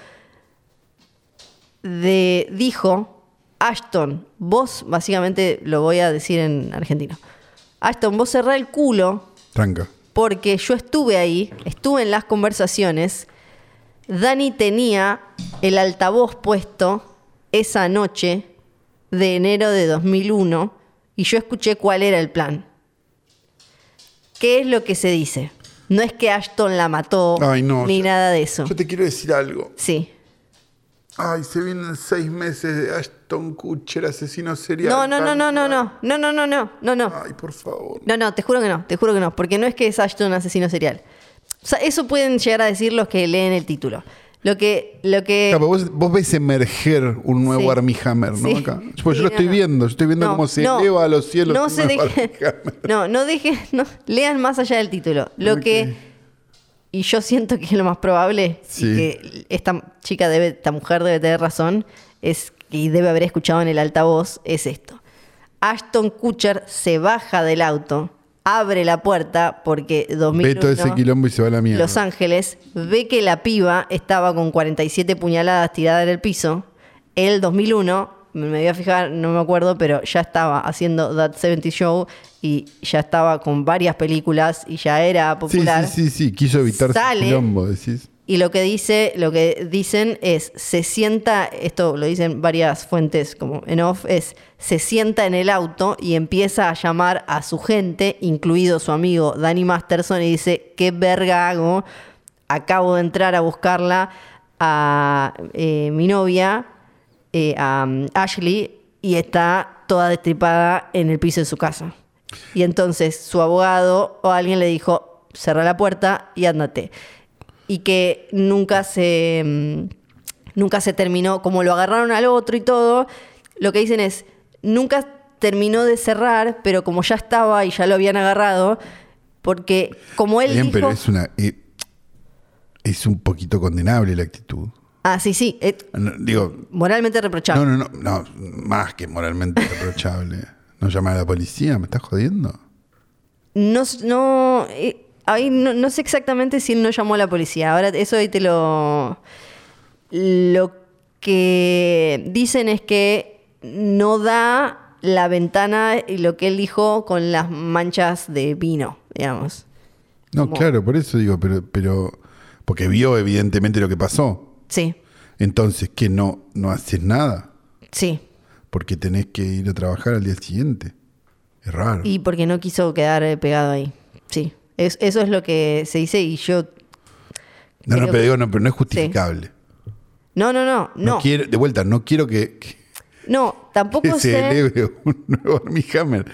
Speaker 2: de, dijo, Ashton, vos, básicamente lo voy a decir en argentino, Ashton, vos cerrá el culo
Speaker 3: Tranca.
Speaker 2: porque yo estuve ahí, estuve en las conversaciones. Dani tenía el altavoz puesto esa noche de enero de 2001 y yo escuché cuál era el plan. ¿Qué es lo que se dice? No es que Ashton la mató
Speaker 3: Ay, no,
Speaker 2: ni
Speaker 3: yo-
Speaker 2: nada de eso.
Speaker 3: Yo te quiero decir algo.
Speaker 2: Sí.
Speaker 3: Ay, se vienen seis meses de Ashton Kutcher, asesino serial.
Speaker 2: No, no, no, no, no, Eh. no, no, no, no, no, no, no.
Speaker 3: Ay, por favor.
Speaker 2: No, no, te juro que no, te juro que no, porque no es que es Ashton un asesino serial. O sea, eso pueden llegar a decir los que leen el título. Lo que, lo que.
Speaker 3: Claro, pero vos, vos ves emerger un nuevo
Speaker 2: Sí.
Speaker 3: Armie Hammer, ¿no?
Speaker 2: Sí.
Speaker 3: Acá. Pues
Speaker 2: Sí,
Speaker 3: yo lo
Speaker 2: no,
Speaker 3: estoy
Speaker 2: no.
Speaker 3: viendo, yo estoy viendo
Speaker 2: No,
Speaker 3: cómo se
Speaker 2: no.
Speaker 3: eleva a los cielos.
Speaker 2: No
Speaker 3: un
Speaker 2: se
Speaker 3: nuevo
Speaker 2: dejen. [laughs]
Speaker 3: Armie Hammer.
Speaker 2: No, no dejen. No, lean más allá del título. Lo
Speaker 3: Ok.
Speaker 2: que. Y yo siento que es lo más probable.
Speaker 3: Sí.
Speaker 2: Y que esta chica debe, esta mujer debe tener razón. Es que debe haber escuchado en el altavoz. Es esto. Ashton Kutcher se baja del auto, abre la puerta porque 2001.
Speaker 3: Ve todo ese quilombo y se va a la mierda.
Speaker 2: Los Ángeles, ve que la piba estaba con 47 puñaladas tirada en el piso. El 2001, me voy a fijar, no me acuerdo, pero ya estaba haciendo That 70 Show y ya estaba con varias películas y ya era
Speaker 3: sí,
Speaker 2: popular.
Speaker 3: sí, sí, sí, quiso evitar ese
Speaker 2: Sale.
Speaker 3: quilombo, decís.
Speaker 2: Y lo que dice, lo que dicen es, se sienta, esto lo dicen varias fuentes como en off, es se sienta en el auto y empieza a llamar a su gente, incluido su amigo Danny Masterson, y dice, ¿qué verga hago? Acabo de entrar a buscarla a eh, mi novia, eh, a um, Ashley, y está toda destripada en el piso de su casa. Y entonces su abogado o alguien le dijo, cerra la puerta y ándate y que nunca se mm, nunca se terminó, como lo agarraron al otro y todo, lo que dicen es nunca terminó de cerrar, pero como ya estaba y ya lo habían agarrado, porque como él
Speaker 3: Bien,
Speaker 2: dijo,
Speaker 3: pero es una. eh, es un poquito condenable la actitud.
Speaker 2: ah sí sí, eh,
Speaker 3: No, digo,
Speaker 2: moralmente reprochable.
Speaker 3: no, no, no, no, más que moralmente [laughs] reprochable. ¿No llamar a la policía? ¿Me estás jodiendo?
Speaker 2: No, s- no, eh, ahí no, no sé exactamente si él no llamó a la policía. Ahora, eso ahí te lo. Lo que dicen es que no da la ventana y lo que él dijo con las manchas de vino, digamos.
Speaker 3: No, claro, por eso digo, pero, pero. Porque vio evidentemente lo que pasó.
Speaker 2: Sí,
Speaker 3: Entonces, ¿qué? No, no haces nada.
Speaker 2: sí.
Speaker 3: Porque tenés que ir a trabajar al día siguente. Es raro.
Speaker 2: Y porque no quiso quedar eh, pegado ahí. Sí. Es- eso es lo que se dice y yo...
Speaker 3: No, no,
Speaker 2: creo
Speaker 3: pero
Speaker 2: que-
Speaker 3: digo, no, pero no es justificable.
Speaker 2: No, no, no,
Speaker 3: No.
Speaker 2: no.
Speaker 3: quiero, de vuelta, no quiero que, que-
Speaker 2: No,
Speaker 3: que
Speaker 2: tampoco
Speaker 3: se
Speaker 2: sé...
Speaker 3: celebre [laughs] un nuevo Armie Hammer,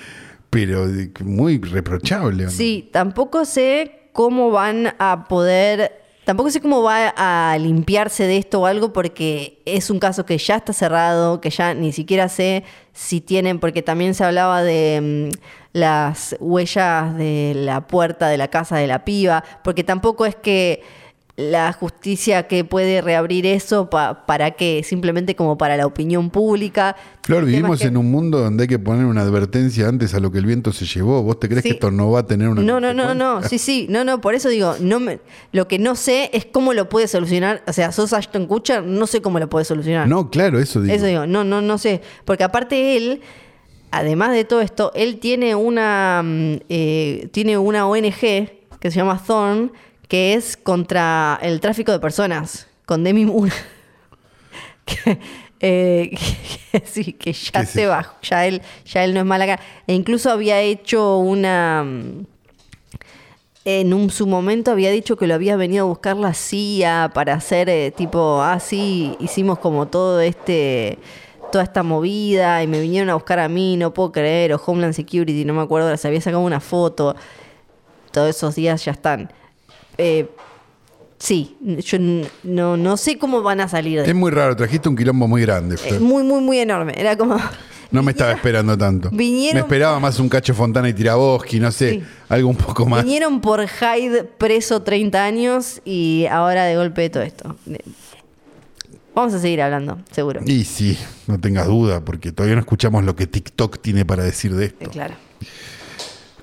Speaker 3: pero de- muy reprochable. ¿o no?
Speaker 2: Sí, tampoco sé cómo van a poder... Tampoco sé cómo va a limpiarse de esto o algo porque es un caso que ya está cerrado, que ya ni siquiera sé si tienen, porque también se hablaba de mm, las huellas de la puerta de la casa de la piba, porque tampoco es que la justicia que puede reabrir eso pa- para qué, simplemente como para la opinión pública.
Speaker 3: Flor,
Speaker 2: Temas
Speaker 3: vivimos
Speaker 2: que-
Speaker 3: en un mundo donde hay que poner una advertencia antes a lo que el viento se llevó. ¿Vos te crees
Speaker 2: Sí.
Speaker 3: que esto no va a tener una
Speaker 2: No, no, no, no,
Speaker 3: consecuencia?
Speaker 2: sí, sí, no, no, por eso digo, no me, lo que no sé es cómo lo puede solucionar, o sea, sos Ashton Kutcher, no sé cómo lo puede solucionar.
Speaker 3: No, claro, eso digo.
Speaker 2: Eso digo, no, no, no sé, porque aparte él, además de todo esto, él tiene una, mm, eh, tiene una ONG que se llama Thorn, que es contra el tráfico de personas, con Demi Moore. [laughs] que, eh, que- que sí, que ya
Speaker 3: Que sí.
Speaker 2: se bajó, ya él, ya él no es mala cara. E incluso había hecho una... mm, en un, su momento había dicho que lo había venido a buscar la CIA para hacer eh, tipo, ah, sí, hicimos como todo este, toda esta movida y me vinieron a buscar a mí, no puedo creer, o Homeland Security, no me acuerdo, se había sacado una foto, todos esos días ya están. Eh, sí, yo n- no, no sé cómo van a salir. de-
Speaker 3: Es muy raro, trajiste un quilombo muy grande,
Speaker 2: eh,
Speaker 3: Flor.
Speaker 2: muy, muy, muy enorme. Era
Speaker 3: [laughs]
Speaker 2: como...
Speaker 3: No me estaba esperando tanto.
Speaker 2: vinieron-
Speaker 3: me esperaba más un cacho Fontana y Tiraboski, no sé,
Speaker 2: Sí.
Speaker 3: algo un poco más.
Speaker 2: Vinieron por Hyde preso 30 años y ahora de golpe todo esto. De- Vamos a seguir hablando, seguro.
Speaker 3: Y sí, no tengas duda, porque todavía no escuchamos lo que TikTok tiene para decir de
Speaker 2: Eh,
Speaker 3: esto.
Speaker 2: Claro.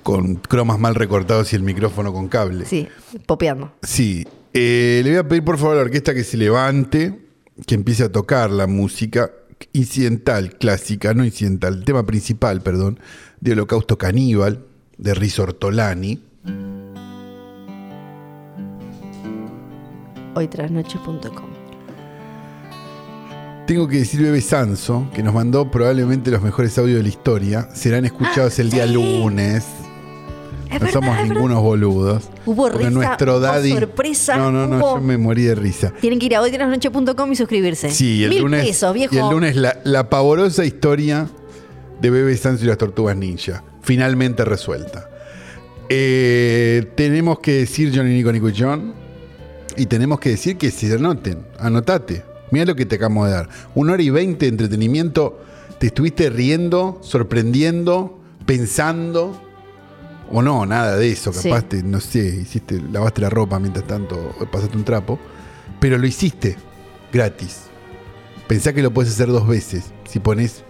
Speaker 3: Con cromas mal recortados y el micrófono con cable.
Speaker 2: Sí, popeando.
Speaker 3: Sí, eh, le voy a pedir por favor a la orquesta que se levante, que empiece a tocar la música incidental, clásica, no incidental, el tema principal, perdón, de Holocausto Caníbal, de Riz Ortolani.
Speaker 2: Hoytrasnoche.com.
Speaker 3: Tengo que decir Bebe Sanso, que nos mandó probablemente los mejores audios de la historia, serán escuchados el día
Speaker 2: Ah, sí.
Speaker 3: lunes.
Speaker 2: Es
Speaker 3: no
Speaker 2: verdad,
Speaker 3: somos
Speaker 2: es
Speaker 3: ningunos boludos.
Speaker 2: Hubo
Speaker 3: Porque
Speaker 2: risa,
Speaker 3: nuestro
Speaker 2: hubo
Speaker 3: daddy.
Speaker 2: sorpresa,
Speaker 3: No, no, no,
Speaker 2: hubo-
Speaker 3: yo me morí de risa.
Speaker 2: Tienen que ir a hoytrasnoche.com y suscribirse.
Speaker 3: Sí, y el
Speaker 2: Mil
Speaker 3: lunes.
Speaker 2: pesos, viejo.
Speaker 3: Y el lunes la, la pavorosa historia de Bebe Sanso y las tortugas ninja. Finalmente resuelta. Eh, tenemos que decir Johnny Nico Nico y John. Y tenemos que decir que se anoten. Anotate. Mira lo que te acabamos de dar. Una hora y veinte de entretenimiento. Te estuviste riendo, sorprendiendo, pensando. O no, nada de eso.
Speaker 2: Sí.
Speaker 3: Capaz te, no sé, hiciste, lavaste la ropa mientras tanto, o pasaste un trapo. Pero lo hiciste gratis. Pensá que lo puedes hacer dos veces. Si pones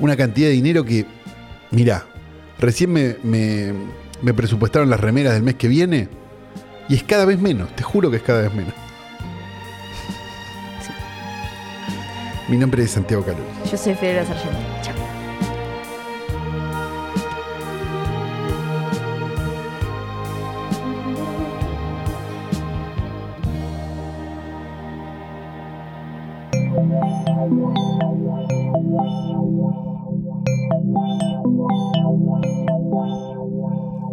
Speaker 3: una cantidad de dinero que. Mirá, recién me, me- me presupuestaron las remeras del mes que viene. Y es cada vez menos, te juro que es cada vez menos. Mi nombre es Santiago Calori.
Speaker 2: Yo soy Fidel Sargento. Chao.